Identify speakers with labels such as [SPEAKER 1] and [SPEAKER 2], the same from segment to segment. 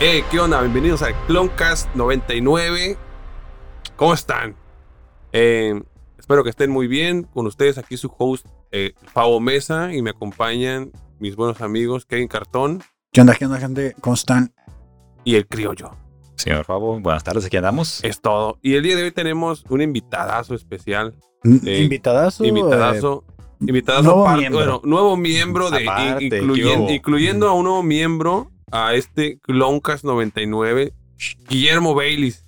[SPEAKER 1] Hey, ¿qué onda? Bienvenidos al Cloncast 99. ¿Cómo están? Eh, espero que estén muy bien. Con ustedes aquí su host, eh, Pavo Mesa, y me acompañan mis buenos amigos Kevin Cartón
[SPEAKER 2] ¿Qué onda, qué onda, gente? ¿Cómo están?
[SPEAKER 1] y el Criollo.
[SPEAKER 3] Señor Fabo, buenas tardes, aquí andamos. Eh,
[SPEAKER 1] Es todo. Y el día de hoy tenemos un invitadazo especial. Eh,
[SPEAKER 2] invitadazo.
[SPEAKER 1] Invitadazo. Invitadazo
[SPEAKER 2] nuevo
[SPEAKER 1] aparte-
[SPEAKER 2] miembro.
[SPEAKER 1] bueno, nuevo miembro de
[SPEAKER 3] Aparte,
[SPEAKER 1] incluyendo,
[SPEAKER 3] ¿qué hubo?
[SPEAKER 1] incluyendo a un nuevo miembro a este Cloncast 99, Guillermo Baileys.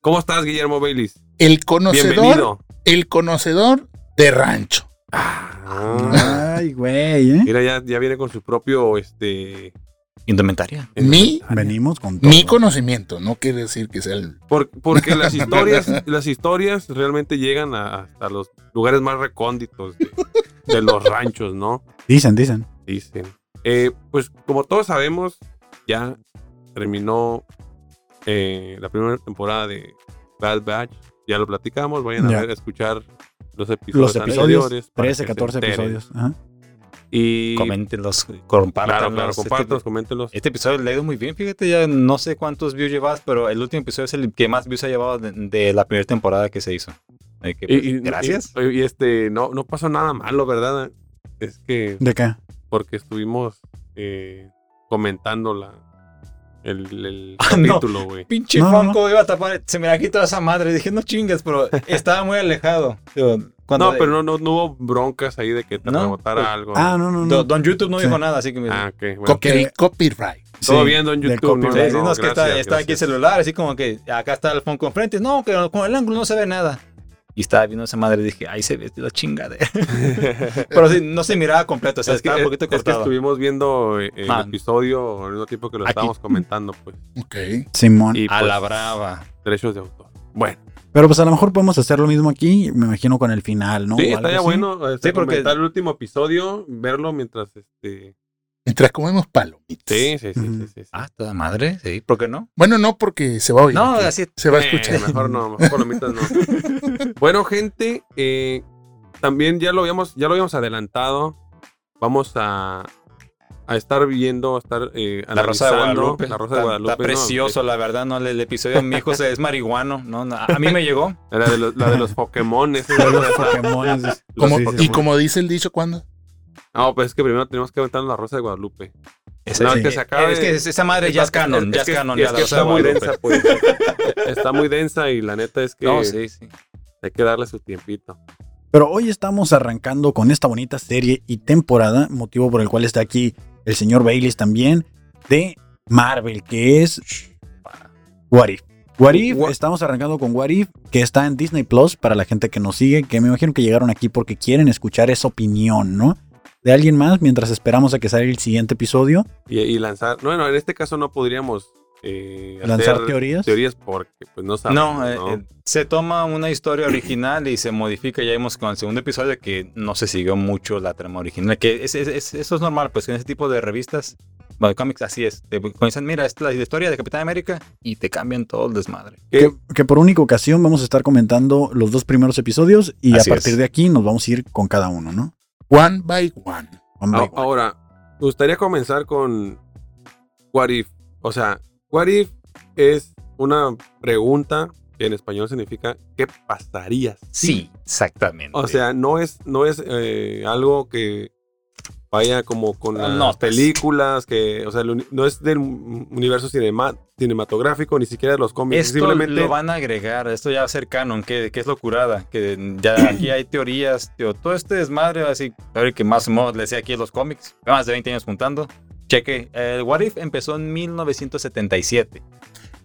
[SPEAKER 1] ¿Cómo estás, Guillermo Baileys?
[SPEAKER 4] El conocedor,
[SPEAKER 1] Bienvenido.
[SPEAKER 4] el conocedor de rancho.
[SPEAKER 1] Ah,
[SPEAKER 2] Ay, güey, ¿eh?
[SPEAKER 1] mira, ya, ya viene con su propio este
[SPEAKER 3] Indumentaria.
[SPEAKER 4] Mi,
[SPEAKER 2] Venimos con todo.
[SPEAKER 4] mi conocimiento, no quiere decir que sea el.
[SPEAKER 1] por- porque las historias, las historias realmente llegan a- hasta los lugares más recónditos de- de los ranchos, ¿no?
[SPEAKER 2] Dicen, dicen.
[SPEAKER 1] Dicen. Eh, pues como todos sabemos, ya terminó eh, la primera temporada de Bad Batch. Ya lo platicamos. Vayan
[SPEAKER 2] Ya.
[SPEAKER 1] a ver, a escuchar los episodios,
[SPEAKER 2] Los episodios,
[SPEAKER 1] anteriores para
[SPEAKER 2] 13,
[SPEAKER 1] que se
[SPEAKER 2] 14
[SPEAKER 1] enteren.
[SPEAKER 2] episodios. Ajá.
[SPEAKER 1] Y
[SPEAKER 3] Coméntenlos,
[SPEAKER 1] claro,
[SPEAKER 3] compártanlos.
[SPEAKER 1] claro, compártanos,
[SPEAKER 3] Este,
[SPEAKER 1] coméntenos.
[SPEAKER 3] este episodio le ha ido muy bien, fíjate, ya no sé cuántos views llevas, pero el último episodio es el que más views ha llevado de, de la primera temporada que se hizo. Así que, pues,
[SPEAKER 1] Y- y-
[SPEAKER 3] gracias.
[SPEAKER 1] Y, y, este, no, no pasó nada malo, ¿verdad? Es que
[SPEAKER 2] ¿De qué?
[SPEAKER 1] porque estuvimos eh, comentando la, el, el
[SPEAKER 3] Ah, no.
[SPEAKER 1] capítulo, güey.
[SPEAKER 3] Pinche
[SPEAKER 2] No, no,
[SPEAKER 3] Funko iba a tapar, se me la quitó esa madre. Dije, no chingas, pero estaba muy alejado. Digo,
[SPEAKER 1] No,
[SPEAKER 3] cuando-
[SPEAKER 1] pero no, no, no hubo broncas ahí de que te
[SPEAKER 3] No,
[SPEAKER 1] rebotara
[SPEAKER 3] pues,
[SPEAKER 1] algo.
[SPEAKER 2] Ah, no, no,
[SPEAKER 3] Don,
[SPEAKER 2] no.
[SPEAKER 3] don YouTube no
[SPEAKER 2] Sí.
[SPEAKER 3] dijo nada, así que me.
[SPEAKER 1] Ah, ok, bueno.
[SPEAKER 4] copy- Copyright.
[SPEAKER 1] Todo
[SPEAKER 2] Sí,
[SPEAKER 1] bien en
[SPEAKER 2] del
[SPEAKER 1] YouTube.
[SPEAKER 3] Sí,
[SPEAKER 2] copyright.
[SPEAKER 1] no,
[SPEAKER 3] sí, no, es que está,
[SPEAKER 1] gracias,
[SPEAKER 3] está aquí el
[SPEAKER 1] gracias.
[SPEAKER 3] celular, así como que acá está el phone con frente. No, que con el ángulo no se ve nada. Y estaba viendo esa madre y dije, ahí se ve la chingadera. Pero sí, no se miraba completo, o sea,
[SPEAKER 1] es, que,
[SPEAKER 3] estaba un poquito
[SPEAKER 1] es que
[SPEAKER 3] cortado.
[SPEAKER 1] estuvimos viendo eh, el
[SPEAKER 3] Ah.
[SPEAKER 1] episodio al mismo tiempo que lo
[SPEAKER 3] Aquí.
[SPEAKER 1] estábamos comentando, pues.
[SPEAKER 4] Ok.
[SPEAKER 2] Simón.
[SPEAKER 1] Y
[SPEAKER 3] a
[SPEAKER 1] pues,
[SPEAKER 3] la brava.
[SPEAKER 1] Derechos de autor. Bueno,
[SPEAKER 2] Pero pues a lo mejor podemos hacer lo mismo aquí, me imagino con el final, ¿no? O
[SPEAKER 1] sí,
[SPEAKER 2] algo
[SPEAKER 1] estaría
[SPEAKER 2] así.
[SPEAKER 1] bueno este,
[SPEAKER 3] Sí, porque-
[SPEAKER 1] comentar el último episodio, verlo mientras este.
[SPEAKER 4] Mientras comemos palomitas.
[SPEAKER 1] Sí, sí, sí, sí.
[SPEAKER 2] Ujú.
[SPEAKER 1] sí, sí.
[SPEAKER 3] Ah, toda madre, sí, ¿por qué no?
[SPEAKER 4] Bueno, no porque se va a oír.
[SPEAKER 3] No,
[SPEAKER 4] aquí.
[SPEAKER 3] así
[SPEAKER 4] se va a
[SPEAKER 1] Eh,
[SPEAKER 4] escuchar.
[SPEAKER 1] mejor no, mejor palomitas no. bueno, gente, eh, también ya lo habíamos, ya lo habíamos adelantado. Vamos a, a estar viendo, a estar eh,
[SPEAKER 3] La Rosa de
[SPEAKER 1] analizando
[SPEAKER 3] Guadalupe.
[SPEAKER 1] La Rosa de
[SPEAKER 3] Está-
[SPEAKER 1] Guadalupe.
[SPEAKER 3] Está
[SPEAKER 1] ¿no?
[SPEAKER 3] precioso, la verdad, no, el episodio mi hijo se- es marihuano, no, no, a mí me llegó.
[SPEAKER 1] Eh, La de los, la de los Pokémon. ese,
[SPEAKER 2] Pero
[SPEAKER 1] ¿no?
[SPEAKER 2] los Pokémones, es-
[SPEAKER 4] Como-
[SPEAKER 2] sí,
[SPEAKER 4] y
[SPEAKER 2] sí.
[SPEAKER 4] como dice el dicho, cuando
[SPEAKER 1] No, pues es que primero tenemos que aventar la Rosa de Guadalupe.
[SPEAKER 3] Es,
[SPEAKER 1] No,
[SPEAKER 2] es
[SPEAKER 1] que se acaba
[SPEAKER 3] es que
[SPEAKER 1] de-
[SPEAKER 3] es- esa madre ya es canon, ya es
[SPEAKER 1] que-
[SPEAKER 3] canon.
[SPEAKER 1] es
[SPEAKER 3] ya
[SPEAKER 1] que
[SPEAKER 3] la
[SPEAKER 1] está
[SPEAKER 3] usaba
[SPEAKER 1] muy
[SPEAKER 3] Lupe.
[SPEAKER 1] densa, pues. Está muy densa y la neta es que
[SPEAKER 3] No, sí, sí.
[SPEAKER 1] hay que darle su tiempito.
[SPEAKER 2] Pero hoy estamos arrancando con esta bonita serie y temporada, motivo por el cual está aquí el señor Baileys también, de Marvel, que es What If. What If,
[SPEAKER 3] What-
[SPEAKER 2] estamos arrancando con What If, que está en Disney Plus para la gente que nos sigue, que me imagino que llegaron aquí porque quieren escuchar esa opinión, ¿no? De alguien más mientras esperamos a que salga el siguiente episodio,
[SPEAKER 1] Y, y lanzar. Bueno, en este caso no podríamos eh,
[SPEAKER 2] lanzar
[SPEAKER 1] hacer
[SPEAKER 2] teorías.
[SPEAKER 1] teorías porque pues no sabemos.
[SPEAKER 3] No, eh, eh, se toma una historia original y se modifica. Ya vimos con el segundo episodio que no se siguió mucho la trama original. Que es- es- es- eso es normal, pues en ese tipo de revistas, bueno, cómics, así es. Te comienzan, mira, esta es la historia de Capitán América y te cambian todo el desmadre.
[SPEAKER 2] Que, que por única ocasión vamos a estar comentando los dos primeros episodios y
[SPEAKER 3] Así
[SPEAKER 2] a partir
[SPEAKER 3] es.
[SPEAKER 2] de aquí nos vamos a ir con cada uno, ¿no?
[SPEAKER 4] One by one.
[SPEAKER 2] One by
[SPEAKER 1] Ah,
[SPEAKER 2] one.
[SPEAKER 1] Ahora, me gustaría comenzar con What If. O sea, What If es una pregunta que en español significa ¿qué pasaría
[SPEAKER 3] Sí, exactamente.
[SPEAKER 1] O sea, no es, no es eh, algo que vaya como con las
[SPEAKER 3] Notas.
[SPEAKER 1] películas, que, o sea, el uni- no es del un- universo cinema- cinematográfico, ni siquiera de los cómics.
[SPEAKER 3] esto
[SPEAKER 1] simplemente
[SPEAKER 3] lo van a agregar. Esto ya va a ser canon, que, que es locurada. Que ya aquí hay teorías, tío, todo este desmadre, así, a ver que más o menos le decía aquí en los cómics, más de 20 años juntando. Cheque, el What If empezó en 1977.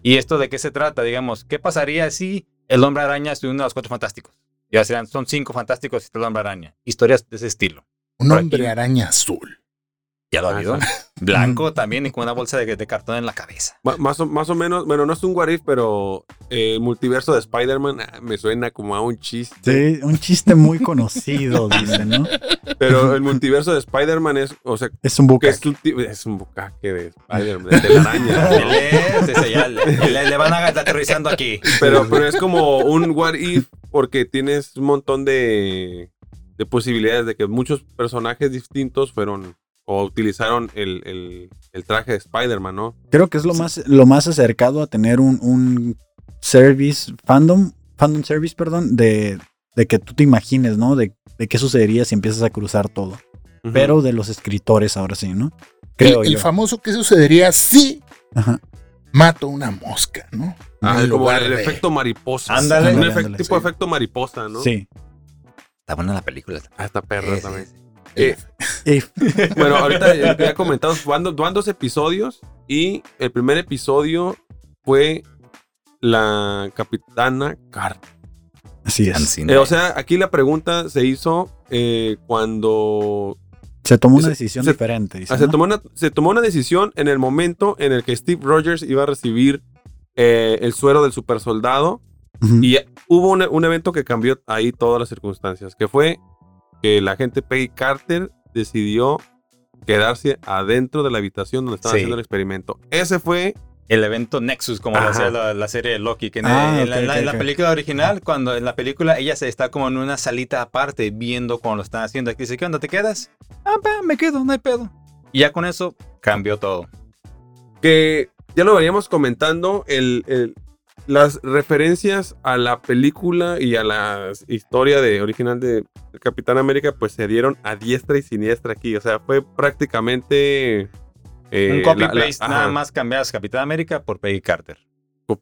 [SPEAKER 3] ¿Y esto de qué se trata? Digamos, ¿qué pasaría si el Hombre Araña estuviera uno de los cuatro fantásticos? Ya serán, son cinco fantásticos y está el Hombre Araña. Historias de ese estilo.
[SPEAKER 4] Un
[SPEAKER 3] Por
[SPEAKER 4] hombre
[SPEAKER 3] aquí.
[SPEAKER 4] araña azul. Mm.
[SPEAKER 3] Ya lo ha
[SPEAKER 1] Ah,
[SPEAKER 3] habido.
[SPEAKER 1] sí.
[SPEAKER 3] Blanco también y con una bolsa de, de cartón en la cabeza.
[SPEAKER 1] ma- más, o, más o menos, bueno, no es un what if, pero eh, el multiverso de Spider-Man ah, me suena como a un chiste.
[SPEAKER 2] Sí, un chiste muy conocido, dicen, ¿no?
[SPEAKER 1] Pero el multiverso de Spider-Man es, o sea,
[SPEAKER 2] Es un
[SPEAKER 1] que
[SPEAKER 2] buque.
[SPEAKER 1] es, un ti- es un bucaque de Spider-Man, de telaraña, ¿no?
[SPEAKER 3] Excelente, ese ya le, le- le van a estar aterrizando aquí.
[SPEAKER 1] Pero, pero es como un what if porque tienes un montón de, de posibilidades de que muchos personajes distintos fueron o utilizaron el, el- el traje de Spider-Man, ¿no?
[SPEAKER 2] Creo que es lo más, lo más acercado a tener un, un service, fandom, fandom service, perdón, de, de que tú te imagines, ¿no? De, de qué sucedería si empiezas a cruzar todo.
[SPEAKER 1] Ujú.
[SPEAKER 2] Pero de los escritores ahora sí, ¿no?
[SPEAKER 4] El,
[SPEAKER 2] Creo
[SPEAKER 4] el
[SPEAKER 2] yo.
[SPEAKER 4] famoso que sucedería si
[SPEAKER 2] Ajá.
[SPEAKER 4] mato una mosca, ¿no?
[SPEAKER 1] Ah,
[SPEAKER 4] En
[SPEAKER 1] como
[SPEAKER 4] lugar
[SPEAKER 1] el
[SPEAKER 4] de-
[SPEAKER 1] efecto mariposa.
[SPEAKER 3] Ándale.
[SPEAKER 1] Un
[SPEAKER 2] Ándale,
[SPEAKER 1] efect-
[SPEAKER 2] ándale,
[SPEAKER 1] tipo
[SPEAKER 4] sí.
[SPEAKER 1] efecto mariposa, ¿no?
[SPEAKER 2] Sí.
[SPEAKER 3] Está buena la película.
[SPEAKER 1] Ah, está perra también.
[SPEAKER 4] Eh,
[SPEAKER 2] If-
[SPEAKER 1] Bueno, ahorita ya, ya comentamos, van, do- van dos episodios y el primer episodio fue la capitana Carter.
[SPEAKER 2] Así es.
[SPEAKER 3] Ancina.
[SPEAKER 1] Eh, o sea, aquí la pregunta se hizo eh, cuando
[SPEAKER 2] Se tomó una
[SPEAKER 1] se-
[SPEAKER 2] decisión
[SPEAKER 1] se-
[SPEAKER 2] diferente. dice,
[SPEAKER 1] ah, se,
[SPEAKER 2] ¿no?
[SPEAKER 1] tomó una, se tomó una decisión en el momento en el que Steve Rogers iba a recibir eh, el suero del supersoldado
[SPEAKER 2] Ujú.
[SPEAKER 1] y ya- hubo un, un evento que cambió ahí todas las circunstancias, que fue que la gente Peggy Carter decidió quedarse adentro de la habitación donde estaban
[SPEAKER 3] Sí.
[SPEAKER 1] haciendo el experimento. Ese fue
[SPEAKER 3] el evento Nexus, como lo
[SPEAKER 1] Ajá.
[SPEAKER 3] hacía la, la serie de Loki. Que en,
[SPEAKER 2] Ah,
[SPEAKER 3] en la,
[SPEAKER 2] ok,
[SPEAKER 3] en la-
[SPEAKER 2] ok,
[SPEAKER 3] en la
[SPEAKER 2] ok.
[SPEAKER 3] película original, cuando en la película ella se está como en una salita aparte viendo cuando lo están haciendo. Aquí dice, ¿qué onda? ¿Te quedas? Ah, pa, me quedo, no hay pedo. Y ya con eso cambió todo.
[SPEAKER 1] que ya lo veníamos comentando, el, el- las referencias a la película y a la historia de, original de Capitán América, pues se dieron a diestra y siniestra aquí. O sea, fue prácticamente... eh,
[SPEAKER 3] Un
[SPEAKER 1] la- la-
[SPEAKER 3] copy-paste, nada
[SPEAKER 1] ajá,
[SPEAKER 3] más cambiadas Capitán América por Peggy Carter.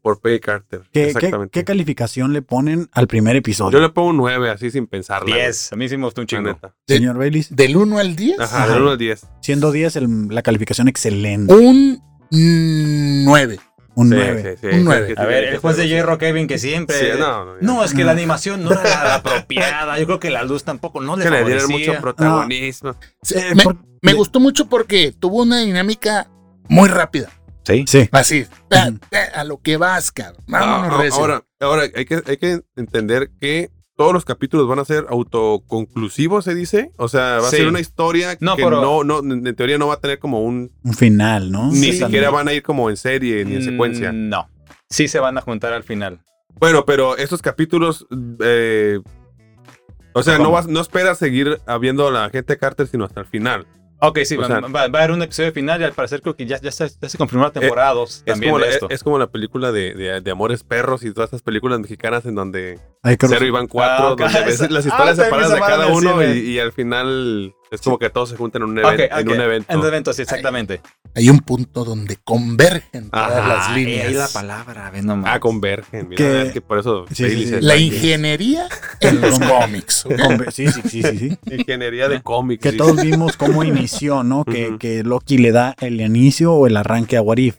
[SPEAKER 1] Por Peggy Carter.
[SPEAKER 2] ¿Qué, qué,
[SPEAKER 1] exactamente.
[SPEAKER 2] qué calificación le ponen al primer
[SPEAKER 1] Yo
[SPEAKER 2] episodio?
[SPEAKER 1] le pongo un 9 así sin pensarla. güey.
[SPEAKER 3] 10. A mí sí me gustó un
[SPEAKER 1] La
[SPEAKER 3] chingo.
[SPEAKER 1] neta.
[SPEAKER 4] de-
[SPEAKER 2] Señor Baylis,
[SPEAKER 4] del 1 al 10,
[SPEAKER 1] Ajá,
[SPEAKER 2] Ajá.
[SPEAKER 1] del 1 al 10.
[SPEAKER 2] siendo 10 el- la calificación excelente.
[SPEAKER 4] un 9.
[SPEAKER 2] Un
[SPEAKER 1] Sí,
[SPEAKER 2] 9.
[SPEAKER 1] sí, sí,
[SPEAKER 4] Un
[SPEAKER 1] sí,
[SPEAKER 4] nueve.
[SPEAKER 1] sí, sí,
[SPEAKER 3] A ver,
[SPEAKER 1] sí,
[SPEAKER 3] el
[SPEAKER 1] sí,
[SPEAKER 3] juez
[SPEAKER 1] sí,
[SPEAKER 3] de
[SPEAKER 1] sí.
[SPEAKER 3] hierro Kevin que siempre...
[SPEAKER 1] Sí,
[SPEAKER 3] no.
[SPEAKER 1] no, no,
[SPEAKER 3] es que la animación no era la apropiada. Yo creo que la luz tampoco no le
[SPEAKER 1] que le dieron mucho
[SPEAKER 3] favorecía.
[SPEAKER 1] protagonismo.
[SPEAKER 2] Eh,
[SPEAKER 4] me
[SPEAKER 2] por- de-
[SPEAKER 4] me gustó mucho porque tuvo una dinámica muy rápida.
[SPEAKER 3] Sí.
[SPEAKER 2] Sí.
[SPEAKER 4] Así, ta,
[SPEAKER 2] Ujú.
[SPEAKER 4] ta, a lo que vas, cabrón.
[SPEAKER 1] Ah,
[SPEAKER 4] Vámonos,
[SPEAKER 1] ah,
[SPEAKER 4] recio.
[SPEAKER 1] ahora, ahora hay, que, hay que entender que todos los capítulos van a ser autoconclusivos, se dice. O sea, va a
[SPEAKER 3] Sí.
[SPEAKER 1] ser una historia
[SPEAKER 3] No,
[SPEAKER 1] que
[SPEAKER 3] pero-
[SPEAKER 1] no, no, en en teoría no va a tener como un.
[SPEAKER 2] Un final, ¿no?
[SPEAKER 1] Ni
[SPEAKER 2] Sí.
[SPEAKER 1] siquiera van a ir como en serie ni en
[SPEAKER 3] Mm,
[SPEAKER 1] secuencia.
[SPEAKER 3] No. Sí se van a juntar al final.
[SPEAKER 1] Bueno, pero estos capítulos. eh, o sea, no,
[SPEAKER 3] ¿Cómo?
[SPEAKER 1] vas, no esperas seguir habiendo a la gente Carter, sino hasta el final.
[SPEAKER 3] Ok, sí,
[SPEAKER 1] O
[SPEAKER 3] va,
[SPEAKER 1] sea- Eh,
[SPEAKER 3] va- va a haber un episodio final y al parecer creo que ya, ya, se, ya se confirmó la temporada dos
[SPEAKER 1] Es
[SPEAKER 3] también
[SPEAKER 1] como, la,
[SPEAKER 3] de esto.
[SPEAKER 1] es- es como la película de, de- de Amores Perros y todas estas películas mexicanas en donde
[SPEAKER 2] Hay que-
[SPEAKER 1] cero y van cuatro,
[SPEAKER 3] Ah, ok.
[SPEAKER 1] donde a veces las
[SPEAKER 3] Ah,
[SPEAKER 1] historias
[SPEAKER 3] también
[SPEAKER 1] separadas
[SPEAKER 3] se
[SPEAKER 1] de
[SPEAKER 3] van
[SPEAKER 1] cada
[SPEAKER 3] al
[SPEAKER 1] uno
[SPEAKER 3] cine.
[SPEAKER 1] y, y al final es como que todos se juntan en un,
[SPEAKER 3] Ok,
[SPEAKER 1] even- en
[SPEAKER 3] ok,
[SPEAKER 1] un evento.
[SPEAKER 3] En un evento, sí, exactamente.
[SPEAKER 4] Hay un punto donde convergen todas
[SPEAKER 1] Ajá,
[SPEAKER 4] las
[SPEAKER 3] Ah,
[SPEAKER 4] líneas.
[SPEAKER 3] ahí la palabra, ve nomás.
[SPEAKER 1] Ah, convergen. Mira,
[SPEAKER 2] Que-
[SPEAKER 1] es que por eso
[SPEAKER 2] Sí, sí,
[SPEAKER 1] Bailey
[SPEAKER 2] sí.
[SPEAKER 1] se-
[SPEAKER 4] La
[SPEAKER 1] Bailey.
[SPEAKER 4] ingeniería en los cómics.
[SPEAKER 2] Con- Sí, sí, sí, sí, sí.
[SPEAKER 1] ingeniería de cómics.
[SPEAKER 2] Que
[SPEAKER 1] sí.
[SPEAKER 2] todos vimos cómo inició, ¿no? Que,
[SPEAKER 1] Ujú.
[SPEAKER 2] que Loki le da el inicio o el arranque a Warif.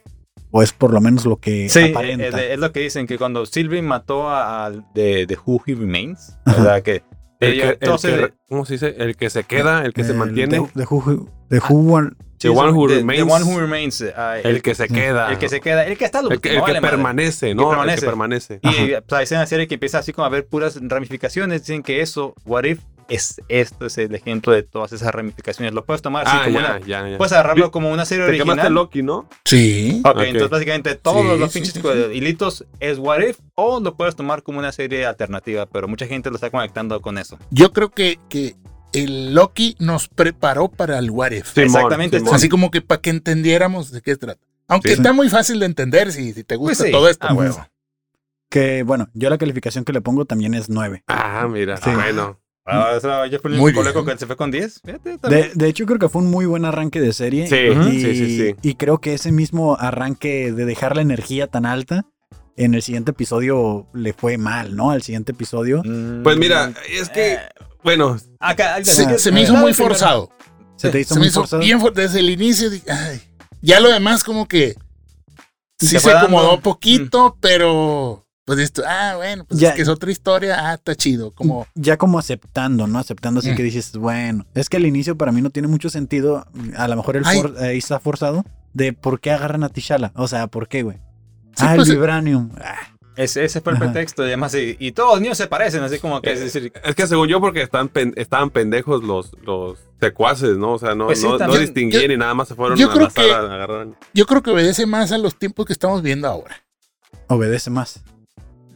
[SPEAKER 2] O es por lo menos lo que
[SPEAKER 1] eh,
[SPEAKER 3] Sí, eh,
[SPEAKER 2] aparenta.
[SPEAKER 3] es, es lo que dicen, que cuando Sylvie mató a, al de, de Who He Remains,
[SPEAKER 2] Ajá.
[SPEAKER 3] ¿verdad? Que,
[SPEAKER 1] El que-
[SPEAKER 3] ella-
[SPEAKER 1] el que-
[SPEAKER 3] entonces,
[SPEAKER 1] ¿Cómo se dice? El que se queda, el que se
[SPEAKER 2] El
[SPEAKER 1] mantiene. Ah.
[SPEAKER 2] De, de who, de who are-
[SPEAKER 1] the one who
[SPEAKER 3] the- the
[SPEAKER 1] remains.
[SPEAKER 3] one who remains, ah, el,
[SPEAKER 1] el que se
[SPEAKER 2] sí.
[SPEAKER 1] queda.
[SPEAKER 3] el que se queda, el que está al
[SPEAKER 1] El que, el
[SPEAKER 3] último,
[SPEAKER 1] que
[SPEAKER 3] vale madre.
[SPEAKER 1] permanece, ¿no? El que
[SPEAKER 3] permanece.
[SPEAKER 1] permanece.
[SPEAKER 3] Y pues, hay una serie que empieza así como a ver puras ramificaciones. Dicen que eso, What If, es esto, es el ejemplo de todas esas ramificaciones. Lo puedes tomar así
[SPEAKER 1] Ah,
[SPEAKER 3] como
[SPEAKER 1] ya,
[SPEAKER 3] una.
[SPEAKER 1] ya, ya.
[SPEAKER 3] Puedes agarrarlo como una serie
[SPEAKER 1] Te quemaste
[SPEAKER 3] original.
[SPEAKER 1] Loki, ¿no?
[SPEAKER 4] Sí.
[SPEAKER 3] Ok,
[SPEAKER 1] Ok.
[SPEAKER 3] entonces básicamente todos
[SPEAKER 4] Sí,
[SPEAKER 3] los
[SPEAKER 4] sí,
[SPEAKER 3] pinches
[SPEAKER 4] sí,
[SPEAKER 3] co- hilitos es What If o lo puedes tomar como una serie alternativa, pero mucha gente lo está conectando con eso.
[SPEAKER 4] Yo creo que, que el Loki nos preparó para el What If.
[SPEAKER 1] Simón,
[SPEAKER 3] Exactamente,
[SPEAKER 1] Simón.
[SPEAKER 4] Así como que para que entendiéramos de qué trata. Aunque
[SPEAKER 2] Sí.
[SPEAKER 4] está muy fácil de entender si, si te gusta
[SPEAKER 3] Pues sí,
[SPEAKER 4] todo esto.
[SPEAKER 3] a huevo.
[SPEAKER 2] Que bueno, yo la calificación que le pongo también es 9.
[SPEAKER 1] Ah, mira.
[SPEAKER 2] Sí.
[SPEAKER 1] Bueno. Mm.
[SPEAKER 3] Ah, eso, yo fui el
[SPEAKER 4] Muy
[SPEAKER 3] único loco
[SPEAKER 4] bien.
[SPEAKER 3] que se fue con 10. Fíjate,
[SPEAKER 2] De,
[SPEAKER 3] también.
[SPEAKER 2] de hecho, creo que fue un muy buen arranque de serie.
[SPEAKER 1] Sí,
[SPEAKER 2] y,
[SPEAKER 1] sí, sí, sí.
[SPEAKER 2] y creo que ese mismo arranque de dejar la energía tan alta, en el siguiente episodio le fue mal, ¿no? Al siguiente episodio.
[SPEAKER 3] Mm,
[SPEAKER 1] Pues mira, es que,
[SPEAKER 3] eh,
[SPEAKER 1] bueno,
[SPEAKER 3] acá, ahí
[SPEAKER 4] Se,
[SPEAKER 3] está.
[SPEAKER 4] se me hizo
[SPEAKER 3] Ah,
[SPEAKER 4] muy
[SPEAKER 3] el primero.
[SPEAKER 4] forzado.
[SPEAKER 2] Se te hizo
[SPEAKER 4] Se me
[SPEAKER 2] muy
[SPEAKER 4] hizo
[SPEAKER 2] forzado.
[SPEAKER 4] bien forzado. Desde el inicio. dije, ay, ya lo demás como que
[SPEAKER 3] Se
[SPEAKER 4] sí se
[SPEAKER 3] fue dando.
[SPEAKER 4] acomodó poquito, pero pues esto, ah, bueno, pues
[SPEAKER 2] Mm. Ya.
[SPEAKER 4] es que es otra historia. Ah, está chido. Como
[SPEAKER 2] Ya como aceptando, ¿no? Aceptando así
[SPEAKER 4] Mm.
[SPEAKER 2] que dices, bueno, es que al inicio para mí no tiene mucho sentido. A lo mejor el
[SPEAKER 4] Ay.
[SPEAKER 2] for- ahí está forzado de por qué agarran a Tishala. O sea, ¿por qué, güey?
[SPEAKER 4] Sí,
[SPEAKER 2] ah,
[SPEAKER 4] pues,
[SPEAKER 2] el vibranium. Ah,
[SPEAKER 3] Ese, ese fue el
[SPEAKER 2] Ajá.
[SPEAKER 3] pretexto, y además, y, y todos los niños se parecen, así como que
[SPEAKER 4] Eh,
[SPEAKER 3] es decir,
[SPEAKER 1] Es que según yo, porque están pen- estaban pendejos los, los secuaces, ¿no? O sea, no,
[SPEAKER 3] Pues sí,
[SPEAKER 1] no, no
[SPEAKER 3] también.
[SPEAKER 1] distinguieron y nada más se fueron
[SPEAKER 4] yo
[SPEAKER 1] a
[SPEAKER 4] creo
[SPEAKER 1] la
[SPEAKER 4] que-
[SPEAKER 1] sala a agarrar.
[SPEAKER 4] yo creo que obedece más a los tiempos que estamos viendo ahora.
[SPEAKER 2] obedece más.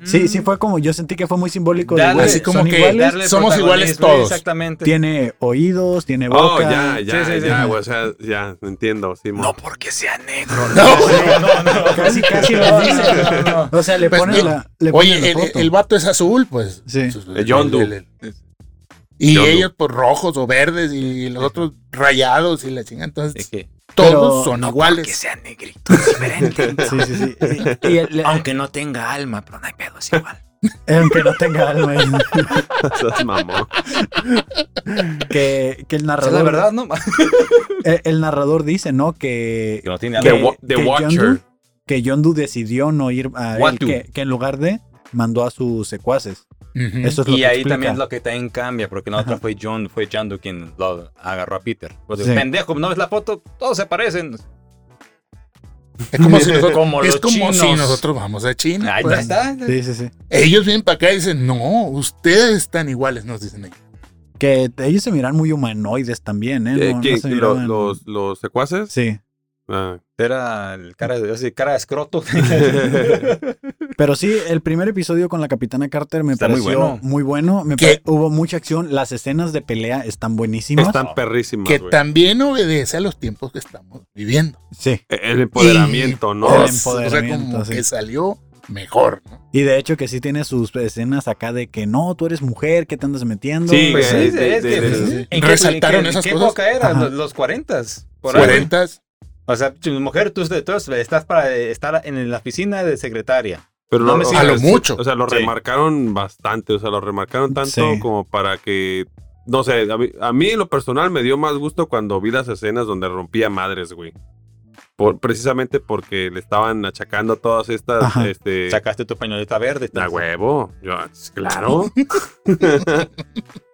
[SPEAKER 2] Sí, sí fue como, yo sentí que fue muy simbólico. de,
[SPEAKER 3] Mm. Dale,
[SPEAKER 2] güey,
[SPEAKER 4] así como
[SPEAKER 2] son
[SPEAKER 4] que
[SPEAKER 2] iguales,
[SPEAKER 3] Darle
[SPEAKER 4] Somos iguales
[SPEAKER 3] protagonismo,
[SPEAKER 4] todos.
[SPEAKER 3] Exactamente.
[SPEAKER 2] tiene oídos, tiene boca.
[SPEAKER 1] Oh, ya, ya,
[SPEAKER 3] Sí, sí, sí.
[SPEAKER 1] ya, güey, o sea, ya, entiendo, sí, mo-
[SPEAKER 2] porque sea negro.
[SPEAKER 3] No, no, no.
[SPEAKER 2] Casi, casi lo
[SPEAKER 3] No,
[SPEAKER 2] dice.
[SPEAKER 3] no, no, no.
[SPEAKER 2] O sea, le
[SPEAKER 4] Pues,
[SPEAKER 2] ponen
[SPEAKER 4] eh,
[SPEAKER 2] la, le ponen la
[SPEAKER 4] Oye, el,
[SPEAKER 2] foto.
[SPEAKER 4] el vato es azul, pues.
[SPEAKER 2] Sí.
[SPEAKER 1] El John Doe.
[SPEAKER 4] Y
[SPEAKER 1] John Doe.
[SPEAKER 4] ellos, pues, rojos o verdes y los otros rayados y la chingada. Entonces,
[SPEAKER 3] Es que-
[SPEAKER 2] Pero
[SPEAKER 4] todos son iguales.
[SPEAKER 5] sea negrito, diferente.
[SPEAKER 2] Sí, sí, sí. Y, y el-
[SPEAKER 5] Aunque no tenga alma, pero no hay pedo, es igual.
[SPEAKER 2] aunque no tenga alma. y-
[SPEAKER 1] seas mamón.
[SPEAKER 2] Que, que el
[SPEAKER 3] o sea,
[SPEAKER 2] narrador.
[SPEAKER 3] la verdad, no.
[SPEAKER 2] eh, El, narrador dice, ¿no? Que,
[SPEAKER 3] Que no tiene
[SPEAKER 1] The,
[SPEAKER 3] alma.
[SPEAKER 1] wa- The
[SPEAKER 2] que Yondu-
[SPEAKER 1] Watcher.
[SPEAKER 2] que John Doe decidió no ir a él,
[SPEAKER 3] Watu.
[SPEAKER 2] que, que en lugar de mandó a sus secuaces.
[SPEAKER 4] Ujú.
[SPEAKER 2] Eso es lo
[SPEAKER 3] Y
[SPEAKER 2] que
[SPEAKER 3] ahí
[SPEAKER 2] explica.
[SPEAKER 3] también es lo que también cambia, porque la otra fue John, fue Jandu quien lo agarró a Peter. Pues,
[SPEAKER 2] Sí.
[SPEAKER 3] Pendejo, ¿no ves la foto? Todos se parecen.
[SPEAKER 4] Es como si nosotros,
[SPEAKER 3] Como
[SPEAKER 4] es
[SPEAKER 3] los
[SPEAKER 4] como si
[SPEAKER 3] chinos.
[SPEAKER 4] nosotros vamos a China.
[SPEAKER 3] Ahí
[SPEAKER 4] pues.
[SPEAKER 3] está.
[SPEAKER 2] Sí, sí, sí.
[SPEAKER 4] Ellos vienen para acá y dicen, no, ustedes están iguales, nos dicen ellos.
[SPEAKER 2] Que ellos se miran muy humanoides también, ¿eh?
[SPEAKER 1] Eh,
[SPEAKER 2] No- no
[SPEAKER 1] ¿quién?
[SPEAKER 2] se
[SPEAKER 1] ¿Lo-
[SPEAKER 2] miraban-
[SPEAKER 1] los, los secuaces?
[SPEAKER 2] Sí.
[SPEAKER 1] Ah,
[SPEAKER 3] Era el cara de, así, cara de escroto.
[SPEAKER 2] Pero sí, el primer episodio con la Capitana Carter me
[SPEAKER 3] Está muy
[SPEAKER 2] pareció
[SPEAKER 3] bueno.
[SPEAKER 2] muy bueno. Me
[SPEAKER 4] ¿Qué?
[SPEAKER 2] pare- Hubo mucha acción. Las escenas de pelea están buenísimas.
[SPEAKER 1] están perrísimas,
[SPEAKER 4] Que
[SPEAKER 1] güey.
[SPEAKER 4] también obedece a los tiempos que estamos viviendo.
[SPEAKER 2] Sí.
[SPEAKER 1] E, El empoderamiento, ¿no?
[SPEAKER 4] O
[SPEAKER 2] El
[SPEAKER 4] sea,
[SPEAKER 2] empoderamiento,
[SPEAKER 4] como
[SPEAKER 2] sí.
[SPEAKER 4] que salió mejor, ¿no?
[SPEAKER 2] Y de hecho que sí tiene sus escenas acá de que no, tú eres mujer, ¿qué te andas metiendo?
[SPEAKER 1] Sí,
[SPEAKER 2] O
[SPEAKER 1] güey.
[SPEAKER 3] Pues
[SPEAKER 2] sea,
[SPEAKER 3] sí,
[SPEAKER 1] de-
[SPEAKER 3] es
[SPEAKER 1] de-
[SPEAKER 3] que,
[SPEAKER 1] de-
[SPEAKER 3] pues,
[SPEAKER 1] de-
[SPEAKER 3] ¿en qué-
[SPEAKER 4] resaltaron
[SPEAKER 3] en qué-
[SPEAKER 4] esas
[SPEAKER 3] ¿Qué
[SPEAKER 4] cosas?
[SPEAKER 3] época era?
[SPEAKER 2] Ajá.
[SPEAKER 3] Los, los 40s. Por ahí.
[SPEAKER 4] 40s.
[SPEAKER 3] O sea, tu mujer, tú, tú estás para eh, estar en la oficina de secretaria.
[SPEAKER 1] Pero
[SPEAKER 3] No
[SPEAKER 1] lo-
[SPEAKER 3] me
[SPEAKER 1] o
[SPEAKER 3] sigas.
[SPEAKER 1] sea,
[SPEAKER 4] A lo
[SPEAKER 1] sí,
[SPEAKER 4] mucho.
[SPEAKER 1] O sea, lo
[SPEAKER 3] Sí.
[SPEAKER 1] remarcaron bastante. O sea, lo remarcaron tanto
[SPEAKER 2] Sí.
[SPEAKER 1] como para que. No sé, a mí, a mí en lo personal me dio más gusto cuando vi las escenas donde rompía madres, güey. Por, precisamente porque le estaban achacando todas estas.
[SPEAKER 2] Ajá.
[SPEAKER 1] Este,
[SPEAKER 3] Sacaste tu pañoleta verde.
[SPEAKER 2] Ah,
[SPEAKER 1] a huevo. Yo, "Pues, claro.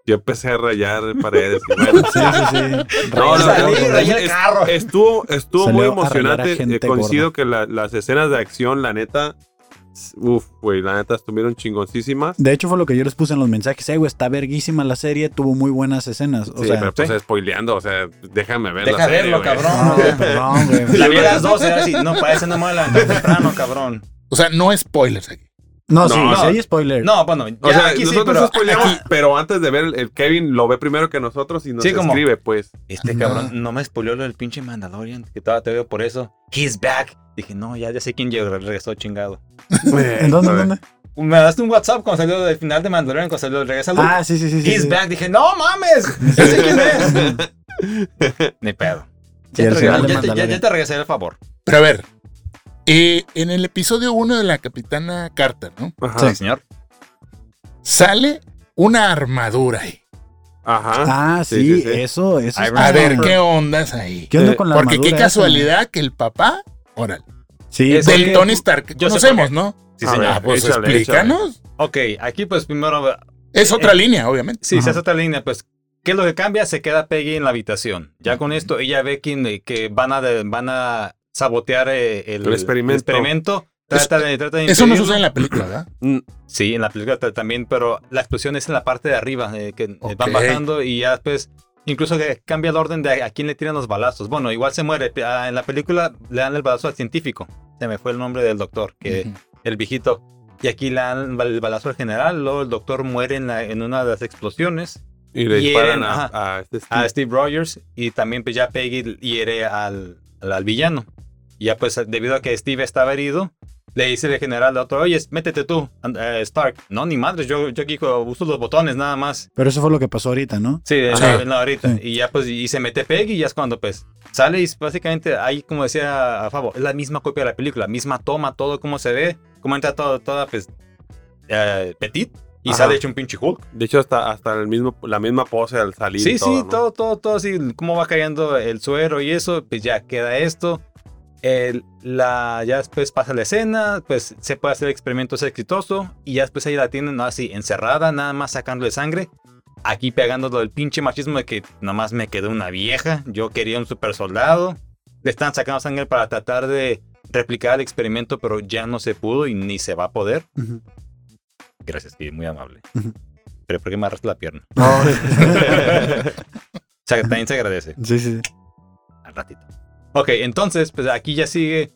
[SPEAKER 1] Yo empecé a rayar paredes. y bueno,
[SPEAKER 2] Sí, sí, sí.
[SPEAKER 1] No, no, no,
[SPEAKER 2] Rayado, güey.
[SPEAKER 1] no, es- es- Estuvo, estuvo
[SPEAKER 2] Salió
[SPEAKER 1] muy
[SPEAKER 2] a rayar a
[SPEAKER 1] emocionante.
[SPEAKER 2] gente
[SPEAKER 1] Eh, coincido que la- las escenas de acción, la neta. s- Uf, güey, la neta estuvieron chingoncísimas.
[SPEAKER 2] De hecho fue lo que yo les puse en los mensajes. Eh, güey, está verguísima la serie, tuvo muy buenas escenas. O
[SPEAKER 1] sí,
[SPEAKER 2] sea,
[SPEAKER 1] pero pues spoileando, o sea, déjame ver
[SPEAKER 3] Deja
[SPEAKER 1] la serie,
[SPEAKER 3] verlo,
[SPEAKER 1] güey.
[SPEAKER 3] cabrón.
[SPEAKER 2] no, güey, perdón, güey.
[SPEAKER 3] La vi a las 12, era así. No, para ese no me voy a levantar temprano, cabrón.
[SPEAKER 4] O sea, no spoilers aquí.
[SPEAKER 2] No, sí,
[SPEAKER 1] No.
[SPEAKER 2] sí hay spoiler.
[SPEAKER 3] No, bueno, ya
[SPEAKER 1] O sea,
[SPEAKER 3] aquí sí,
[SPEAKER 1] nosotros
[SPEAKER 3] pero...
[SPEAKER 1] spoileamos, pero antes de ver, el, el Kevin lo ve primero que nosotros y nos
[SPEAKER 3] Sí, como-
[SPEAKER 1] escribe, pues.
[SPEAKER 3] Este cabrón no me spoiló lo del pinche Mandalorian, que todavía te veo por eso. He's back. Dije, no, ya, ya sé quién llegó, regresó chingado.
[SPEAKER 2] ¿En dónde? en dónde?
[SPEAKER 3] Me daste un WhatsApp cuando salió el final de Mandalorian, cuando salió el regreso a Luke.
[SPEAKER 2] Ah, sí, sí, sí. sí,
[SPEAKER 3] He's
[SPEAKER 2] sí.
[SPEAKER 3] back. Dije, no mames. Ya sé quién es. Ni pedo.
[SPEAKER 2] Sí,
[SPEAKER 3] Ya,
[SPEAKER 2] el final de
[SPEAKER 3] te, regresé, ya te- ya-
[SPEAKER 2] Mandalorian.
[SPEAKER 3] ya te regresé el favor.
[SPEAKER 4] Pero a ver, eh, en el episodio 1 de la Capitana Carter, ¿no?
[SPEAKER 1] Ajá.
[SPEAKER 2] Sí.
[SPEAKER 3] Señor.
[SPEAKER 4] Sale una armadura ahí.
[SPEAKER 1] Ajá.
[SPEAKER 2] Ah, sí,
[SPEAKER 1] Sí, sí, sí.
[SPEAKER 2] eso, eso.
[SPEAKER 3] A
[SPEAKER 2] está-
[SPEAKER 4] A ver, ¿qué ondas ahí?
[SPEAKER 2] ¿Qué onda
[SPEAKER 1] Eh,
[SPEAKER 2] con la
[SPEAKER 4] Porque qué
[SPEAKER 2] armadura esa?
[SPEAKER 4] casualidad que el papá, órale,
[SPEAKER 2] Sí,
[SPEAKER 3] Es-
[SPEAKER 4] del
[SPEAKER 3] porque-
[SPEAKER 4] Tony Stark, que
[SPEAKER 3] yo sé
[SPEAKER 4] conocemos, ¿no?
[SPEAKER 3] Sí,
[SPEAKER 1] A
[SPEAKER 3] señor.
[SPEAKER 1] ver.
[SPEAKER 4] Ah, pues
[SPEAKER 1] échale,
[SPEAKER 4] explícanos.
[SPEAKER 3] Ok, aquí pues primero...
[SPEAKER 4] Es otra línea, obviamente.
[SPEAKER 3] Sí,
[SPEAKER 2] Ajá.
[SPEAKER 3] se hace otra línea, pues... ¿Qué es lo que cambia? Se queda Peggy en la habitación. Ya con esto, ella ve que, que van, a, van a sabotear eh, el,
[SPEAKER 1] El experimento.
[SPEAKER 3] experimento. Trata de, trata de
[SPEAKER 4] Eso no
[SPEAKER 3] impedirlo.
[SPEAKER 4] sucede en la película, ¿verdad?
[SPEAKER 1] Mm,
[SPEAKER 3] Sí, en la película ta- también, pero la explosión es en la parte de arriba, eh, que eh,
[SPEAKER 4] Ok.
[SPEAKER 3] van bajando y ya después, incluso que cambia el orden de a, a quién le tiran los balazos. Bueno, igual se muere. pe- ah, En la película le dan el balazo al científico. Se me fue el nombre del doctor, que
[SPEAKER 4] Ujú.
[SPEAKER 3] el viejito. Y aquí le dan el balazo al general, luego el doctor muere en, la- en una de las explosiones
[SPEAKER 1] Y le
[SPEAKER 3] Y
[SPEAKER 1] disparan
[SPEAKER 3] eran,
[SPEAKER 1] a,
[SPEAKER 3] ajá.
[SPEAKER 1] a este Steve.
[SPEAKER 3] a Steve Rogers y también pues ya Peggy hiere al, al, al villano. Y ya pues debido a que Steve estaba herido, le dice el general al otro, oye, métete tú, and- eh, Stark. No, ni madre, yo, yo aquí co- uso los botones nada más.
[SPEAKER 2] pero eso fue lo que pasó ahorita, ¿no?
[SPEAKER 3] Sí, en
[SPEAKER 4] Ajá.
[SPEAKER 3] la- en la ahorita.
[SPEAKER 2] Sí.
[SPEAKER 3] Y ya pues, y se mete Peggy y ya es cuando pues sale y básicamente ahí, como decía a Fabo, es la misma copia de la película, misma toma, todo como se ve, como entra todo, toda pues eh, Petit y
[SPEAKER 1] Ajá.
[SPEAKER 3] sale hecho un pinche Hulk.
[SPEAKER 1] De hecho, hasta, hasta el mismo, la misma pose al salir. y
[SPEAKER 3] Sí, sí,
[SPEAKER 1] ¿no?
[SPEAKER 3] todo, todo, todo así, cómo va cayendo el suero y eso, pues ya queda esto. El- la, ya después pasa la escena, pues se puede hacer el experimento, es exitoso, y ya después ahí la tienen ¿no? así, encerrada, nada más sacándole sangre. Aquí pegándolo del pinche machismo de que nada más me quedó una vieja, yo quería un super soldado. Le están sacando sangre para tratar de replicar el experimento, pero ya no se pudo y ni se va a poder.
[SPEAKER 2] Ujú.
[SPEAKER 3] Gracias, Steve, muy amable.
[SPEAKER 2] Ujú.
[SPEAKER 3] Pero ¿por qué me arrastra la pierna? O sea, también se agradece.
[SPEAKER 2] sí, sí.
[SPEAKER 3] Al ratito. Ok, entonces, pues aquí ya sigue.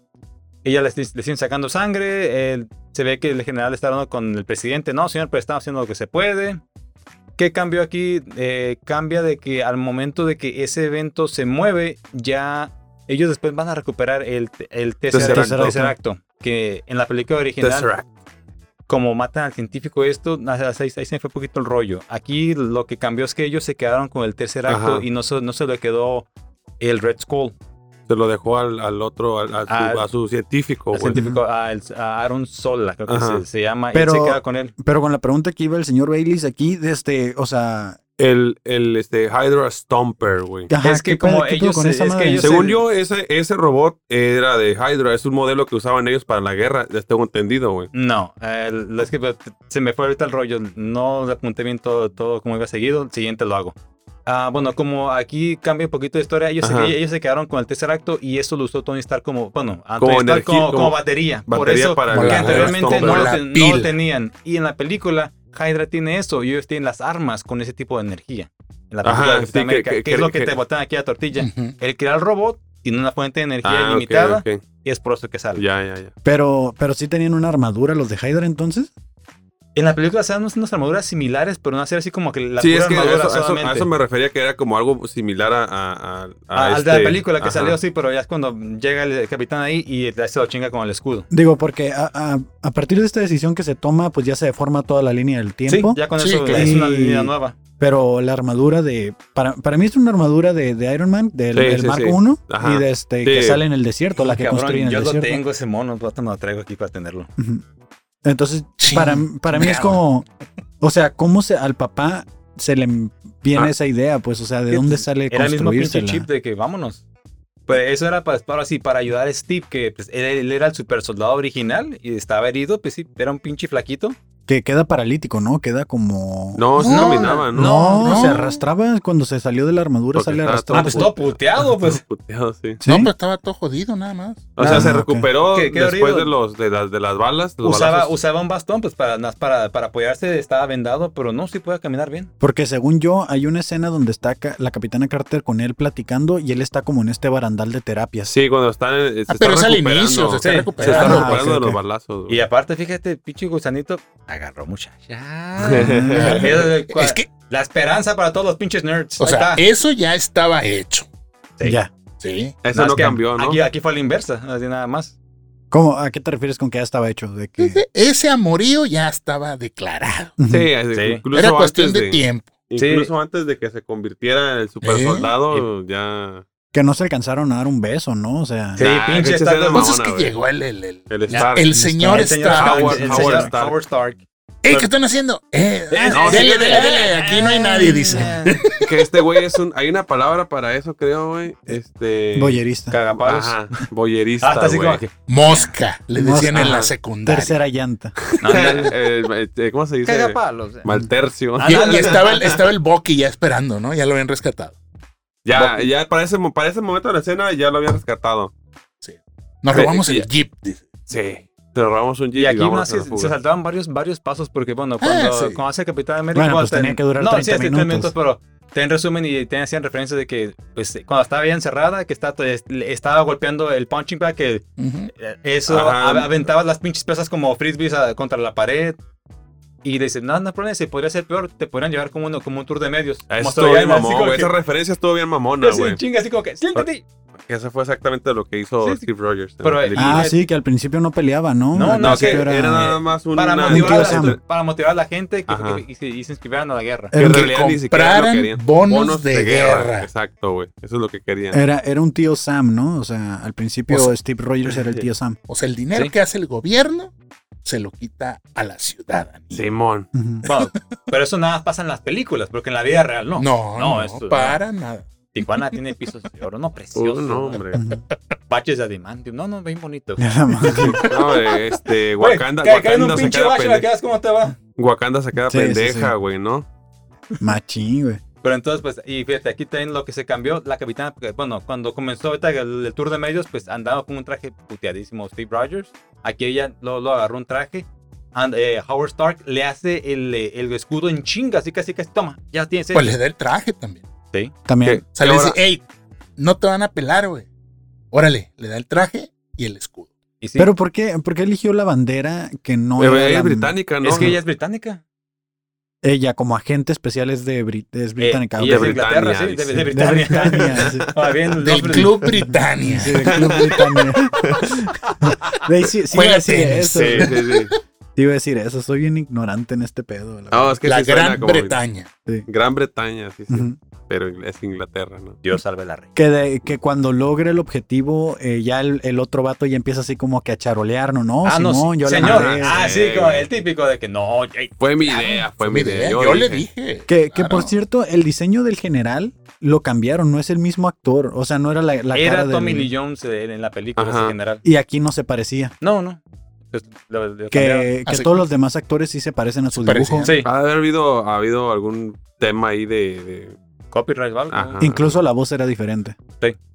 [SPEAKER 3] Ella le, le siguen sacando sangre. eh, se ve que el general está hablando con el presidente. No, señor, pero estamos haciendo lo que se puede. ¿Qué cambió aquí? Eh, cambia de que al momento de que ese evento se mueve, ya ellos después van a recuperar el, el Tesseract,
[SPEAKER 1] Tesseract.
[SPEAKER 3] Tesseract, Que en la película original,
[SPEAKER 1] Tesseract.
[SPEAKER 3] como matan al científico esto, ahí, ahí se me fue un poquito el rollo. Aquí lo que cambió es que ellos se quedaron con el tercer acto
[SPEAKER 1] Ajá.
[SPEAKER 3] y no se, no se le quedó el Red Skull,
[SPEAKER 1] Se lo dejó al, al otro, al- a, su,
[SPEAKER 3] Al-
[SPEAKER 1] a su científico.
[SPEAKER 3] Ah. al
[SPEAKER 1] Oh, güey.
[SPEAKER 3] científico, a, el- a Aaron Sola, creo que
[SPEAKER 1] Ajá.
[SPEAKER 3] se, se llama,
[SPEAKER 2] Pero-
[SPEAKER 3] y él se queda con él.
[SPEAKER 2] Pero con la pregunta que iba el señor Baileys aquí, de este, o sea,
[SPEAKER 1] El, el este, Hydra Stomper, güey.
[SPEAKER 2] ajá,
[SPEAKER 3] Es que
[SPEAKER 2] ¿qué pedo-
[SPEAKER 3] como
[SPEAKER 2] qué pedo
[SPEAKER 3] ellos se- es que ellos se-
[SPEAKER 1] Según yo, ese, ese robot era de Hydra. Es un modelo que usaban ellos para la guerra. Ya tengo entendido, güey.
[SPEAKER 3] No, el- es que pues, se me fue ahorita el rollo. No le apunté bien todo, todo como iba seguido. El siguiente lo hago. Ah, bueno, como aquí cambia un poquito de historia, ellos,
[SPEAKER 1] Ajá.
[SPEAKER 3] se, ellos se quedaron con el tercer acto y eso lo usó Tony Stark como, bueno, a
[SPEAKER 1] Como
[SPEAKER 3] Tony Stark
[SPEAKER 1] energía-
[SPEAKER 3] como,
[SPEAKER 1] como
[SPEAKER 3] como batería. Por
[SPEAKER 1] Batería
[SPEAKER 3] eso,
[SPEAKER 1] para
[SPEAKER 4] porque
[SPEAKER 3] que
[SPEAKER 1] la-
[SPEAKER 3] anteriormente
[SPEAKER 1] Stomper.
[SPEAKER 3] no, lo
[SPEAKER 4] la
[SPEAKER 3] ten- no lo
[SPEAKER 4] pila.
[SPEAKER 3] tenían. Y en la película, Hydra tiene eso y ellos tienen las armas con ese tipo de energía. En la
[SPEAKER 1] Ajá,
[SPEAKER 3] película
[SPEAKER 1] sí,
[SPEAKER 3] de
[SPEAKER 1] que-
[SPEAKER 3] Capitán América,
[SPEAKER 1] que-
[SPEAKER 3] que, es lo que,
[SPEAKER 1] que-
[SPEAKER 3] te botan aquí a la tortilla.
[SPEAKER 4] Ujú.
[SPEAKER 3] El crear el robot tiene una fuente de energía
[SPEAKER 1] Ah, ok,
[SPEAKER 3] ilimitada
[SPEAKER 1] ok.
[SPEAKER 3] y es por eso que sale.
[SPEAKER 1] Ya, ya, ya.
[SPEAKER 2] Pero, pero sí tenían una armadura los de Hydra entonces.
[SPEAKER 3] En la película se dan unas, unas armaduras similares, pero no hacer así como que la
[SPEAKER 1] sí,
[SPEAKER 3] pura
[SPEAKER 1] es que a
[SPEAKER 3] armadura
[SPEAKER 1] eso, a eso-
[SPEAKER 3] solamente.
[SPEAKER 1] a eso me refería que era como algo similar a. a, a- a
[SPEAKER 3] Ah, al de la
[SPEAKER 1] este-
[SPEAKER 3] película que
[SPEAKER 1] ajá.
[SPEAKER 3] salió así, pero ya es cuando llega el capitán ahí y ya se lo chinga con el escudo.
[SPEAKER 2] Digo, porque a, a- a partir de esta decisión que se toma, pues ya se deforma toda la línea del tiempo.
[SPEAKER 3] Sí, ya con
[SPEAKER 4] Sí,
[SPEAKER 3] eso
[SPEAKER 4] claro.
[SPEAKER 3] es una
[SPEAKER 2] Y-
[SPEAKER 3] línea nueva.
[SPEAKER 2] Pero la armadura de. Para, para mí es una armadura de, de Iron Man, del,
[SPEAKER 1] Sí,
[SPEAKER 2] del
[SPEAKER 1] sí,
[SPEAKER 2] Mark
[SPEAKER 1] sí.
[SPEAKER 2] I,
[SPEAKER 1] Ajá.
[SPEAKER 2] y de este
[SPEAKER 1] Sí.
[SPEAKER 2] que sale en el desierto, la que
[SPEAKER 3] Cabrón,
[SPEAKER 2] construyen en
[SPEAKER 3] yo
[SPEAKER 2] el
[SPEAKER 3] lo
[SPEAKER 2] desierto.
[SPEAKER 3] tengo ese mono, hasta me lo traigo aquí para tenerlo.
[SPEAKER 2] Ujú. Entonces,
[SPEAKER 4] Sí,
[SPEAKER 2] para, para mí es
[SPEAKER 4] claro.
[SPEAKER 2] como. O sea, ¿cómo se, al papá se le viene
[SPEAKER 1] Ah.
[SPEAKER 2] esa idea? Pues, o sea, ¿de
[SPEAKER 3] Que
[SPEAKER 2] dónde sale
[SPEAKER 3] Era el mismo pinche chip
[SPEAKER 2] construirse?
[SPEAKER 3] de que vámonos. Pues eso era para, para así, para ayudar a Steve, que pues, él, él era el super soldado original y estaba herido, pues sí, era un pinche flaquito.
[SPEAKER 2] Que queda paralítico, ¿no? Queda como.
[SPEAKER 1] No, sí
[SPEAKER 4] No,
[SPEAKER 1] caminaba, ¿no?
[SPEAKER 2] No,
[SPEAKER 4] no.
[SPEAKER 2] se arrastraba cuando se salió de la armadura,
[SPEAKER 1] Porque
[SPEAKER 2] sale
[SPEAKER 1] estaba
[SPEAKER 2] arrastrado.
[SPEAKER 3] Ah, pues todo puteado, pues.
[SPEAKER 1] Puteado, sí.
[SPEAKER 2] Sí.
[SPEAKER 4] No, pero estaba todo jodido nada más.
[SPEAKER 1] O sea,
[SPEAKER 2] Ah,
[SPEAKER 1] se
[SPEAKER 2] ok.
[SPEAKER 1] recuperó
[SPEAKER 3] Qué- qué
[SPEAKER 1] después
[SPEAKER 3] horrible.
[SPEAKER 1] de, los, de, las, de las balas. los
[SPEAKER 3] Usaba,
[SPEAKER 1] balazos.
[SPEAKER 3] usaba un bastón pues para, nas- para, para apoyarse, estaba vendado, pero no, sí podía caminar bien.
[SPEAKER 2] Porque según yo, hay una escena donde está ca- la capitana Carter con él platicando y él está como en este barandal de terapia.
[SPEAKER 1] Sí, cuando están. en- Se
[SPEAKER 4] Ah,
[SPEAKER 1] está
[SPEAKER 4] pero es al
[SPEAKER 1] recuperando.
[SPEAKER 4] inicio, se
[SPEAKER 3] Sí,
[SPEAKER 4] está
[SPEAKER 3] se
[SPEAKER 1] Se está
[SPEAKER 4] recuperando.
[SPEAKER 2] Ah,
[SPEAKER 1] recuperando
[SPEAKER 2] ok,
[SPEAKER 1] de los
[SPEAKER 2] ok.
[SPEAKER 1] balazos. güey.
[SPEAKER 3] Y aparte, fíjate, pinche gusanito agarró muchacha. Ah.
[SPEAKER 4] Es que,
[SPEAKER 3] la esperanza para todos los pinches nerds.
[SPEAKER 4] o
[SPEAKER 3] Ahí
[SPEAKER 4] sea,
[SPEAKER 3] está.
[SPEAKER 4] eso ya estaba hecho.
[SPEAKER 3] Sí.
[SPEAKER 2] Ya.
[SPEAKER 4] Sí.
[SPEAKER 1] Eso
[SPEAKER 3] Nada más
[SPEAKER 1] no
[SPEAKER 3] que
[SPEAKER 1] cambió, ¿no?
[SPEAKER 3] Aquí, aquí fue la inversa, así nada más.
[SPEAKER 2] ¿Cómo? ¿A qué te refieres con que ya estaba hecho? De que...
[SPEAKER 4] Ese, ese amorío ya estaba declarado.
[SPEAKER 2] Ujú.
[SPEAKER 1] Sí, así-
[SPEAKER 3] Sí.
[SPEAKER 1] incluso
[SPEAKER 4] Era cuestión
[SPEAKER 1] antes
[SPEAKER 4] de, tiempo.
[SPEAKER 1] Incluso antes de que se convirtiera en el super
[SPEAKER 4] ¿Eh?
[SPEAKER 1] soldado, ya.
[SPEAKER 2] Que no se alcanzaron a dar un beso, ¿no? O sea...
[SPEAKER 3] Sí,
[SPEAKER 1] Nah,
[SPEAKER 3] pinche
[SPEAKER 1] pinche
[SPEAKER 3] estatua.
[SPEAKER 1] escena
[SPEAKER 4] Pues es
[SPEAKER 1] mamona,
[SPEAKER 4] que
[SPEAKER 1] güey.
[SPEAKER 4] llegó el, el, el,
[SPEAKER 1] El Stark.
[SPEAKER 4] el señor
[SPEAKER 3] El señor
[SPEAKER 4] Stark.
[SPEAKER 3] Stark,
[SPEAKER 1] Howard-
[SPEAKER 3] el
[SPEAKER 1] Howard
[SPEAKER 3] señor
[SPEAKER 1] Stark.
[SPEAKER 3] Howard Stark.
[SPEAKER 4] ¡Ey, qué están haciendo! Eh, ah,
[SPEAKER 1] no, sí,
[SPEAKER 4] dele,
[SPEAKER 1] sí, eh,
[SPEAKER 4] dele,
[SPEAKER 1] sí.
[SPEAKER 4] dele, aquí no hay nadie, dice.
[SPEAKER 3] Eh,
[SPEAKER 1] Que este güey es un. Hay una palabra para eso, creo, güey. Este.
[SPEAKER 2] Boyerista.
[SPEAKER 3] Cagapalos.
[SPEAKER 1] Ajá, boyerista.
[SPEAKER 3] Hasta Ah, así
[SPEAKER 1] güey.
[SPEAKER 3] como que.
[SPEAKER 4] Mosca, le decían
[SPEAKER 2] Mosca,
[SPEAKER 4] en la
[SPEAKER 1] ajá.
[SPEAKER 4] secundaria.
[SPEAKER 2] Tercera llanta.
[SPEAKER 1] Eh, eh, eh, ¿Cómo se dice?
[SPEAKER 3] Cagapalos. eh.
[SPEAKER 1] Maltercio.
[SPEAKER 4] Y, y estaba, el, estaba el Bucky ya esperando, ¿no? Ya lo habían rescatado.
[SPEAKER 1] Ya, ya para ese, mo- para ese momento de la escena ya lo habían rescatado.
[SPEAKER 4] Nos
[SPEAKER 1] Sí,
[SPEAKER 4] robamos
[SPEAKER 1] sí.
[SPEAKER 4] el jeep. dice.
[SPEAKER 1] Sí. Te robamos un jeep
[SPEAKER 3] Y aquí
[SPEAKER 1] vámonos
[SPEAKER 3] más
[SPEAKER 1] a la
[SPEAKER 3] se,
[SPEAKER 1] fuga.
[SPEAKER 3] se saltaban varios, varios pasos porque, bueno, cuando,
[SPEAKER 4] sí.
[SPEAKER 3] cuando hace Capitán América...
[SPEAKER 2] Bueno,
[SPEAKER 3] cuando
[SPEAKER 2] pues tenía que durar
[SPEAKER 3] no,
[SPEAKER 2] 30
[SPEAKER 3] sí, hace
[SPEAKER 2] minutos.
[SPEAKER 3] pero te en resumen y te hacían referencia de que pues, cuando estaba bien encerrada, que estaba, estaba golpeando el punching bag, que
[SPEAKER 4] Ujú.
[SPEAKER 3] eh, eso
[SPEAKER 1] Ajá.
[SPEAKER 3] av- aventaba las pinches pesas como frisbees a- contra la pared. Y le dicen, no, no, problema, si podría ser peor, te podrían llevar como, uno, como un tour de medios.
[SPEAKER 1] Ah, eso
[SPEAKER 3] Como
[SPEAKER 1] Estuvo
[SPEAKER 3] todavía
[SPEAKER 1] bien
[SPEAKER 3] así
[SPEAKER 1] mamón,
[SPEAKER 3] como
[SPEAKER 1] güey.
[SPEAKER 3] que-
[SPEAKER 1] Esa referencia estuvo bien mamona,
[SPEAKER 3] así en
[SPEAKER 1] güey.
[SPEAKER 3] chinga, así como que, siéntate.
[SPEAKER 1] Que eso fue exactamente lo que hizo
[SPEAKER 3] Sí, sí.
[SPEAKER 1] Steve Rogers. en
[SPEAKER 3] Pero,
[SPEAKER 1] la
[SPEAKER 3] eh,
[SPEAKER 1] película.
[SPEAKER 2] Ah,
[SPEAKER 3] Y-
[SPEAKER 2] sí, que al principio no peleaba, ¿no?
[SPEAKER 3] No,
[SPEAKER 2] Al
[SPEAKER 1] no, que
[SPEAKER 2] principio
[SPEAKER 1] era, nada más un.
[SPEAKER 3] Para
[SPEAKER 1] una-
[SPEAKER 3] motivar,
[SPEAKER 2] un tío
[SPEAKER 3] a,
[SPEAKER 2] Sam.
[SPEAKER 3] para motivar a la gente que,
[SPEAKER 1] Ajá.
[SPEAKER 3] que- y, se- y se inscribieran a la guerra.
[SPEAKER 1] que en
[SPEAKER 2] Era,
[SPEAKER 4] que
[SPEAKER 1] realidad ni siquiera lo
[SPEAKER 4] compraran
[SPEAKER 1] querían.
[SPEAKER 4] bonos de guerra.
[SPEAKER 1] Exacto, güey. Eso es lo que querían.
[SPEAKER 2] era- era un tío Sam, ¿no? O sea, al principio
[SPEAKER 4] O sea-
[SPEAKER 2] Steve Rogers era el tío Sam.
[SPEAKER 4] O sea, el dinero
[SPEAKER 3] Sí.
[SPEAKER 4] que hace el gobierno se lo quita a la ciudadanía.
[SPEAKER 1] Simón.
[SPEAKER 2] Ujú.
[SPEAKER 3] Bueno, pero eso nada más pasa en las películas, porque en la vida real no.
[SPEAKER 4] No, no,
[SPEAKER 3] no, esto-
[SPEAKER 4] para nada.
[SPEAKER 3] Tijuana tiene pisos de oro, no
[SPEAKER 1] Uh,
[SPEAKER 3] precioso.
[SPEAKER 1] no, hombre.
[SPEAKER 2] Ujú.
[SPEAKER 3] Baches de adamantium, no, no, bien bonito.
[SPEAKER 2] Nada más.
[SPEAKER 1] No, hombre, este,
[SPEAKER 3] Güey,
[SPEAKER 1] Wakanda,
[SPEAKER 3] cae- cae en
[SPEAKER 1] Wakanda,
[SPEAKER 3] un
[SPEAKER 1] se
[SPEAKER 3] pinche
[SPEAKER 1] queda
[SPEAKER 3] bache, la
[SPEAKER 1] pendeja,
[SPEAKER 3] quedas como te va.
[SPEAKER 1] Wakanda se queda
[SPEAKER 2] Sí, sí,
[SPEAKER 1] pendeja,
[SPEAKER 2] sí.
[SPEAKER 1] güey, ¿no?
[SPEAKER 2] Machín, güey.
[SPEAKER 3] Pero entonces, pues, y fíjate, aquí también lo que se cambió, la capitana, porque, bueno, cuando comenzó ahorita el, el tour de medios, pues andaba con un traje puteadísimo Steve Rogers. Aquí ella lo, lo agarró un traje. And, eh, Howard Stark le hace el, eh, el escudo en chinga, así casi casi, toma, ya tienes.
[SPEAKER 4] Pues le da el traje también.
[SPEAKER 3] Sí.
[SPEAKER 2] También.
[SPEAKER 4] O sea, le
[SPEAKER 1] Ahora-
[SPEAKER 4] dice, hey, no te van a pelar, güey. Órale, le da el traje y el escudo.
[SPEAKER 3] Y sí,
[SPEAKER 2] Pero ¿por qué, por qué eligió la bandera que no
[SPEAKER 1] Pero
[SPEAKER 2] era
[SPEAKER 1] eh, es
[SPEAKER 2] la-
[SPEAKER 1] británica, ¿no?
[SPEAKER 3] es que ella es británica.
[SPEAKER 2] Ella como agente especial es de Brit- es británica.
[SPEAKER 3] Eh,
[SPEAKER 2] ok.
[SPEAKER 3] y es de
[SPEAKER 1] De
[SPEAKER 3] Inglaterra, sí,
[SPEAKER 1] Britania, dice.
[SPEAKER 3] de, de
[SPEAKER 2] De
[SPEAKER 3] Britania.
[SPEAKER 2] Britania, sí.
[SPEAKER 3] Ah, bien, el
[SPEAKER 4] Del
[SPEAKER 3] nombre-
[SPEAKER 4] Club Britannia.
[SPEAKER 2] Sí, del Club Britannia. De ahí sí, sí iba a
[SPEAKER 4] Juega
[SPEAKER 2] decir
[SPEAKER 4] tenis,
[SPEAKER 2] eso.
[SPEAKER 1] Sí,
[SPEAKER 2] güey.
[SPEAKER 1] sí, sí.
[SPEAKER 2] Sí iba a decir eso. Soy bien ignorante en este pedo. la
[SPEAKER 1] No, es que
[SPEAKER 4] La
[SPEAKER 1] sí suena
[SPEAKER 4] Gran
[SPEAKER 1] como-
[SPEAKER 4] Bretaña.
[SPEAKER 1] Gran Bretaña,
[SPEAKER 3] Oh.
[SPEAKER 1] sí, sí.
[SPEAKER 2] verdad. Ujú.
[SPEAKER 1] Pero es Inglaterra, ¿no?
[SPEAKER 3] Dios salve la reina.
[SPEAKER 2] Que, de- que cuando logre el objetivo, eh, ya el, el otro vato ya empieza así como que a charolear, ¿no? No,
[SPEAKER 3] ah, no,
[SPEAKER 2] Simón, yo la
[SPEAKER 3] señor.
[SPEAKER 2] mandé.
[SPEAKER 3] ah, sí,
[SPEAKER 1] Sí,
[SPEAKER 3] como
[SPEAKER 1] güey.
[SPEAKER 3] el típico de que no, ey,
[SPEAKER 1] Fue mi idea, fue mi idea.
[SPEAKER 4] ¿eh? Yo, le dije.
[SPEAKER 2] Que, que
[SPEAKER 4] Claro.
[SPEAKER 2] por cierto, el diseño del general lo cambiaron, no es el mismo actor. O sea, no era la, la cara
[SPEAKER 3] era
[SPEAKER 2] del-
[SPEAKER 3] Tommy Lee Jones eh, en la película
[SPEAKER 1] Ajá.
[SPEAKER 3] en general.
[SPEAKER 2] Y aquí no se parecía.
[SPEAKER 3] No, no. Pues, lo- lo cambiaron.
[SPEAKER 2] Que, que
[SPEAKER 4] Así-
[SPEAKER 2] todos los demás actores sí se parecen a su
[SPEAKER 4] parecían.
[SPEAKER 2] dibujo.
[SPEAKER 3] Sí,
[SPEAKER 1] Ha de haber habido, ha habido algún tema ahí de. de-
[SPEAKER 3] copyright, ¿vale?
[SPEAKER 1] Ajá.
[SPEAKER 2] Incluso la voz era diferente.
[SPEAKER 3] Fíjate,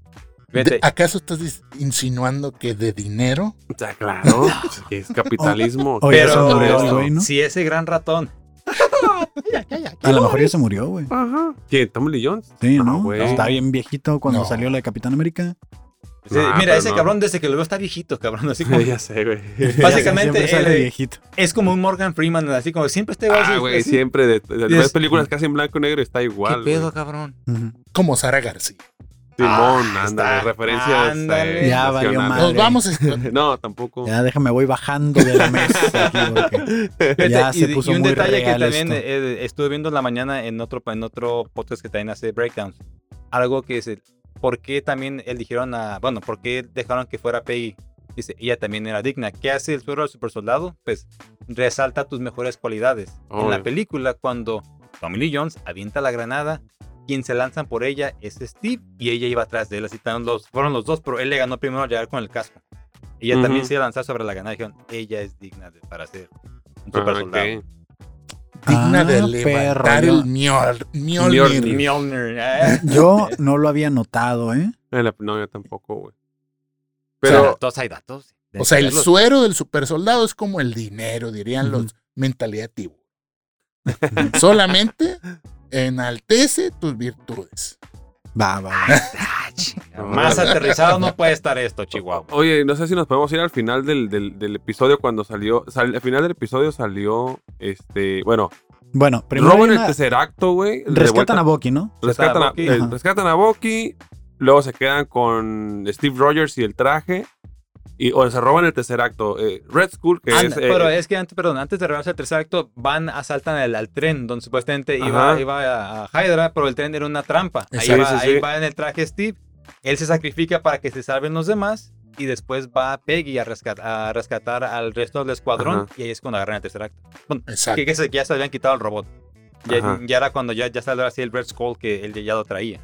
[SPEAKER 4] ¿De- ¿Acaso estás dis- insinuando que de dinero?
[SPEAKER 1] O sea, claro, que es capitalismo.
[SPEAKER 2] Oye,
[SPEAKER 3] Pero
[SPEAKER 2] se murió el
[SPEAKER 1] esto-
[SPEAKER 2] güey, ¿no?
[SPEAKER 3] si ese gran ratón.
[SPEAKER 2] A lo mejor ya se murió, güey.
[SPEAKER 1] Ajá. ¿Quién? ¿Tommy Lee Jones?
[SPEAKER 2] Sí,
[SPEAKER 1] No,
[SPEAKER 2] ¿no?
[SPEAKER 1] güey.
[SPEAKER 2] Está bien viejito cuando
[SPEAKER 4] No.
[SPEAKER 2] salió la de Capitán América.
[SPEAKER 3] Ah, Sí,
[SPEAKER 1] Nah,
[SPEAKER 3] mira,
[SPEAKER 1] Ah, pero
[SPEAKER 3] ese
[SPEAKER 1] no.
[SPEAKER 3] cabrón desde que lo veo está viejito, cabrón. Así como,
[SPEAKER 1] ya sé, güey.
[SPEAKER 3] Básicamente,
[SPEAKER 2] Siempre sale
[SPEAKER 3] él, eh,
[SPEAKER 2] viejito.
[SPEAKER 3] es como un Morgan Freeman, así como siempre este
[SPEAKER 1] Ah,
[SPEAKER 3] así-
[SPEAKER 1] güey,
[SPEAKER 3] así.
[SPEAKER 1] siempre. De, de- de
[SPEAKER 3] Dios.
[SPEAKER 1] las películas casi en blanco y negro está
[SPEAKER 5] ¿Qué
[SPEAKER 1] igual.
[SPEAKER 5] pedo,
[SPEAKER 1] güey.
[SPEAKER 5] cabrón?
[SPEAKER 2] Ujú.
[SPEAKER 4] Como Sara García.
[SPEAKER 1] Simón,
[SPEAKER 3] Ah,
[SPEAKER 1] ándale,
[SPEAKER 3] está-
[SPEAKER 1] referencias.
[SPEAKER 3] ándale.
[SPEAKER 1] eh,
[SPEAKER 2] Ya valió
[SPEAKER 1] nacionales.
[SPEAKER 2] Madre.
[SPEAKER 4] Nos vamos a
[SPEAKER 1] No, tampoco.
[SPEAKER 2] Ya déjame, voy bajando de la mesa. aquí porque-
[SPEAKER 3] Fíjate,
[SPEAKER 2] Ya
[SPEAKER 3] y,
[SPEAKER 2] se puso
[SPEAKER 3] y un
[SPEAKER 2] muy
[SPEAKER 3] detalle que
[SPEAKER 2] real
[SPEAKER 3] también
[SPEAKER 2] esto.
[SPEAKER 3] eh, estuve viendo en la mañana en otro, en otro podcast que también hace Breakdowns. Algo que es, el- ¿por qué también eligieron a, bueno, por qué dejaron que fuera Peggy? Dice, ella también era digna. ¿Qué hace el suero del super soldado? Pues resalta tus mejores cualidades. En la
[SPEAKER 1] Obvio.
[SPEAKER 3] película, cuando Tommy Lee Jones avienta la granada, quien se lanzan por ella es Steve y ella iba atrás de él. Así estaban los, fueron los dos, pero él le ganó primero al llegar con el casco. Ella también
[SPEAKER 1] Ujú.
[SPEAKER 3] se iba a lanzar sobre la granada. y Dijeron, ella es digna de- para ser un
[SPEAKER 1] Ah,
[SPEAKER 3] super soldado.
[SPEAKER 1] ok.
[SPEAKER 4] digna
[SPEAKER 2] Ah,
[SPEAKER 4] de levantar
[SPEAKER 2] perro,
[SPEAKER 4] el Mjol-
[SPEAKER 1] Mjolnir.
[SPEAKER 4] Mjolnir.
[SPEAKER 3] Mjolnir, eh.
[SPEAKER 2] Yo no lo había notado, ¿eh?
[SPEAKER 1] Eh, la- No, yo tampoco, güey.
[SPEAKER 3] Pero
[SPEAKER 1] Pero.
[SPEAKER 3] datos hay datos.
[SPEAKER 4] O sea, el
[SPEAKER 3] Los-
[SPEAKER 4] suero del supersoldado es como el dinero, dirían
[SPEAKER 2] Ujú.
[SPEAKER 4] los mentalidad tibu. Solamente enaltece tus virtudes.
[SPEAKER 2] Va, va, va.
[SPEAKER 3] más aterrizado no puede estar esto, Chihuahua.
[SPEAKER 1] Oye, no sé si nos podemos ir al final del, del- del episodio cuando salió. sal- al final del episodio salió. Este. Bueno,
[SPEAKER 2] Bueno, primero
[SPEAKER 1] roban
[SPEAKER 2] hay
[SPEAKER 1] el
[SPEAKER 2] una-
[SPEAKER 1] tercer acto, güey. de vuelta-
[SPEAKER 2] rescatan a Bucky, ¿no?
[SPEAKER 1] Rescatan a,
[SPEAKER 3] Rescatan
[SPEAKER 2] a
[SPEAKER 1] eh,
[SPEAKER 2] Bucky.
[SPEAKER 1] rescatan a Bucky, luego se quedan con Steve Rogers y el traje, y, o se roban el tercer acto. eh, Red Skull, que
[SPEAKER 3] Anda,
[SPEAKER 1] es... eh,
[SPEAKER 3] pero es que antes, perdón, antes de revelarse el tercer acto, van, asaltan al, al tren donde supuestamente iba,
[SPEAKER 1] Ajá.
[SPEAKER 3] iba a, a Hydra, pero el tren era una trampa. Ahí
[SPEAKER 1] Exacto.
[SPEAKER 3] va,
[SPEAKER 1] Sí, sí,
[SPEAKER 3] ahí
[SPEAKER 1] sí.
[SPEAKER 3] va en el traje Steve, él se sacrifica para que se salven los demás y después va Peggy a, rescat- a rescatar al resto del escuadrón
[SPEAKER 1] Ajá.
[SPEAKER 3] y ahí es cuando agarran el tercer acto. Bueno,
[SPEAKER 4] Exacto.
[SPEAKER 3] que, que se- que ya se habían quitado el robot. Ya,
[SPEAKER 1] Ajá.
[SPEAKER 3] ya era cuando ya, ya salió así el Red Skull que él ya lo traía. eh,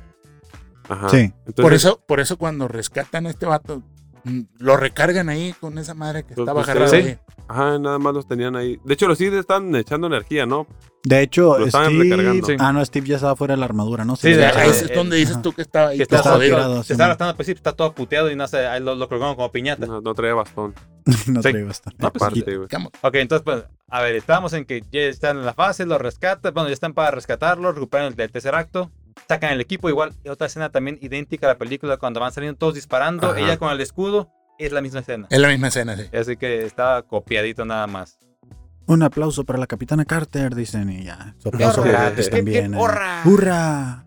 [SPEAKER 3] Ah.
[SPEAKER 1] ajá.
[SPEAKER 2] Sí.
[SPEAKER 1] Entonces,
[SPEAKER 4] Por eso, por eso cuando rescatan a este vato, mm, lo recargan ahí con esa madre que
[SPEAKER 1] Pues,
[SPEAKER 4] estaba
[SPEAKER 1] pues,
[SPEAKER 4] agarrada
[SPEAKER 1] sí.
[SPEAKER 4] ahí.
[SPEAKER 1] Ajá, nada más los tenían ahí. De hecho, los sí le están echando energía, ¿no?
[SPEAKER 2] De hecho,
[SPEAKER 1] Lo estaban
[SPEAKER 2] Steve...
[SPEAKER 1] recargando.
[SPEAKER 3] Sí.
[SPEAKER 2] Ah, no, Steve ya estaba fuera de la armadura, ¿no?
[SPEAKER 3] Sí,
[SPEAKER 2] lo
[SPEAKER 3] de-
[SPEAKER 2] había
[SPEAKER 4] Ahí
[SPEAKER 2] sacado.
[SPEAKER 3] sí,
[SPEAKER 4] es donde dices tú que estaba ahí
[SPEAKER 3] Que
[SPEAKER 4] todo
[SPEAKER 3] está,
[SPEAKER 2] estaba
[SPEAKER 4] jodido.
[SPEAKER 2] tirado,
[SPEAKER 3] se
[SPEAKER 2] sí,
[SPEAKER 3] está
[SPEAKER 2] man.
[SPEAKER 3] gastando, pues sí, está todo puteado y no sé, ahí lo, lo colgaron como piñata.
[SPEAKER 1] No, no traía bastón.
[SPEAKER 2] no
[SPEAKER 3] Sí.
[SPEAKER 2] te iba a estar.
[SPEAKER 3] No, pues,
[SPEAKER 1] Aparte, güey.
[SPEAKER 4] Digamos,
[SPEAKER 3] Ok, entonces, pues, a ver, estábamos en que ya están en la fase, lo rescatan, bueno, ya están para rescatarlo, recuperan el, el tercer acto, sacan el equipo, igual, y otra escena también idéntica a la película, cuando van saliendo todos disparando,
[SPEAKER 1] Ajá. Eh.
[SPEAKER 3] ella con el escudo, es la misma escena.
[SPEAKER 4] Es la misma escena, sí.
[SPEAKER 3] Así que está copiadito nada más.
[SPEAKER 2] Un aplauso para la capitana Carter, dicen, y ya. Su aplauso
[SPEAKER 1] horror!
[SPEAKER 2] gratis
[SPEAKER 3] ¡Qué-
[SPEAKER 2] también. eh.
[SPEAKER 5] ¡Hurra!
[SPEAKER 2] ¡Hurra!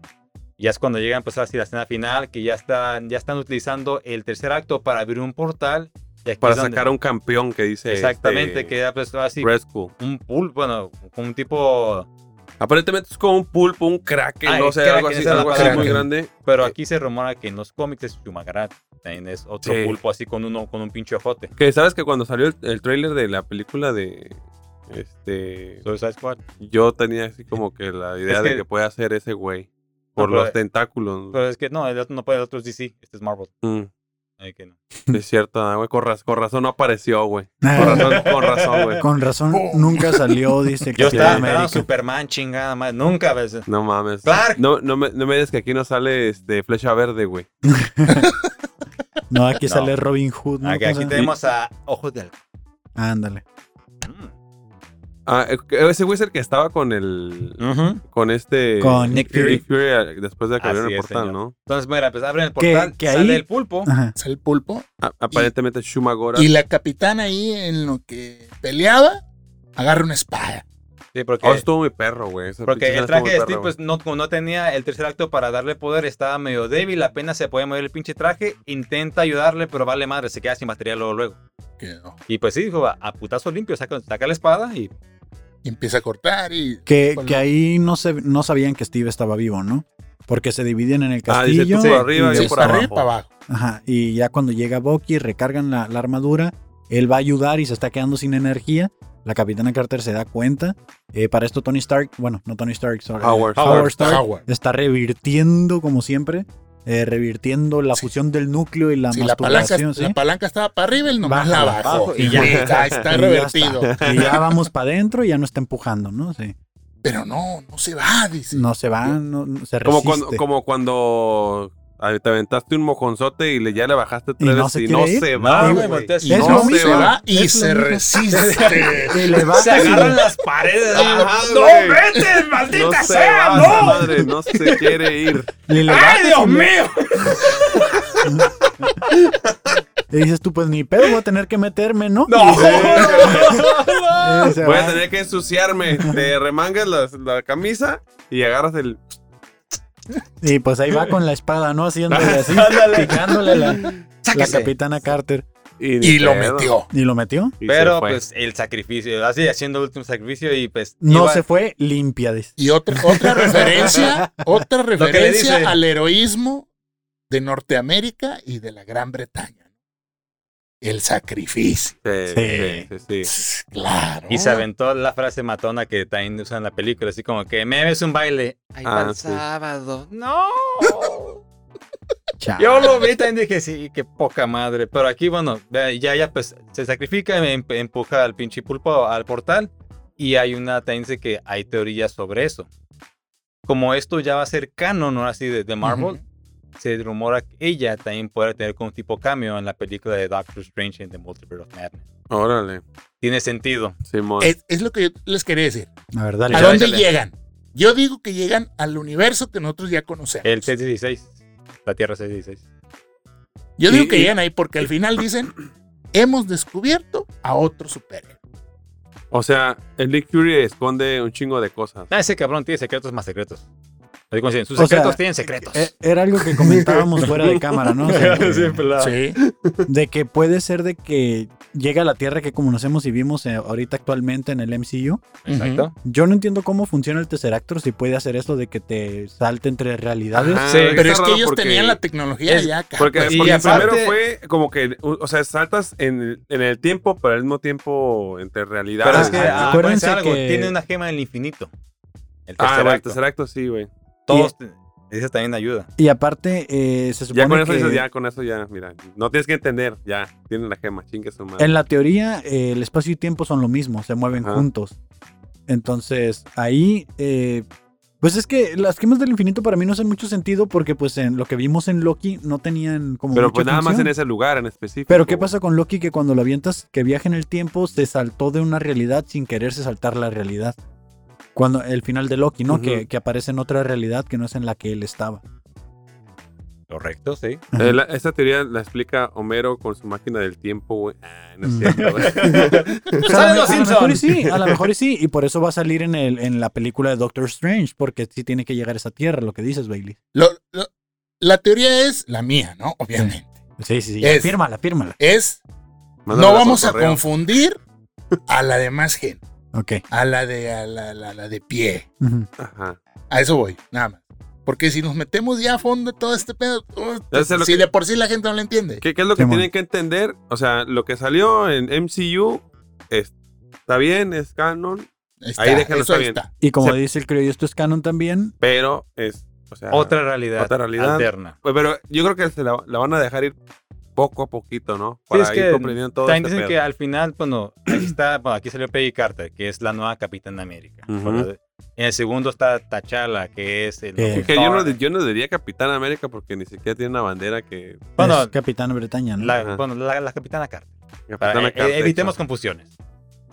[SPEAKER 3] Y ya es cuando llegan pues así la escena final, que ya están, ya están utilizando el tercer acto para abrir un portal. y aquí
[SPEAKER 1] Para
[SPEAKER 3] es donde-
[SPEAKER 1] sacar a un campeón que dice...
[SPEAKER 3] Exactamente,
[SPEAKER 1] este,
[SPEAKER 3] que ya pues así,
[SPEAKER 1] Red Skull.
[SPEAKER 3] un pool, bueno, un tipo
[SPEAKER 1] Aparentemente es como un pulpo, un kraken,
[SPEAKER 3] Ah,
[SPEAKER 1] no
[SPEAKER 3] el
[SPEAKER 1] sé, algo
[SPEAKER 3] kraken,
[SPEAKER 1] así,
[SPEAKER 3] esa es la
[SPEAKER 1] algo así
[SPEAKER 4] palabra.
[SPEAKER 1] muy grande.
[SPEAKER 3] Pero aquí se rumora que en los cómics es Shumagarat. También es otro
[SPEAKER 1] Sí.
[SPEAKER 3] pulpo así con uno con un pinche ojote.
[SPEAKER 1] Que sabes que cuando salió el, el tráiler de la película de... Este...
[SPEAKER 3] Suicide Squad.
[SPEAKER 1] Yo tenía así como que la idea
[SPEAKER 3] Es que-
[SPEAKER 1] de que puede hacer ese güey. Por
[SPEAKER 3] pero-
[SPEAKER 1] los tentáculos.
[SPEAKER 3] Pero es que no, el otro no puede, el otro es DC. Este es Marvel.
[SPEAKER 1] Mm,
[SPEAKER 3] Así que no.
[SPEAKER 1] es cierto, ah, güey. Con, raz- con razón no apareció, güey. Con
[SPEAKER 2] Ah,
[SPEAKER 1] razón, con razón, güey.
[SPEAKER 2] Con razón, nunca salió, dice
[SPEAKER 3] Yo estaba
[SPEAKER 2] Capitán
[SPEAKER 3] esperando
[SPEAKER 2] América.
[SPEAKER 3] Superman, chingada madre. Nunca pues. ves.
[SPEAKER 1] No mames.
[SPEAKER 3] Clark.
[SPEAKER 1] No, no, me, no me digas que aquí no sale este flecha verde, güey.
[SPEAKER 2] No, aquí
[SPEAKER 3] No.
[SPEAKER 2] sale Robin Hood. ¿no?
[SPEAKER 3] Aquí,
[SPEAKER 2] ¿Cómo
[SPEAKER 3] aquí
[SPEAKER 2] se llama?
[SPEAKER 3] tenemos a Ojos de Halcón.
[SPEAKER 2] Ándale.
[SPEAKER 3] Mm.
[SPEAKER 1] Ah, eh, ese güey es el que estaba con el. Con este.
[SPEAKER 2] Con Nick Fury.
[SPEAKER 1] Nick Fury ah, después de que abrieron
[SPEAKER 3] Así
[SPEAKER 1] el
[SPEAKER 3] es,
[SPEAKER 1] portal,
[SPEAKER 3] señor.
[SPEAKER 1] ¿no?
[SPEAKER 3] Entonces, mira, pues abren el
[SPEAKER 2] Que-
[SPEAKER 3] portal,
[SPEAKER 2] que
[SPEAKER 3] sale
[SPEAKER 2] ahí-
[SPEAKER 3] el pulpo.
[SPEAKER 1] Ah.
[SPEAKER 2] Ajá.
[SPEAKER 4] Es el pulpo.
[SPEAKER 1] A- aparentemente Shuma Gora.
[SPEAKER 4] Y la capitana ahí en lo que peleaba, agarra una espada.
[SPEAKER 3] Sí, porque,
[SPEAKER 1] Oh, estuvo muy perro, güey. Esa
[SPEAKER 3] porque
[SPEAKER 1] pinche
[SPEAKER 3] el
[SPEAKER 1] escena estuvo
[SPEAKER 3] traje de
[SPEAKER 1] muy
[SPEAKER 3] Steve
[SPEAKER 1] perra,
[SPEAKER 3] pues, no, como no tenía el tercer acto para darle poder, estaba medio débil, apenas se podía mover el pinche traje, intenta ayudarle, pero vale madre, se queda sin batería luego. luego.
[SPEAKER 4] que no.
[SPEAKER 3] Y pues sí, dijo, a, a putazo limpio, saca, saca la espada y
[SPEAKER 4] Y empieza a cortar y.
[SPEAKER 2] Que,
[SPEAKER 4] Con
[SPEAKER 2] que
[SPEAKER 4] la-
[SPEAKER 2] ahí no, se, no sabían que Steve estaba vivo, ¿no? Porque se dividen en el
[SPEAKER 1] Ah, dice,
[SPEAKER 2] castillo.
[SPEAKER 1] tú por arriba,
[SPEAKER 2] y-
[SPEAKER 1] yo
[SPEAKER 4] Sí,
[SPEAKER 1] por
[SPEAKER 4] para arriba y
[SPEAKER 1] abajo.
[SPEAKER 4] para abajo.
[SPEAKER 2] Ajá, y ya cuando llega Bucky, recargan la, la armadura, él va a ayudar y se está quedando sin energía. La capitana Carter se da cuenta. Eh, para esto Tony Stark, bueno, no Tony Stark, sorry, eh,
[SPEAKER 1] Howard.
[SPEAKER 2] Howard Stark
[SPEAKER 4] Howard.
[SPEAKER 2] está revirtiendo como siempre, eh, revirtiendo la
[SPEAKER 4] Sí.
[SPEAKER 2] fusión del núcleo y la
[SPEAKER 4] Si la palanca,
[SPEAKER 2] masturbación. ¿sí?
[SPEAKER 4] la palanca estaba para arriba, él nomás
[SPEAKER 2] Baja,
[SPEAKER 4] la bajó.
[SPEAKER 2] bajo, y
[SPEAKER 4] Y
[SPEAKER 2] ya.
[SPEAKER 4] ya está,
[SPEAKER 2] Y
[SPEAKER 4] está
[SPEAKER 2] ya
[SPEAKER 4] revertido.
[SPEAKER 2] está. Y ya vamos para adentro y ya no está empujando, ¿no? Sí.
[SPEAKER 4] Pero no, no se va, dice.
[SPEAKER 2] No se va, no, no- se
[SPEAKER 1] Como
[SPEAKER 2] resiste.
[SPEAKER 1] cuando, como cuando ah, te aventaste un mojonzote y le, ya le bajaste tres
[SPEAKER 2] Y no
[SPEAKER 1] veces
[SPEAKER 2] se
[SPEAKER 1] y
[SPEAKER 2] quiere
[SPEAKER 1] no
[SPEAKER 2] ir.
[SPEAKER 1] se va,
[SPEAKER 3] No,
[SPEAKER 1] güey.
[SPEAKER 3] güey, volteas
[SPEAKER 1] Y
[SPEAKER 3] y
[SPEAKER 2] es
[SPEAKER 1] no
[SPEAKER 2] lo
[SPEAKER 1] se
[SPEAKER 4] se
[SPEAKER 2] mismo.
[SPEAKER 1] va.
[SPEAKER 4] va y
[SPEAKER 2] Es lo
[SPEAKER 4] se
[SPEAKER 2] mismo.
[SPEAKER 4] resiste.
[SPEAKER 2] Y le baja y
[SPEAKER 3] se
[SPEAKER 2] le-
[SPEAKER 3] agarran las paredes.
[SPEAKER 1] Ajá,
[SPEAKER 3] ¡No,
[SPEAKER 1] güey.
[SPEAKER 3] vete, maldita
[SPEAKER 1] No se
[SPEAKER 3] sea!
[SPEAKER 1] va, esa
[SPEAKER 3] ¡No!
[SPEAKER 1] madre, no se quiere ir.
[SPEAKER 2] y le bajas y
[SPEAKER 3] ¡Ay, Dios
[SPEAKER 2] le-
[SPEAKER 3] mío!
[SPEAKER 2] Y dices tú, pues ni pedo, voy a tener que meterme, ¿no?
[SPEAKER 3] ¡No!
[SPEAKER 2] Y se
[SPEAKER 1] Voy a
[SPEAKER 2] va.
[SPEAKER 1] tener que ensuciarme. Te remangas las- la, camisa y agarras el.
[SPEAKER 2] Y pues ahí va con la espada, ¿no? Haciéndole así,
[SPEAKER 3] Ándale.
[SPEAKER 2] picándole la, la capitana Carter.
[SPEAKER 1] Y,
[SPEAKER 4] Y lo
[SPEAKER 1] pedo.
[SPEAKER 4] metió.
[SPEAKER 2] ¿Y lo metió?
[SPEAKER 1] Y se
[SPEAKER 3] Pero
[SPEAKER 1] fue.
[SPEAKER 3] pues el sacrificio, así haciendo el último sacrificio y pues
[SPEAKER 2] No
[SPEAKER 3] iba-
[SPEAKER 2] se fue limpia. dice.
[SPEAKER 4] Y otra, otra referencia, otra
[SPEAKER 3] le dice.
[SPEAKER 4] referencia al heroísmo de Norteamérica y de la Gran Bretaña. El sacrificio.
[SPEAKER 1] Sí,
[SPEAKER 2] Sí.
[SPEAKER 1] sí, sí, sí.
[SPEAKER 4] Tss, Claro.
[SPEAKER 3] y se
[SPEAKER 2] Ah.
[SPEAKER 3] aventó la frase matona que también usan en la película, así como que me ves un baile. Ay,
[SPEAKER 1] Ah,
[SPEAKER 3] pa'l
[SPEAKER 1] sí.
[SPEAKER 3] sábado. No.
[SPEAKER 2] Chao.
[SPEAKER 3] Yo lo vi también dije, sí, qué poca madre. Pero aquí, bueno, eh, ya, ya, pues se sacrifica, em- empuja al pinche pulpo al portal. Y hay una, también dice que hay teorías sobre eso. Como esto ya va a ser canon, ¿no? Así de, de Marvel, se rumora que ella también puede tener como un tipo cambio en la película de Doctor Strange en The Multiverse of Madness.
[SPEAKER 1] Órale,
[SPEAKER 3] Tiene sentido.
[SPEAKER 1] Simón.
[SPEAKER 4] Es, es lo que yo les quería decir.
[SPEAKER 2] A ver, dale.
[SPEAKER 4] ¿A
[SPEAKER 3] Échale,
[SPEAKER 4] dónde
[SPEAKER 3] échale.
[SPEAKER 4] llegan? Yo digo que llegan al universo que nosotros ya conocemos.
[SPEAKER 3] El 616. La Tierra 616.
[SPEAKER 4] Yo digo
[SPEAKER 1] Y-
[SPEAKER 4] que
[SPEAKER 1] y-
[SPEAKER 4] llegan ahí porque al final dicen, hemos descubierto a otro superhéroe.
[SPEAKER 1] O sea, el Nick Fury esconde un chingo de cosas.
[SPEAKER 3] Ah, ese cabrón tiene secretos más secretos. Así como dicen, sus
[SPEAKER 2] O sea,
[SPEAKER 3] secretos tienen secretos.
[SPEAKER 2] Eh, Era algo que comentábamos fuera de cámara, ¿no? O sea, que-
[SPEAKER 3] Siempre la-
[SPEAKER 4] Sí.
[SPEAKER 2] de que puede ser de que llega a la Tierra que conocemos y vimos eh, ahorita actualmente en el MCU.
[SPEAKER 3] Exacto.
[SPEAKER 2] Yo no entiendo cómo funciona el Tesseractor si puede hacer eso de que te salte entre realidades.
[SPEAKER 1] Ajá,
[SPEAKER 3] Sí,
[SPEAKER 1] Ah, está
[SPEAKER 4] Pero es que
[SPEAKER 1] raro
[SPEAKER 4] ellos
[SPEAKER 1] porque-
[SPEAKER 4] tenían la tecnología
[SPEAKER 3] es-
[SPEAKER 4] ya acá.
[SPEAKER 1] Porque,
[SPEAKER 3] pues, y
[SPEAKER 1] porque
[SPEAKER 3] aparte-
[SPEAKER 1] primero fue como que, u- o sea, saltas en, el- en el tiempo, pero al mismo tiempo entre realidades.
[SPEAKER 3] Pero es que
[SPEAKER 2] Ah,
[SPEAKER 1] Ah,
[SPEAKER 3] ah,
[SPEAKER 2] acuérdense
[SPEAKER 3] acuérdense algo,
[SPEAKER 2] que-
[SPEAKER 3] tiene una gema del infinito. El
[SPEAKER 1] ah,
[SPEAKER 3] tercer
[SPEAKER 1] bueno, el
[SPEAKER 3] acto.
[SPEAKER 1] tercer acto sí, güey.
[SPEAKER 3] Todos ese también ayuda.
[SPEAKER 2] Y aparte, eh, se supone
[SPEAKER 1] Ya con eso
[SPEAKER 2] que
[SPEAKER 1] dices, ya con eso ya, mira, no tienes que entender, ya, tienen la gema, chingue su madre.
[SPEAKER 2] en la teoría eh, el espacio y tiempo son lo mismo, se mueven
[SPEAKER 1] Ajá.
[SPEAKER 2] juntos. Entonces, ahí, eh, pues es que las gemas del infinito para mí no hacen mucho sentido porque pues en lo que vimos en Loki no tenían como...
[SPEAKER 1] Pero
[SPEAKER 2] mucha
[SPEAKER 1] pues nada más
[SPEAKER 2] función.
[SPEAKER 1] en ese lugar en específico.
[SPEAKER 2] Pero ¿qué
[SPEAKER 1] güey.
[SPEAKER 2] pasa con Loki que cuando lo avientas que viaja en el tiempo se saltó de una realidad sin quererse saltar la realidad? Cuando el final de Loki, ¿no?
[SPEAKER 1] Ujú.
[SPEAKER 2] que, que aparece en otra realidad que no es en la que él estaba.
[SPEAKER 3] Correcto, sí.
[SPEAKER 1] Eh, la- esta teoría la explica Homero con su máquina del tiempo, güey. Ah, no es cierto, güey.
[SPEAKER 2] O sea, a,
[SPEAKER 3] ¡Salen
[SPEAKER 2] lo,
[SPEAKER 3] los
[SPEAKER 2] a lo mejor y
[SPEAKER 3] Simpsons!
[SPEAKER 2] sí, a lo mejor y sí, y por eso va a salir en, el, en la película de Doctor Strange, porque sí tiene que llegar a esa tierra, lo que dices, Bailey.
[SPEAKER 4] Lo- lo- la teoría es la mía, ¿no? Obviamente.
[SPEAKER 2] Sí, sí, sí.
[SPEAKER 4] Es-
[SPEAKER 2] Fírmala, fírmala.
[SPEAKER 4] Es,
[SPEAKER 1] Mándamela
[SPEAKER 4] no
[SPEAKER 1] por
[SPEAKER 4] vamos a
[SPEAKER 1] correo.
[SPEAKER 4] confundir a la demás gente,
[SPEAKER 2] Ok.
[SPEAKER 4] a la de, a la, la- la de pie.
[SPEAKER 2] Ujú.
[SPEAKER 1] Ajá.
[SPEAKER 4] A eso voy, nada más. Porque si nos metemos ya a fondo de todo este pedo, uh,
[SPEAKER 1] Ya sé lo
[SPEAKER 4] si
[SPEAKER 1] que-
[SPEAKER 4] de por sí la gente no lo entiende.
[SPEAKER 1] ¿Qué, qué es lo que
[SPEAKER 2] Simón.
[SPEAKER 1] tienen que entender? O sea, lo que salió en MCU es- está bien, es canon,
[SPEAKER 4] Ahí
[SPEAKER 1] Ahí déjalo,
[SPEAKER 4] eso
[SPEAKER 1] está bien.
[SPEAKER 2] Y como
[SPEAKER 1] Se-
[SPEAKER 2] dice el criollo, esto es canon también.
[SPEAKER 1] pero es, o sea,
[SPEAKER 3] Otra realidad.
[SPEAKER 1] Otra realidad.
[SPEAKER 3] Alterna.
[SPEAKER 1] Pues, pero yo creo que se la, la van a dejar ir poco a poquito, ¿no? Para
[SPEAKER 3] es
[SPEAKER 1] ir
[SPEAKER 3] que
[SPEAKER 1] comprendiendo todo
[SPEAKER 3] También
[SPEAKER 1] este
[SPEAKER 3] dicen
[SPEAKER 1] pedo.
[SPEAKER 3] que al final, bueno, aquí está, bueno, aquí salió Peggy Carter, que es la nueva Capitán América.
[SPEAKER 1] Ujú.
[SPEAKER 3] Bueno, En el segundo está T'Challa, que es el
[SPEAKER 2] Eh,
[SPEAKER 1] Es que yo no, yo no diría Capitán América porque ni siquiera tiene una bandera que
[SPEAKER 3] Bueno,
[SPEAKER 2] es Capitán Bretaña, ¿no?
[SPEAKER 3] la,
[SPEAKER 1] Ajá.
[SPEAKER 3] bueno, la, la Capitana Carter.
[SPEAKER 1] Capitán
[SPEAKER 3] Para- eh,
[SPEAKER 1] América, de hecho.
[SPEAKER 3] evitemos confusiones.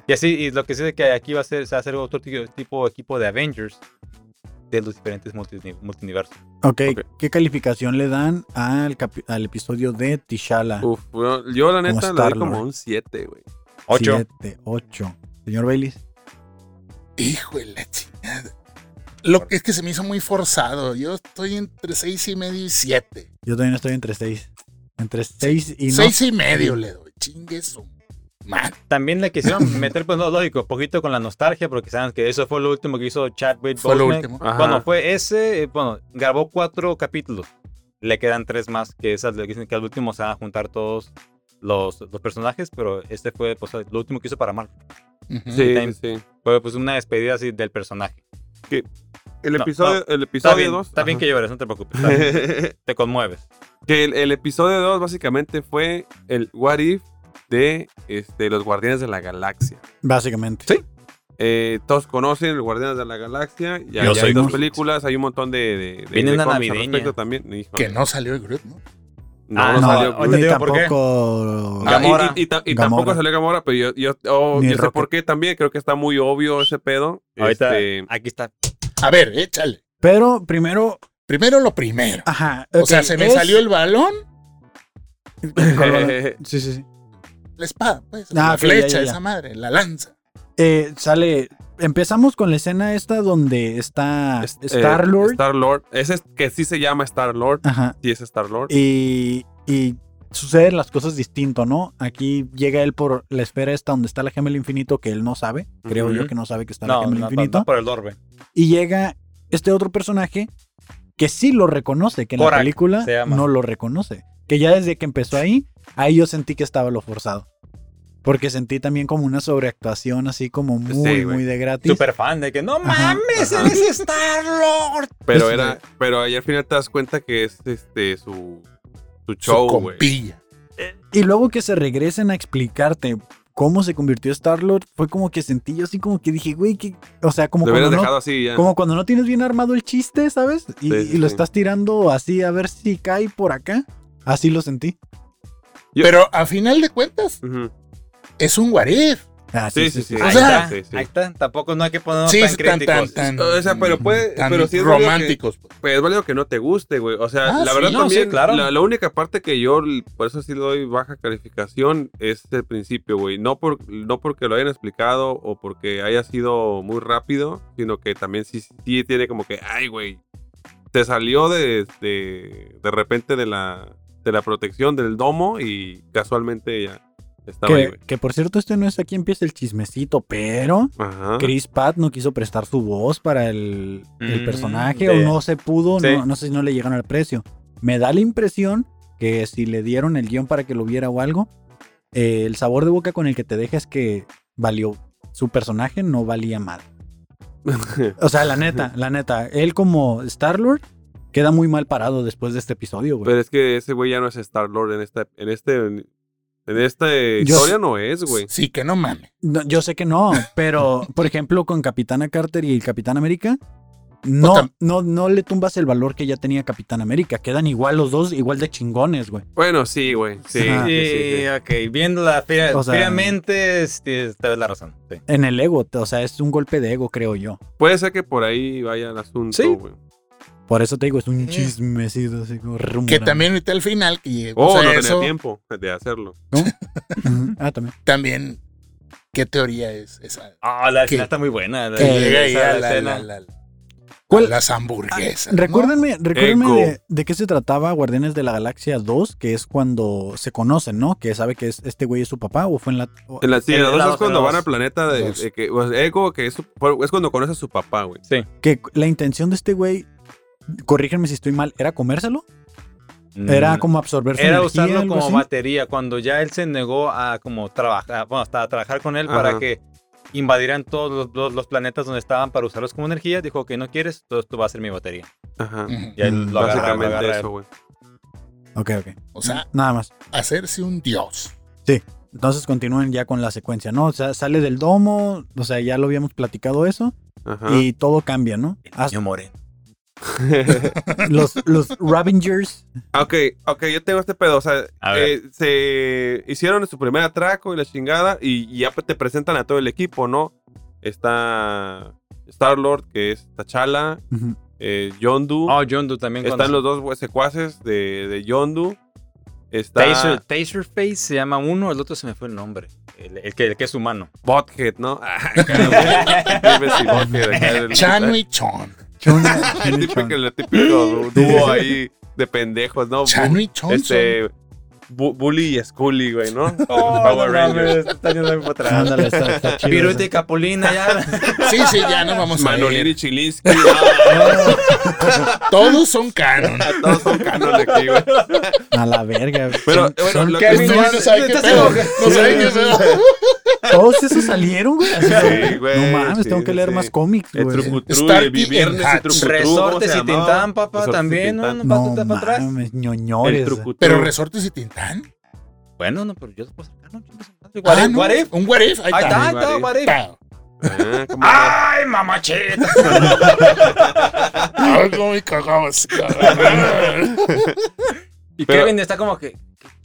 [SPEAKER 3] Y así, y lo que sé es que aquí va a ser, se va a hacer otro tipo, tipo equipo de Avengers de los diferentes multi- multiversos.
[SPEAKER 1] Ok.
[SPEAKER 2] ok, ¿qué calificación le dan al, capi- al episodio de Tishala?
[SPEAKER 1] Uf, yo, yo la neta le doy
[SPEAKER 2] Star-Lord.
[SPEAKER 1] como un 7, güey.
[SPEAKER 3] 8.
[SPEAKER 2] 7, 8. Señor Bailey.
[SPEAKER 4] Hijo de la chingada. Lo que es que se me hizo muy forzado. Yo estoy entre seis y medio y siete.
[SPEAKER 2] Yo también estoy entre 6. Entre 6 y no.
[SPEAKER 4] Seis y medio le doy. Chingue su madre.
[SPEAKER 3] También le quisieron meter, pues no, lógico, poquito con la nostalgia, porque saben que eso fue lo último que hizo Chadwick
[SPEAKER 4] Fue lo
[SPEAKER 3] Boseman.
[SPEAKER 4] último.
[SPEAKER 1] Ajá.
[SPEAKER 3] Bueno, fue ese, eh, bueno, grabó cuatro capítulos. Le quedan tres más, que esas le dicen que al último se van a juntar todos los, los personajes, pero este fue pues, lo último que hizo para Marvel.
[SPEAKER 4] Ujú.
[SPEAKER 1] sí,
[SPEAKER 3] time.
[SPEAKER 1] sí, sí.
[SPEAKER 3] Fue pues una despedida así del personaje.
[SPEAKER 1] El
[SPEAKER 3] No,
[SPEAKER 1] episodio, el
[SPEAKER 3] Está
[SPEAKER 1] episodio
[SPEAKER 3] bien,
[SPEAKER 1] 2.
[SPEAKER 3] está bien que llores, no te preocupes. está bien, te conmueves.
[SPEAKER 1] Que el, el episodio 2 básicamente fue el What If de este, los Guardianes de la Galaxia.
[SPEAKER 2] Básicamente.
[SPEAKER 3] Sí.
[SPEAKER 1] Eh, todos conocen los Guardianes de la Galaxia. Ya,
[SPEAKER 2] Yo
[SPEAKER 1] ya
[SPEAKER 2] soy
[SPEAKER 1] hay dos
[SPEAKER 2] Groot.
[SPEAKER 1] películas, hay un montón de, de, de-
[SPEAKER 3] Viene
[SPEAKER 1] de
[SPEAKER 3] una
[SPEAKER 1] cómics al
[SPEAKER 3] navideña.
[SPEAKER 1] respecto también. Hijo,
[SPEAKER 4] Que no salió el Groot, ¿no?
[SPEAKER 1] no,
[SPEAKER 3] Ah,
[SPEAKER 1] no
[SPEAKER 2] no,
[SPEAKER 1] salió
[SPEAKER 3] ahorita
[SPEAKER 1] Groot.
[SPEAKER 2] ni
[SPEAKER 3] te digo por qué.
[SPEAKER 2] tampoco.
[SPEAKER 1] Ah, y-
[SPEAKER 3] Gamora.
[SPEAKER 1] y, y ta- y
[SPEAKER 2] Gamora.
[SPEAKER 1] tampoco salió Gamora, pero yo, yo, oh,
[SPEAKER 2] Ni
[SPEAKER 1] yo sé
[SPEAKER 2] Rocket.
[SPEAKER 1] por qué también. Creo que está muy obvio ese pedo.
[SPEAKER 3] Ahorita,
[SPEAKER 1] Este,
[SPEAKER 3] aquí está.
[SPEAKER 4] A ver, échale.
[SPEAKER 2] Pero primero.
[SPEAKER 4] Primero lo primero.
[SPEAKER 1] Ah,
[SPEAKER 2] Ajá.
[SPEAKER 4] o sea, se me salió el balón,
[SPEAKER 2] Sí, sí, sí.
[SPEAKER 4] la espada, pues.
[SPEAKER 2] Ah,
[SPEAKER 4] la
[SPEAKER 2] ok, ya,
[SPEAKER 4] flecha,
[SPEAKER 2] ya, ya.
[SPEAKER 4] esa madre, la lanza.
[SPEAKER 2] Eh, sale. Empezamos con la escena esta donde está
[SPEAKER 1] Este,
[SPEAKER 2] Star Lord.
[SPEAKER 1] Star Lord. eh, Ese es- que sí se llama Star Lord.
[SPEAKER 2] Ajá.
[SPEAKER 1] Sí es Star Lord.
[SPEAKER 2] Y, y suceden las cosas distinto, ¿no? Aquí llega él por la esfera esta donde está la gema del infinito, que él no sabe. Creo
[SPEAKER 1] Ujú.
[SPEAKER 2] yo que no sabe que está la
[SPEAKER 3] No,
[SPEAKER 2] gema
[SPEAKER 3] no,
[SPEAKER 2] del
[SPEAKER 3] no,
[SPEAKER 2] infinito.
[SPEAKER 3] no por el orbe.
[SPEAKER 2] Y llega este otro personaje que sí lo reconoce, que en la
[SPEAKER 3] Korak,
[SPEAKER 2] película
[SPEAKER 3] se llama.
[SPEAKER 2] no lo reconoce. Que ya desde que empezó ahí, ahí yo sentí que estaba lo forzado. Porque sentí también como una sobreactuación así como muy,
[SPEAKER 1] Sí, güey.
[SPEAKER 2] muy de gratis.
[SPEAKER 3] Super fan de que no
[SPEAKER 2] Ajá,
[SPEAKER 3] mames,
[SPEAKER 1] ajá.
[SPEAKER 3] eres Star Lord.
[SPEAKER 1] Pero
[SPEAKER 2] Sí.
[SPEAKER 1] era, pero ahí al final te das cuenta que es este su, su show,
[SPEAKER 4] su
[SPEAKER 1] güey.
[SPEAKER 4] compilla.
[SPEAKER 2] Y luego que se regresen a explicarte cómo se convirtió Star-Lord, fue como que sentí yo así como que dije, güey, que... O sea, como
[SPEAKER 1] Lo hubieras
[SPEAKER 2] cuando, no,
[SPEAKER 1] dejado así ya.
[SPEAKER 2] como cuando no tienes bien armado el chiste, ¿sabes? Y,
[SPEAKER 1] Sí, sí,
[SPEAKER 2] y lo
[SPEAKER 1] sí.
[SPEAKER 2] estás tirando así a ver si cae por acá. Así lo sentí.
[SPEAKER 1] Yo-
[SPEAKER 4] Pero a final de cuentas,
[SPEAKER 1] Ujú.
[SPEAKER 4] es un what if.
[SPEAKER 2] Ah,
[SPEAKER 1] Sí, sí, sí.
[SPEAKER 3] Ahí,
[SPEAKER 4] sea,
[SPEAKER 3] está,
[SPEAKER 1] sí, sí.
[SPEAKER 3] ahí está, tampoco no hay que ponernos
[SPEAKER 4] Sí,
[SPEAKER 3] tan
[SPEAKER 4] es tan, tan,
[SPEAKER 3] críticos.
[SPEAKER 4] tan. mm,
[SPEAKER 1] O sea, pero puede-
[SPEAKER 4] tan
[SPEAKER 1] pero sí es válido que-
[SPEAKER 4] románticos. pues.
[SPEAKER 1] Pero es válido que no te guste, güey. O sea,
[SPEAKER 4] Ah,
[SPEAKER 1] la
[SPEAKER 4] sí,
[SPEAKER 1] verdad
[SPEAKER 3] no,
[SPEAKER 1] también,
[SPEAKER 3] sí, claro.
[SPEAKER 1] la, la única parte que yo, l- por eso sí le doy baja calificación, es el principio, güey. No, por, no porque lo hayan explicado o porque haya sido muy rápido, sino que también sí, sí tiene como que, ay, güey, te salió de, de, de repente de la, de la protección del domo y casualmente ya estaba ahí,
[SPEAKER 2] Que,
[SPEAKER 1] güey.
[SPEAKER 2] que por cierto, este no es aquí empieza el chismecito, pero
[SPEAKER 1] Ajá.
[SPEAKER 2] Chris Pat no quiso prestar su voz para el, el
[SPEAKER 3] Mm,
[SPEAKER 2] personaje
[SPEAKER 3] de-
[SPEAKER 2] o no se pudo,
[SPEAKER 3] Sí.
[SPEAKER 2] no, no sé si no le llegaron al precio. Me da la impresión que si le dieron el guión para que lo viera o algo, eh, el sabor de boca con el que te deja es que valió. Su personaje no valía mal. O sea, la neta, la neta, él como Star-Lord queda muy mal parado después de este episodio, güey.
[SPEAKER 1] Pero es que ese güey ya no es Star Lord en esta, en este, en esta
[SPEAKER 2] Yo-
[SPEAKER 1] historia no es, güey.
[SPEAKER 4] Sí, que no mames.
[SPEAKER 2] No, yo sé que no, pero por ejemplo con Capitana Carter y el Capitán América, no,
[SPEAKER 4] Otra.
[SPEAKER 2] no, no le tumbas el valor que ya tenía Capitán América. Quedan igual los dos, igual de chingones, güey.
[SPEAKER 1] Bueno, sí, güey. Sí,
[SPEAKER 2] Ajá.
[SPEAKER 1] sí, sí, sí.
[SPEAKER 3] Sí, ok, viéndola fría-
[SPEAKER 2] O sea-
[SPEAKER 3] fríamente, este, te doy la razón. sí.
[SPEAKER 2] En el ego, o sea, es un golpe de ego, creo yo.
[SPEAKER 1] Puede ser que por ahí vaya el asunto,
[SPEAKER 3] Sí.
[SPEAKER 1] güey.
[SPEAKER 2] Por eso te digo, es un
[SPEAKER 4] Sí.
[SPEAKER 2] chismecito así como
[SPEAKER 4] Que
[SPEAKER 2] rumorando.
[SPEAKER 4] también ahorita al final que llegó
[SPEAKER 1] Oh,
[SPEAKER 4] a
[SPEAKER 1] no
[SPEAKER 4] eso,
[SPEAKER 1] tenía tiempo de hacerlo.
[SPEAKER 2] Ujú. Ah, también.
[SPEAKER 4] también, ¿qué teoría es esa?
[SPEAKER 3] Ah, la
[SPEAKER 4] ¿Qué?
[SPEAKER 3] escena está muy buena. La,
[SPEAKER 4] Que
[SPEAKER 2] Eh,
[SPEAKER 4] llega ahí
[SPEAKER 3] esa
[SPEAKER 4] a la-
[SPEAKER 3] escena.
[SPEAKER 4] la- la- a
[SPEAKER 2] ¿Cuál?
[SPEAKER 4] las hamburguesas. ¿no?
[SPEAKER 2] Recuérdenme, recuérdenme
[SPEAKER 1] Ego.
[SPEAKER 2] de, de qué se trataba Guardianes de la Galaxia 2, que es cuando se conocen, ¿no? Que sabe que es, este güey es su papá o fue en la... o-
[SPEAKER 1] En la sí,
[SPEAKER 3] En
[SPEAKER 1] la
[SPEAKER 3] el
[SPEAKER 1] dos
[SPEAKER 3] lado
[SPEAKER 1] es cuando
[SPEAKER 3] dos.
[SPEAKER 1] van al planeta de,
[SPEAKER 4] Dos.
[SPEAKER 1] de que, pues, Ego, que es, su- es cuando conoce a su papá, güey.
[SPEAKER 2] que la intención de este güey, corrígeme si estoy mal, era comérselo. Era
[SPEAKER 3] Mm,
[SPEAKER 2] como absorber su
[SPEAKER 3] Era
[SPEAKER 2] energía,
[SPEAKER 3] usarlo
[SPEAKER 2] algo
[SPEAKER 3] como
[SPEAKER 2] así.
[SPEAKER 3] batería cuando ya él se negó a como trabajar, bueno, hasta a trabajar con él para
[SPEAKER 1] Ajá.
[SPEAKER 3] que invadieran todos los, los- los planetas donde estaban para usarlos como energía. Dijo que no quieres, entonces tú vas a ser mi batería.
[SPEAKER 1] Ajá.
[SPEAKER 4] Ujú.
[SPEAKER 3] Y ahí
[SPEAKER 2] Mm,
[SPEAKER 3] lo agarra, lo
[SPEAKER 1] Básicamente
[SPEAKER 3] agarra él.
[SPEAKER 1] eso, güey.
[SPEAKER 2] Ok, ok.
[SPEAKER 4] O sea,
[SPEAKER 2] Mm, Nada más.
[SPEAKER 4] hacerse un dios.
[SPEAKER 2] Entonces continúen ya con la secuencia, ¿no? O sea, sale del domo, o sea, ya lo habíamos platicado eso,
[SPEAKER 1] Ajá.
[SPEAKER 2] y todo cambia, ¿no? Hasta-
[SPEAKER 3] Niño moreno.
[SPEAKER 2] Los, los Ravengers.
[SPEAKER 1] Ok, ok, yo tengo este pedo. O sea,
[SPEAKER 3] A ver.
[SPEAKER 1] eh, se hicieron su primer atraco y la chingada. Y, y ya te presentan a todo el equipo, ¿no? Está Star Lord, que es T'Challa,
[SPEAKER 2] Ujú.
[SPEAKER 1] eh, Yondu.
[SPEAKER 3] Oh, Yondu también. cuando-
[SPEAKER 1] están los dos güey, secuaces de, de Yondu. Está
[SPEAKER 3] Taser, Taserface se llama uno, el otro se me fue el nombre. El, el que, el que es humano.
[SPEAKER 1] Bothead, ¿no? Ah, cabrón, güey. Sí, Bothead, acá el-
[SPEAKER 4] Chanui Chon.
[SPEAKER 2] Chona,
[SPEAKER 1] El
[SPEAKER 2] Chona,
[SPEAKER 1] típico,
[SPEAKER 2] Chona.
[SPEAKER 1] el típico dúo ahí de pendejos, ¿no?
[SPEAKER 4] Chanui Chon.
[SPEAKER 1] Este. Bu- Bully y Scully, güey, ¿no?
[SPEAKER 3] no mames,
[SPEAKER 2] Ándale, está, está chido. ¿eh?
[SPEAKER 5] Viruta y Capulina, ya.
[SPEAKER 4] Sí, sí, ya no vamos a
[SPEAKER 1] Manolín y
[SPEAKER 4] ver.
[SPEAKER 1] Chilinsky. no,
[SPEAKER 4] Todos son canon.
[SPEAKER 1] todos son canon aquí, güey.
[SPEAKER 2] A la verga.
[SPEAKER 1] Pero,
[SPEAKER 2] Son-
[SPEAKER 1] bueno,
[SPEAKER 2] son-
[SPEAKER 1] lo que
[SPEAKER 4] Este
[SPEAKER 1] sí,
[SPEAKER 4] güey no sabe qué pedo. No sabe qué pedo.
[SPEAKER 2] Todos esos salieron, güey. Así
[SPEAKER 1] Sí,
[SPEAKER 2] como,
[SPEAKER 1] güey,
[SPEAKER 2] No mames,
[SPEAKER 1] sí,
[SPEAKER 2] tengo que
[SPEAKER 1] sí,
[SPEAKER 2] leer
[SPEAKER 1] sí.
[SPEAKER 2] más cómics,
[SPEAKER 1] El
[SPEAKER 2] güey.
[SPEAKER 1] trucutru
[SPEAKER 4] Starkey
[SPEAKER 1] de vi-
[SPEAKER 4] and
[SPEAKER 1] viernes y
[SPEAKER 4] Hutch.
[SPEAKER 1] trucutru.
[SPEAKER 3] Resortes y Tintán, papá, también, ¿no? No,
[SPEAKER 2] No
[SPEAKER 3] pa' atrás.
[SPEAKER 2] mames,
[SPEAKER 1] El
[SPEAKER 2] ñoñores.
[SPEAKER 1] trucutru.
[SPEAKER 4] Pero resortes y tintán.
[SPEAKER 3] Bueno, no, pero yo te puedo sacar, ¿no? Chingas, madre.
[SPEAKER 4] Ah,
[SPEAKER 3] What if,
[SPEAKER 4] no,
[SPEAKER 3] what if?
[SPEAKER 4] Un what if. Ahí
[SPEAKER 3] Ahí está,
[SPEAKER 4] está.
[SPEAKER 3] ahí está, what if.
[SPEAKER 4] Está.
[SPEAKER 1] Ah, ¿cómo
[SPEAKER 5] ¡Ay, mamachita!
[SPEAKER 4] Algo me cagabas.
[SPEAKER 3] Y
[SPEAKER 1] Pero-
[SPEAKER 3] Kevin está como que.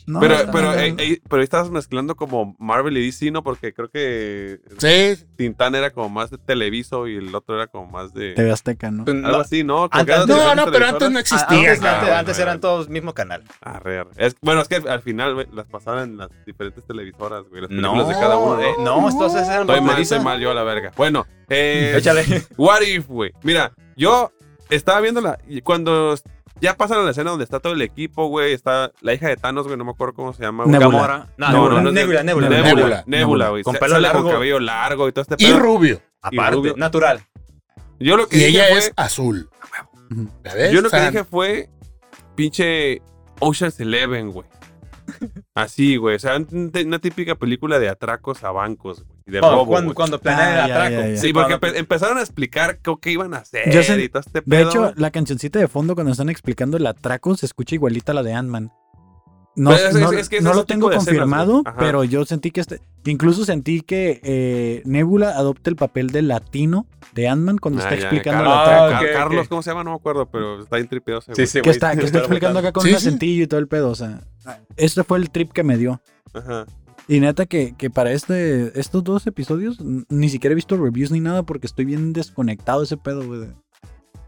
[SPEAKER 2] No,
[SPEAKER 1] pero,
[SPEAKER 2] está-
[SPEAKER 1] pero,
[SPEAKER 2] no,
[SPEAKER 1] eh, eh, pero ahí estabas mezclando como Marvel y DC, ¿no? Porque creo que
[SPEAKER 4] Sí.
[SPEAKER 1] Tintán era como más de Televiso y el otro era como más de.
[SPEAKER 2] TV Azteca, ¿no?
[SPEAKER 1] Algo así, ¿no? Como que
[SPEAKER 3] Antes-
[SPEAKER 1] eran
[SPEAKER 4] No,
[SPEAKER 1] diferentes
[SPEAKER 4] no, pero antes
[SPEAKER 1] televisoras.
[SPEAKER 4] no existía.
[SPEAKER 3] pues, Antes,
[SPEAKER 1] Ah,
[SPEAKER 3] antes-
[SPEAKER 1] bueno,
[SPEAKER 3] antes
[SPEAKER 1] bueno.
[SPEAKER 3] eran todos mismo canal.
[SPEAKER 1] Arre, arre. Es- bueno, es que al final güey, las pasaban en las diferentes televisoras, güey. Las
[SPEAKER 3] No,
[SPEAKER 1] películas de cada uno.
[SPEAKER 3] eh, no, entonces eran
[SPEAKER 1] Estoy mal,
[SPEAKER 3] fronterizas.
[SPEAKER 1] estoy mal yo a la verga. Bueno, eh,
[SPEAKER 3] Échale.
[SPEAKER 1] What if, güey. Mira, yo estaba viéndola y cuando ya pasan a la escena donde está todo el equipo, güey, está la hija de Thanos, güey, no me acuerdo cómo se llama. güey.
[SPEAKER 2] Nebula.
[SPEAKER 3] Gamora. No,
[SPEAKER 1] No,
[SPEAKER 3] no,
[SPEAKER 1] no, no,
[SPEAKER 3] Nebula, Nebula.
[SPEAKER 1] Nebula,
[SPEAKER 4] Nebula.
[SPEAKER 1] Nebula, güey.
[SPEAKER 3] Con
[SPEAKER 1] Con
[SPEAKER 3] pelo
[SPEAKER 1] pelo largo,
[SPEAKER 3] largo.
[SPEAKER 1] cabello largo y todo este
[SPEAKER 4] Y
[SPEAKER 1] pedo.
[SPEAKER 4] rubio.
[SPEAKER 1] y
[SPEAKER 3] Aparte,
[SPEAKER 1] rubio.
[SPEAKER 3] natural.
[SPEAKER 1] Yo lo que
[SPEAKER 4] Y
[SPEAKER 1] dije
[SPEAKER 4] ella
[SPEAKER 1] fue,
[SPEAKER 4] es azul.
[SPEAKER 2] Ujú.
[SPEAKER 4] ¿La ves?
[SPEAKER 1] yo lo
[SPEAKER 4] O sea,
[SPEAKER 1] que dije fue pinche Ocean's Eleven, güey. Así, güey, o sea, un- una típica película de atracos a bancos, güey, y de
[SPEAKER 3] Cuando,
[SPEAKER 1] robo.
[SPEAKER 3] cuando,
[SPEAKER 1] güey.
[SPEAKER 3] cuando planean
[SPEAKER 2] Ah,
[SPEAKER 3] el
[SPEAKER 2] ya,
[SPEAKER 3] atraco.
[SPEAKER 2] ya, ya.
[SPEAKER 1] Sí, porque
[SPEAKER 3] cuando-
[SPEAKER 1] empe- empezaron a explicar qué, qué iban a hacer
[SPEAKER 2] Yo sé-
[SPEAKER 1] y todo este
[SPEAKER 2] De
[SPEAKER 1] pedo.
[SPEAKER 2] hecho,
[SPEAKER 1] güey.
[SPEAKER 2] la cancioncita de fondo cuando están explicando el atraco se escucha igualita a la de Ant-Man. No,
[SPEAKER 1] Pero es-
[SPEAKER 2] no-
[SPEAKER 1] es- es que es
[SPEAKER 2] no
[SPEAKER 1] ese
[SPEAKER 2] lo
[SPEAKER 1] tipo
[SPEAKER 2] tengo
[SPEAKER 1] de escenas,
[SPEAKER 2] confirmado,
[SPEAKER 1] güey. Ajá.
[SPEAKER 2] pero yo sentí que este, que incluso sentí que eh, Nebula adopta el papel de latino de Ant-Man cuando
[SPEAKER 1] Ah,
[SPEAKER 2] está
[SPEAKER 1] ya,
[SPEAKER 2] explicando el
[SPEAKER 1] Carlos,
[SPEAKER 3] la
[SPEAKER 2] atraco.
[SPEAKER 1] Car-
[SPEAKER 3] Ah, ok, ok.
[SPEAKER 1] Carlos, ¿cómo se llama? No me acuerdo, pero está intripeado. ese
[SPEAKER 3] Sí,
[SPEAKER 1] güey.
[SPEAKER 3] sí,
[SPEAKER 2] que
[SPEAKER 3] güey,
[SPEAKER 2] está,
[SPEAKER 3] sí,
[SPEAKER 2] que está explicando acá con
[SPEAKER 4] Sí,
[SPEAKER 2] un
[SPEAKER 4] sí.
[SPEAKER 2] acentillo y todo el pedo. O sea, este fue el trip que me dio.
[SPEAKER 1] Ajá.
[SPEAKER 2] Y neta que, que para este, estos dos episodios n- ni siquiera he visto reviews ni nada porque estoy bien desconectado de ese pedo, güey.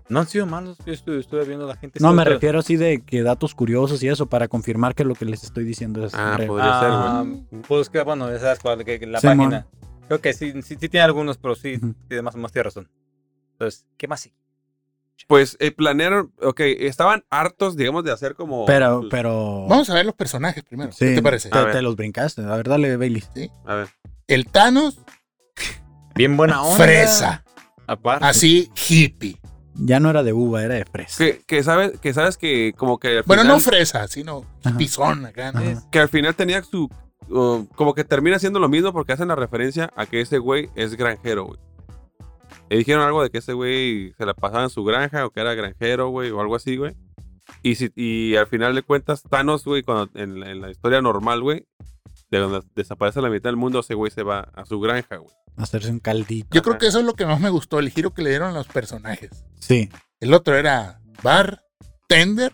[SPEAKER 3] No han sido malos. Yo estuve, estuve viendo a la gente.
[SPEAKER 2] No, me
[SPEAKER 3] Estuve-
[SPEAKER 2] refiero así de que datos curiosos y eso para confirmar que lo que les estoy diciendo es
[SPEAKER 1] Ah,
[SPEAKER 2] real.
[SPEAKER 1] podría ser, güey.
[SPEAKER 3] Ah, pues que bueno, ya sabes cuál, que, que la
[SPEAKER 2] Simón.
[SPEAKER 3] página. Creo que sí, sí, sí tiene algunos, pero sí,
[SPEAKER 2] Ujú.
[SPEAKER 3] sí, más o menos tiene razón. Entonces, ¿qué más? sigue?
[SPEAKER 1] Pues eh, planearon, ok, estaban hartos, digamos, de hacer como...
[SPEAKER 2] Pero,
[SPEAKER 1] sus-
[SPEAKER 2] pero.
[SPEAKER 4] Vamos a ver los personajes primero.
[SPEAKER 2] Sí,
[SPEAKER 4] ¿Qué te parece?
[SPEAKER 1] Ah.
[SPEAKER 2] Te,
[SPEAKER 1] pues. ver.
[SPEAKER 2] te los brincaste. A ver, dale, Bailey.
[SPEAKER 1] A ver.
[SPEAKER 4] El Thanos,
[SPEAKER 3] Bien buena onda.
[SPEAKER 4] Ah, fresa.
[SPEAKER 3] Aparte.
[SPEAKER 4] Así, hippie.
[SPEAKER 2] Ya no era de uva, era de fresa.
[SPEAKER 1] Que, que sabes, que sabes que como que al
[SPEAKER 4] Bueno,
[SPEAKER 1] final,
[SPEAKER 4] no fresa, sino
[SPEAKER 2] Ajá.
[SPEAKER 4] pisón acá. ¿no?
[SPEAKER 2] Ajá.
[SPEAKER 1] que al final tenía su... uh, como que termina siendo lo mismo porque hacen la referencia a que ese güey es granjero, güey. Y dijeron algo de que ese güey se la pasaba en su granja o que era granjero, güey, o algo así, güey. Y, si, y al final de cuentas, Thanos, güey, cuando en, la- en la historia normal, güey, de donde desaparece la mitad del mundo, ese güey se va a su granja, güey.
[SPEAKER 2] Hacerse un caldito.
[SPEAKER 4] Yo
[SPEAKER 1] Ajá.
[SPEAKER 4] creo que eso es lo que más me gustó, el giro que le dieron a los personajes.
[SPEAKER 2] Sí,
[SPEAKER 4] El otro era Bar, Tender,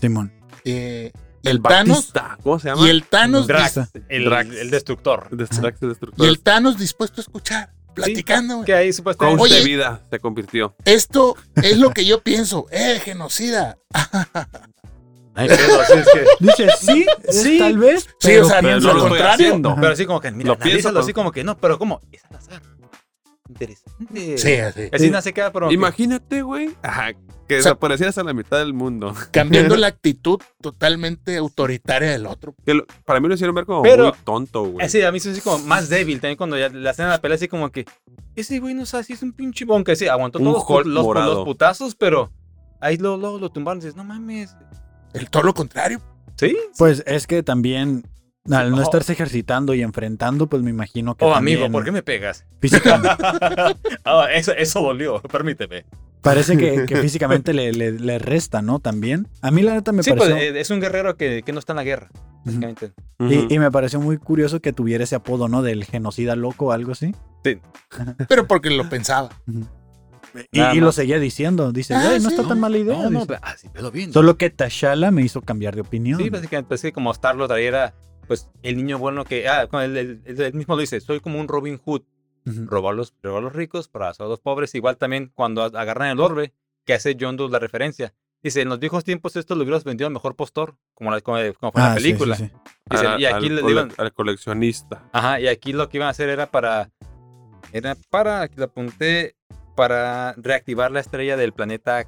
[SPEAKER 2] Simón.
[SPEAKER 4] eh, el Thanos.
[SPEAKER 1] Batista, ¿Cómo se llama?
[SPEAKER 4] Y el Thanos,
[SPEAKER 2] Drax.
[SPEAKER 4] dis-
[SPEAKER 3] El,
[SPEAKER 1] Drax.
[SPEAKER 3] el destructor.
[SPEAKER 1] Destruct- Destructor.
[SPEAKER 4] y el Thanos dispuesto a escuchar, platicando. güey.
[SPEAKER 3] Que ahí
[SPEAKER 1] Coach
[SPEAKER 3] supuestamente.
[SPEAKER 4] Oye.
[SPEAKER 1] de vida se convirtió.
[SPEAKER 4] Esto es lo que yo pienso. ¡Eh, genocida!
[SPEAKER 3] Ay, pero así es que-
[SPEAKER 2] Dice, sí,
[SPEAKER 3] Sí.
[SPEAKER 2] tal vez.
[SPEAKER 4] Sí,
[SPEAKER 2] pero-
[SPEAKER 4] o sea,
[SPEAKER 1] pero
[SPEAKER 4] pienso
[SPEAKER 1] no
[SPEAKER 4] al
[SPEAKER 1] lo estoy
[SPEAKER 4] contrario.
[SPEAKER 1] haciendo.
[SPEAKER 2] Ajá.
[SPEAKER 3] Pero así como que, mira,
[SPEAKER 1] Lo pienso,
[SPEAKER 3] analízalo
[SPEAKER 1] pero-
[SPEAKER 3] así como que no, pero ¿cómo? Es al azar. Interesante.
[SPEAKER 4] Sí, así.
[SPEAKER 3] Así no se queda, pero.
[SPEAKER 1] Imagínate, güey, ajá, que
[SPEAKER 4] O sea-
[SPEAKER 1] desaparecieras a la mitad del mundo.
[SPEAKER 4] Cambiando la actitud totalmente autoritaria del otro.
[SPEAKER 1] Que lo- para mí lo hicieron ver como
[SPEAKER 3] Pero-
[SPEAKER 1] muy tonto, güey.
[SPEAKER 3] Así, a mí se me hace como más débil también cuando ya le hacen la pelea así como que ese güey no sabe si es un pinche bonca. Sí, aguantó
[SPEAKER 1] Un
[SPEAKER 3] todos
[SPEAKER 1] Hulk
[SPEAKER 3] los, los-
[SPEAKER 1] morado.
[SPEAKER 3] los putazos, pero ahí luego luego lo tumbaron y dices, no mames.
[SPEAKER 4] El todo lo contrario.
[SPEAKER 3] ¿Sí?
[SPEAKER 2] Pues es que también. Al no
[SPEAKER 3] Oh.
[SPEAKER 2] estarse ejercitando y enfrentando, pues me imagino que.
[SPEAKER 3] Oh,
[SPEAKER 2] también
[SPEAKER 3] amigo, ¿por qué me pegas?
[SPEAKER 2] físicamente-
[SPEAKER 3] Ah, eso, eso dolió, permíteme.
[SPEAKER 2] parece que, que físicamente le, le- le resta, ¿no? También. A mí, la neta, me
[SPEAKER 3] sí, pues
[SPEAKER 2] pareció.
[SPEAKER 3] eh, es un guerrero que, que no está en la guerra, básicamente.
[SPEAKER 1] Ujú.
[SPEAKER 2] Y, y me pareció muy curioso que tuviera ese apodo, ¿no? Del genocida loco o algo así.
[SPEAKER 4] Pero porque lo pensaba.
[SPEAKER 2] Y,
[SPEAKER 3] Nada
[SPEAKER 2] y lo
[SPEAKER 3] más.
[SPEAKER 2] seguía diciendo. Dice,
[SPEAKER 4] Ah,
[SPEAKER 2] güey, no
[SPEAKER 4] sí.
[SPEAKER 2] está tan mala idea.
[SPEAKER 3] No, no,
[SPEAKER 2] dice.
[SPEAKER 3] pero- ah, sí, velo bien.
[SPEAKER 2] Solo que Tashala me hizo cambiar de opinión.
[SPEAKER 3] Sí, básicamente, pues, que como Star-Lord ahí era, pues, el niño bueno que, ah, con el, el- el- él mismo lo dice, soy como un Robin Hood,
[SPEAKER 2] Ujú.
[SPEAKER 3] robar a los, robar a los ricos para hacer a los pobres. Igual también cuando a- agarran el orbe, que hace John Doe la referencia. Dice, en los viejos tiempos esto lo hubieras vendido al mejor postor, como, la, como, como fue en
[SPEAKER 2] Ah,
[SPEAKER 3] la
[SPEAKER 2] sí, sí,
[SPEAKER 3] película. pues,
[SPEAKER 2] sí.
[SPEAKER 3] Dice,
[SPEAKER 1] A-
[SPEAKER 3] y aquí
[SPEAKER 1] al,
[SPEAKER 3] le
[SPEAKER 1] cole-
[SPEAKER 3] iban-
[SPEAKER 1] al coleccionista.
[SPEAKER 3] Ajá, y aquí lo que iban a hacer era para. Era para, aquí lo apunté, para reactivar la estrella del planeta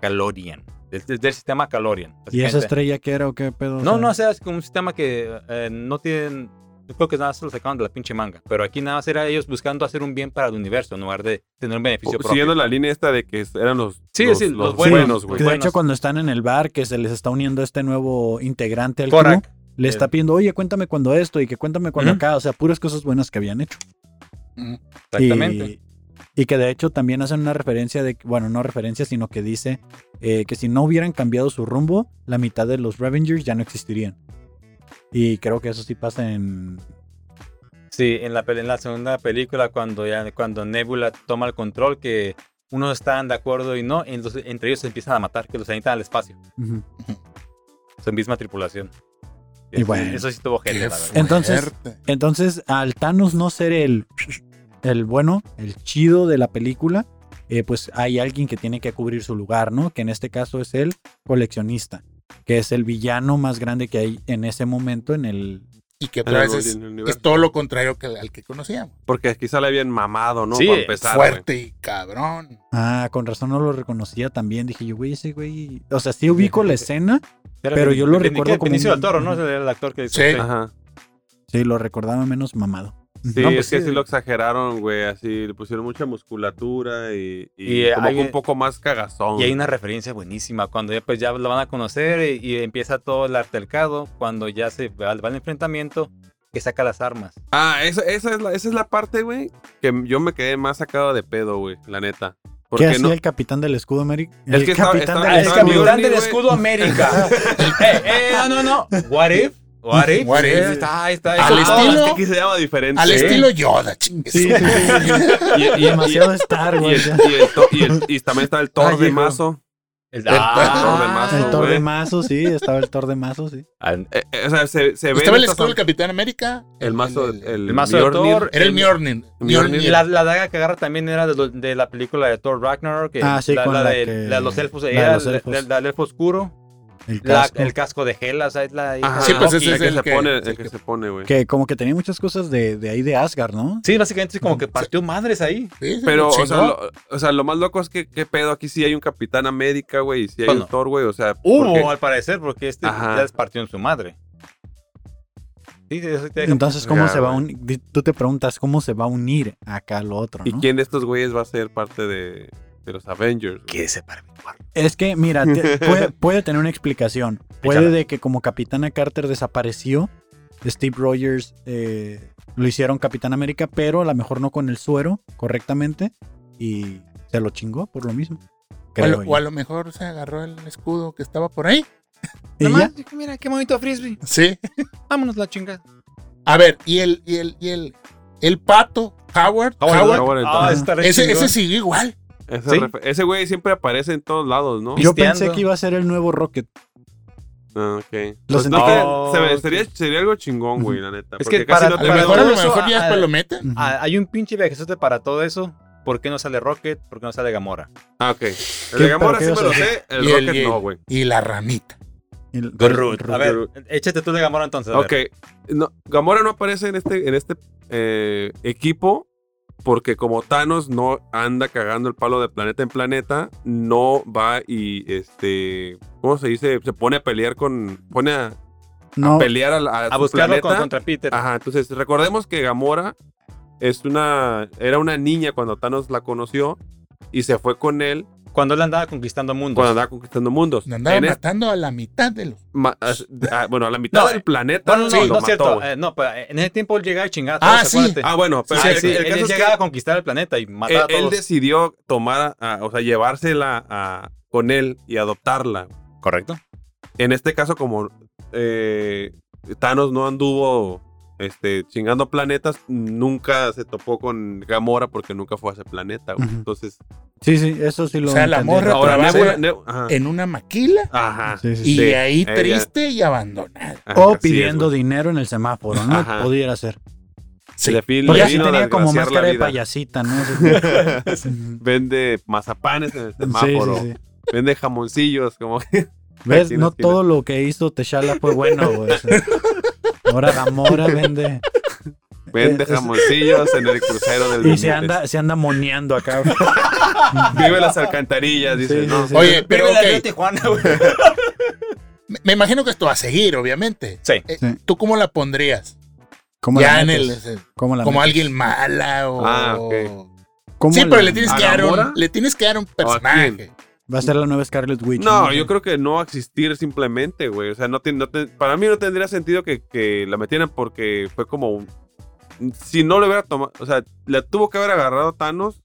[SPEAKER 3] Calorian. Del, del- del sistema
[SPEAKER 2] ¿Y
[SPEAKER 3] Calorian.
[SPEAKER 2] esa
[SPEAKER 3] básicamente.
[SPEAKER 2] estrella qué era o qué pedo?
[SPEAKER 3] No, no, o
[SPEAKER 2] es
[SPEAKER 3] sea, es como un sistema que eh, no tienen. Yo creo que nada más se lo sacaban de la pinche manga. Pero aquí nada más era ellos buscando hacer un bien para el universo en lugar de tener un beneficio propio.
[SPEAKER 1] Siguiendo la línea esta de que eran los,
[SPEAKER 3] Sí,
[SPEAKER 1] los,
[SPEAKER 3] sí, los
[SPEAKER 1] los
[SPEAKER 3] buenos,
[SPEAKER 1] buenos, güey.
[SPEAKER 2] Que de
[SPEAKER 3] buenos.
[SPEAKER 2] hecho, cuando están en el bar, que se les está uniendo este nuevo integrante al
[SPEAKER 3] Korak. Eh.
[SPEAKER 2] club, le está pidiendo, oye, cuéntame cuando esto y que cuéntame cuando
[SPEAKER 3] Ujú.
[SPEAKER 2] acá. O sea, puras cosas buenas que habían hecho.
[SPEAKER 4] Ujú.
[SPEAKER 3] Exactamente.
[SPEAKER 2] Y, y que de hecho también hacen una referencia de, bueno, no referencia, sino que dice eh, que si no hubieran cambiado su rumbo, la mitad de los Revengers ya no existirían. Y creo que eso sí pasa en...
[SPEAKER 3] Sí, en la, pel- en la segunda película, cuando, ya, cuando Nebula toma el control, que unos están de acuerdo y no, entonces entre ellos se empiezan a matar, que los avientan al espacio.
[SPEAKER 2] Ujú.
[SPEAKER 3] Su misma tripulación.
[SPEAKER 2] Y bueno.
[SPEAKER 3] Eso sí estuvo gente, la
[SPEAKER 4] Qué
[SPEAKER 3] verdad.
[SPEAKER 2] Entonces-
[SPEAKER 4] fuerte.
[SPEAKER 2] Entonces, al Thanos no ser el, el bueno, el chido de la película, eh, pues hay alguien que tiene que cubrir su lugar, ¿no? Que en este caso es el coleccionista, que es el villano más grande que hay en ese momento en el...
[SPEAKER 4] Y que
[SPEAKER 1] En
[SPEAKER 4] otra
[SPEAKER 1] el
[SPEAKER 4] vez es,
[SPEAKER 1] Golden
[SPEAKER 4] es
[SPEAKER 1] Universe.
[SPEAKER 4] todo lo contrario que al- al que conocíamos.
[SPEAKER 1] Porque quizá le habían mamado, ¿no?
[SPEAKER 3] Sí,
[SPEAKER 1] Para empezar. Pues güey.
[SPEAKER 4] Fuerte y cabrón.
[SPEAKER 2] Ah, con razón no lo reconocía también, dije yo, güey, ese güey... O sea, sí ubico la escena, Pero yo lo recuerdo como
[SPEAKER 3] Inicio
[SPEAKER 2] un-
[SPEAKER 3] del Toro, ¿no? Era el actor que
[SPEAKER 4] Sí.
[SPEAKER 3] dice.
[SPEAKER 1] Ajá.
[SPEAKER 2] sí, lo recordaba menos mamado.
[SPEAKER 1] Sí,
[SPEAKER 3] No,
[SPEAKER 1] es
[SPEAKER 3] pues
[SPEAKER 1] que
[SPEAKER 3] sí.
[SPEAKER 1] sí lo exageraron, güey. Así le pusieron mucha musculatura y, y
[SPEAKER 3] Y, eh,
[SPEAKER 1] como
[SPEAKER 3] hay-
[SPEAKER 1] que un poco más cagazón.
[SPEAKER 3] Y hay una referencia buenísima cuando ya, pues, ya lo van a conocer y, y empieza todo el altercado, cuando ya se va, va al enfrentamiento, que saca las armas.
[SPEAKER 1] Ah, esa, esa es la, esa es la parte, güey, que yo me quedé más sacado de pedo, güey, la neta.
[SPEAKER 2] ¿Qué
[SPEAKER 1] Porque
[SPEAKER 2] hacía
[SPEAKER 1] no.
[SPEAKER 2] el capitán del escudo, Merrick?
[SPEAKER 1] Es
[SPEAKER 2] El
[SPEAKER 1] que estaba-
[SPEAKER 2] capitán
[SPEAKER 1] estaba-
[SPEAKER 2] del
[SPEAKER 1] Ah,
[SPEAKER 3] El
[SPEAKER 1] estaba
[SPEAKER 2] escudo.
[SPEAKER 1] bien.
[SPEAKER 3] capitán
[SPEAKER 1] Mjolnir,
[SPEAKER 3] del
[SPEAKER 1] güey.
[SPEAKER 3] escudo América. eh, eh, no, no, no. What if? What if?
[SPEAKER 4] What if?
[SPEAKER 3] Eh, Está, ahí está. ahí
[SPEAKER 4] Al
[SPEAKER 1] Ah,
[SPEAKER 3] está.
[SPEAKER 4] estilo-
[SPEAKER 1] es que aquí se llama diferente.
[SPEAKER 4] Al
[SPEAKER 1] Sí.
[SPEAKER 4] estilo Yoda, chingues.
[SPEAKER 2] Sí, sí, sí.
[SPEAKER 1] Y, y- y-
[SPEAKER 2] Demasiado Star,
[SPEAKER 1] y
[SPEAKER 2] güey.
[SPEAKER 1] el-
[SPEAKER 2] ya.
[SPEAKER 1] y el to- y el- y también estaba el Thor
[SPEAKER 3] Ay,
[SPEAKER 1] de
[SPEAKER 3] llegó.
[SPEAKER 1] mazo.
[SPEAKER 3] El-
[SPEAKER 1] Ah,
[SPEAKER 2] El Thor de
[SPEAKER 1] güey.
[SPEAKER 2] mazo, sí, estaba el Thor de mazo, sí.
[SPEAKER 3] Al-
[SPEAKER 1] Eh, eh, o sea, se, se ve.
[SPEAKER 4] Estaba el
[SPEAKER 1] neta,
[SPEAKER 4] escudo
[SPEAKER 1] son-
[SPEAKER 4] del Capitán América.
[SPEAKER 1] el mazo.
[SPEAKER 4] el-
[SPEAKER 1] El,
[SPEAKER 4] el-
[SPEAKER 3] mazo de
[SPEAKER 1] Mjolnir.
[SPEAKER 3] Thor.
[SPEAKER 4] Era el
[SPEAKER 3] el-
[SPEAKER 4] Mjornin.
[SPEAKER 1] Mjolnir.
[SPEAKER 3] Y la, la daga que agarra también era de, lo- de la película de Thor Ragnarok. Que
[SPEAKER 2] Ah, sí,
[SPEAKER 3] la,
[SPEAKER 2] con
[SPEAKER 3] la
[SPEAKER 2] la
[SPEAKER 3] de,
[SPEAKER 2] que-
[SPEAKER 3] la de los elfos.
[SPEAKER 2] la de
[SPEAKER 3] era
[SPEAKER 2] los
[SPEAKER 3] la-
[SPEAKER 2] elfos.
[SPEAKER 3] la- la del elfo oscuro.
[SPEAKER 2] El
[SPEAKER 3] la-
[SPEAKER 2] casco.
[SPEAKER 3] el casco de Hela, o sea, es la...
[SPEAKER 1] Ajá,
[SPEAKER 4] Sí, pues ese
[SPEAKER 1] el
[SPEAKER 4] es
[SPEAKER 1] que
[SPEAKER 4] el
[SPEAKER 1] se
[SPEAKER 4] que-
[SPEAKER 1] pone,
[SPEAKER 4] el
[SPEAKER 1] el que
[SPEAKER 4] que-
[SPEAKER 1] se pone, güey.
[SPEAKER 2] Que como que tenía muchas cosas de, de ahí de Asgard, ¿no?
[SPEAKER 3] Sí, básicamente es como que partió madres ahí.
[SPEAKER 4] Sí, sí,
[SPEAKER 1] Pero, o sea,
[SPEAKER 4] chingón.
[SPEAKER 1] lo, o sea, lo más loco es que, ¿qué pedo? Aquí sí hay un Capitán América, güey, y sí hay
[SPEAKER 3] Bueno.
[SPEAKER 1] un Thor, güey, o sea.
[SPEAKER 3] Hubo,
[SPEAKER 1] porque-
[SPEAKER 3] al parecer, porque este
[SPEAKER 1] Ajá.
[SPEAKER 3] ya les partió en su madre. Sí, sí, eso te deja-
[SPEAKER 2] Entonces, ¿cómo
[SPEAKER 1] Ya,
[SPEAKER 2] se va a
[SPEAKER 1] güey.
[SPEAKER 2] unir? Di- Tú te preguntas, ¿cómo se va a unir acá lo otro,
[SPEAKER 1] ¿Y
[SPEAKER 2] no?
[SPEAKER 1] quién de estos güeyes va a ser parte de, de los Avengers? güey?
[SPEAKER 3] ¿Qué se para mi cuarto?
[SPEAKER 2] Es que, mira, te- puede, puede tener una explicación. Puede
[SPEAKER 3] Échala.
[SPEAKER 2] de que como Capitana Carter desapareció, Steve Rogers eh, lo hicieron Capitán América, pero a lo mejor no con el suero correctamente y se lo chingó por lo mismo.
[SPEAKER 4] O a
[SPEAKER 2] Creo
[SPEAKER 4] lo-
[SPEAKER 2] yo.
[SPEAKER 4] o a lo mejor se agarró el escudo que estaba por ahí.
[SPEAKER 2] Y ya.
[SPEAKER 3] Nomás dijo, mira, qué bonito frisbee.
[SPEAKER 4] Sí.
[SPEAKER 3] Vámonos la chingada.
[SPEAKER 4] A ver, y el, y el, y el, el pato, Howard,
[SPEAKER 1] Howard,
[SPEAKER 4] Howard,
[SPEAKER 1] Howard,
[SPEAKER 3] Ah,
[SPEAKER 1] entonces,
[SPEAKER 3] está re
[SPEAKER 4] ese,
[SPEAKER 3] chingón.
[SPEAKER 4] ese siguió igual.
[SPEAKER 1] ese
[SPEAKER 3] ¿sí?
[SPEAKER 1] refe- Ese güey siempre aparece en todos lados, ¿no?
[SPEAKER 2] Yo
[SPEAKER 3] pisteando.
[SPEAKER 2] pensé que iba a ser el nuevo Rocket.
[SPEAKER 1] Ah, ok.
[SPEAKER 2] Lo
[SPEAKER 1] Pues no
[SPEAKER 2] sentí.
[SPEAKER 1] sé,
[SPEAKER 3] Oh,
[SPEAKER 1] se me-
[SPEAKER 3] ok.
[SPEAKER 1] sería, sería algo chingón, güey, la neta.
[SPEAKER 3] Es
[SPEAKER 1] porque
[SPEAKER 3] que
[SPEAKER 1] casi
[SPEAKER 3] para-
[SPEAKER 1] no
[SPEAKER 4] A
[SPEAKER 1] te
[SPEAKER 4] lo
[SPEAKER 3] Pero
[SPEAKER 4] mejor,
[SPEAKER 1] veo-
[SPEAKER 4] a Mm. lo
[SPEAKER 3] eso,
[SPEAKER 4] mejor ya
[SPEAKER 3] ah,
[SPEAKER 4] después lo meten.
[SPEAKER 2] Ujú.
[SPEAKER 3] Ah, hay un pinche viajezote para todo eso. ¿Por qué no sale Rocket? ¿Por qué no sale Gamora?
[SPEAKER 1] Ah, ok. El de
[SPEAKER 2] pero
[SPEAKER 1] Gamora
[SPEAKER 2] qué
[SPEAKER 1] sí me lo
[SPEAKER 2] oso.
[SPEAKER 1] sé, el
[SPEAKER 4] Y el-
[SPEAKER 1] Rocket
[SPEAKER 4] y el-
[SPEAKER 1] no, güey.
[SPEAKER 4] Y la ranita.
[SPEAKER 2] El-
[SPEAKER 3] A ver, échate tú de Gamora entonces. a ver.
[SPEAKER 1] Ok. No, Gamora no aparece en este, en este eh, equipo porque como Thanos no anda cagando el palo de planeta en planeta, no va y, este, ¿cómo se dice? Se pone a pelear con, pone a, a
[SPEAKER 2] No,
[SPEAKER 1] pelear a, la- a
[SPEAKER 3] A
[SPEAKER 1] su
[SPEAKER 3] buscarlo
[SPEAKER 1] planeta.
[SPEAKER 3] con- contra Peter.
[SPEAKER 1] Ajá, entonces recordemos que Gamora es una, era una niña cuando Thanos la conoció y se fue con él
[SPEAKER 3] Cuando él andaba conquistando mundos.
[SPEAKER 2] Pues,
[SPEAKER 1] cuando andaba conquistando mundos.
[SPEAKER 4] Nos andaba
[SPEAKER 1] En es-
[SPEAKER 4] matando a Pues, la mitad de los.
[SPEAKER 1] ma- as- ah, bueno, a la mitad
[SPEAKER 3] No,
[SPEAKER 1] del
[SPEAKER 3] eh,
[SPEAKER 1] planeta
[SPEAKER 3] Bueno, no,
[SPEAKER 1] sí,
[SPEAKER 3] no,
[SPEAKER 1] lo
[SPEAKER 3] no
[SPEAKER 1] mató,
[SPEAKER 3] es cierto.
[SPEAKER 1] güey.
[SPEAKER 3] Eh, no, pero en ese tiempo él llegaba a chingar a
[SPEAKER 4] Ah,
[SPEAKER 3] todos,
[SPEAKER 4] sí.
[SPEAKER 3] acuérdate.
[SPEAKER 1] Ah, bueno, pero
[SPEAKER 3] Sí,
[SPEAKER 1] el-
[SPEAKER 3] sí,
[SPEAKER 1] el
[SPEAKER 3] él
[SPEAKER 1] caso es que- Eh,
[SPEAKER 3] llegaba a conquistar el planeta y matar a
[SPEAKER 1] él, él
[SPEAKER 3] todos.
[SPEAKER 1] decidió tomar, a- o sea, llevársela a- con él y adoptarla.
[SPEAKER 3] Correcto.
[SPEAKER 1] En este caso, como eh, Thanos no anduvo eh, este, chingando planetas, nunca se topó con Gamora porque nunca fue a ese planeta, güey.
[SPEAKER 2] Ujú.
[SPEAKER 1] Entonces,
[SPEAKER 2] Sí, sí, eso sí lo
[SPEAKER 4] O sea, la
[SPEAKER 2] entendí.
[SPEAKER 4] morra
[SPEAKER 1] ahora
[SPEAKER 4] trabaja
[SPEAKER 1] Nebula- Neb- ajá,
[SPEAKER 4] en una maquila
[SPEAKER 1] ajá,
[SPEAKER 2] Sí, sí,
[SPEAKER 4] y
[SPEAKER 2] sí.
[SPEAKER 1] Sí,
[SPEAKER 4] ahí
[SPEAKER 1] ella.
[SPEAKER 4] triste y abandonada.
[SPEAKER 1] ajá, así
[SPEAKER 2] O
[SPEAKER 1] es,
[SPEAKER 2] pidiendo
[SPEAKER 1] güey.
[SPEAKER 2] dinero en el semáforo, ¿no?
[SPEAKER 1] Ajá.
[SPEAKER 2] Pudiera ser.
[SPEAKER 4] Sí.
[SPEAKER 1] Le pi-
[SPEAKER 2] Porque
[SPEAKER 1] le
[SPEAKER 2] así
[SPEAKER 1] vino a
[SPEAKER 2] tenía como
[SPEAKER 1] desgraciar la
[SPEAKER 2] máscara de
[SPEAKER 1] vida.
[SPEAKER 2] payasita, ¿no? Así como-
[SPEAKER 1] Vende mazapanes en el
[SPEAKER 2] Sí,
[SPEAKER 1] semáforo.
[SPEAKER 2] sí, sí.
[SPEAKER 1] Vende jamoncillos, como que
[SPEAKER 2] ¿Ves?
[SPEAKER 1] Tienes
[SPEAKER 2] No
[SPEAKER 1] que-
[SPEAKER 2] todo lo que hizo Techala fue bueno, güey. O sea, ahora Gamora vende.
[SPEAKER 1] vende
[SPEAKER 2] Es- es-
[SPEAKER 1] jamoncillos en el crucero del
[SPEAKER 2] Y se
[SPEAKER 1] Bermúdez.
[SPEAKER 2] anda, se anda moneando acá.
[SPEAKER 1] Vive las alcantarillas, dice,
[SPEAKER 2] Sí,
[SPEAKER 1] ¿no?
[SPEAKER 2] sí, sí.
[SPEAKER 4] Oye, pero
[SPEAKER 3] Vive la Río
[SPEAKER 4] ok,
[SPEAKER 3] Tijuana, güey.
[SPEAKER 4] me- me imagino que esto va a seguir, obviamente.
[SPEAKER 3] Sí.
[SPEAKER 4] Eh,
[SPEAKER 2] Sí.
[SPEAKER 4] ¿Tú cómo la pondrías?
[SPEAKER 2] ¿Cómo
[SPEAKER 4] ya
[SPEAKER 2] la
[SPEAKER 4] en el,
[SPEAKER 2] metes? ¿Cómo la
[SPEAKER 4] como
[SPEAKER 2] metes?
[SPEAKER 4] alguien mala o...
[SPEAKER 1] Ah, ok.
[SPEAKER 2] ¿Cómo
[SPEAKER 4] Sí,
[SPEAKER 2] la-
[SPEAKER 4] pero le tienes,
[SPEAKER 1] ¿A
[SPEAKER 4] que
[SPEAKER 1] la
[SPEAKER 4] dar
[SPEAKER 1] mora?
[SPEAKER 4] un, le tienes que dar un personaje.
[SPEAKER 2] Va a ser la nueva Scarlet Witch.
[SPEAKER 1] No, yo creo que no va a existir simplemente, güey. O sea, no tiene, no te- para mí no tendría sentido que, que la metieran porque fue como un- Si no le hubiera tomado... O sea, la tuvo que haber agarrado Thanos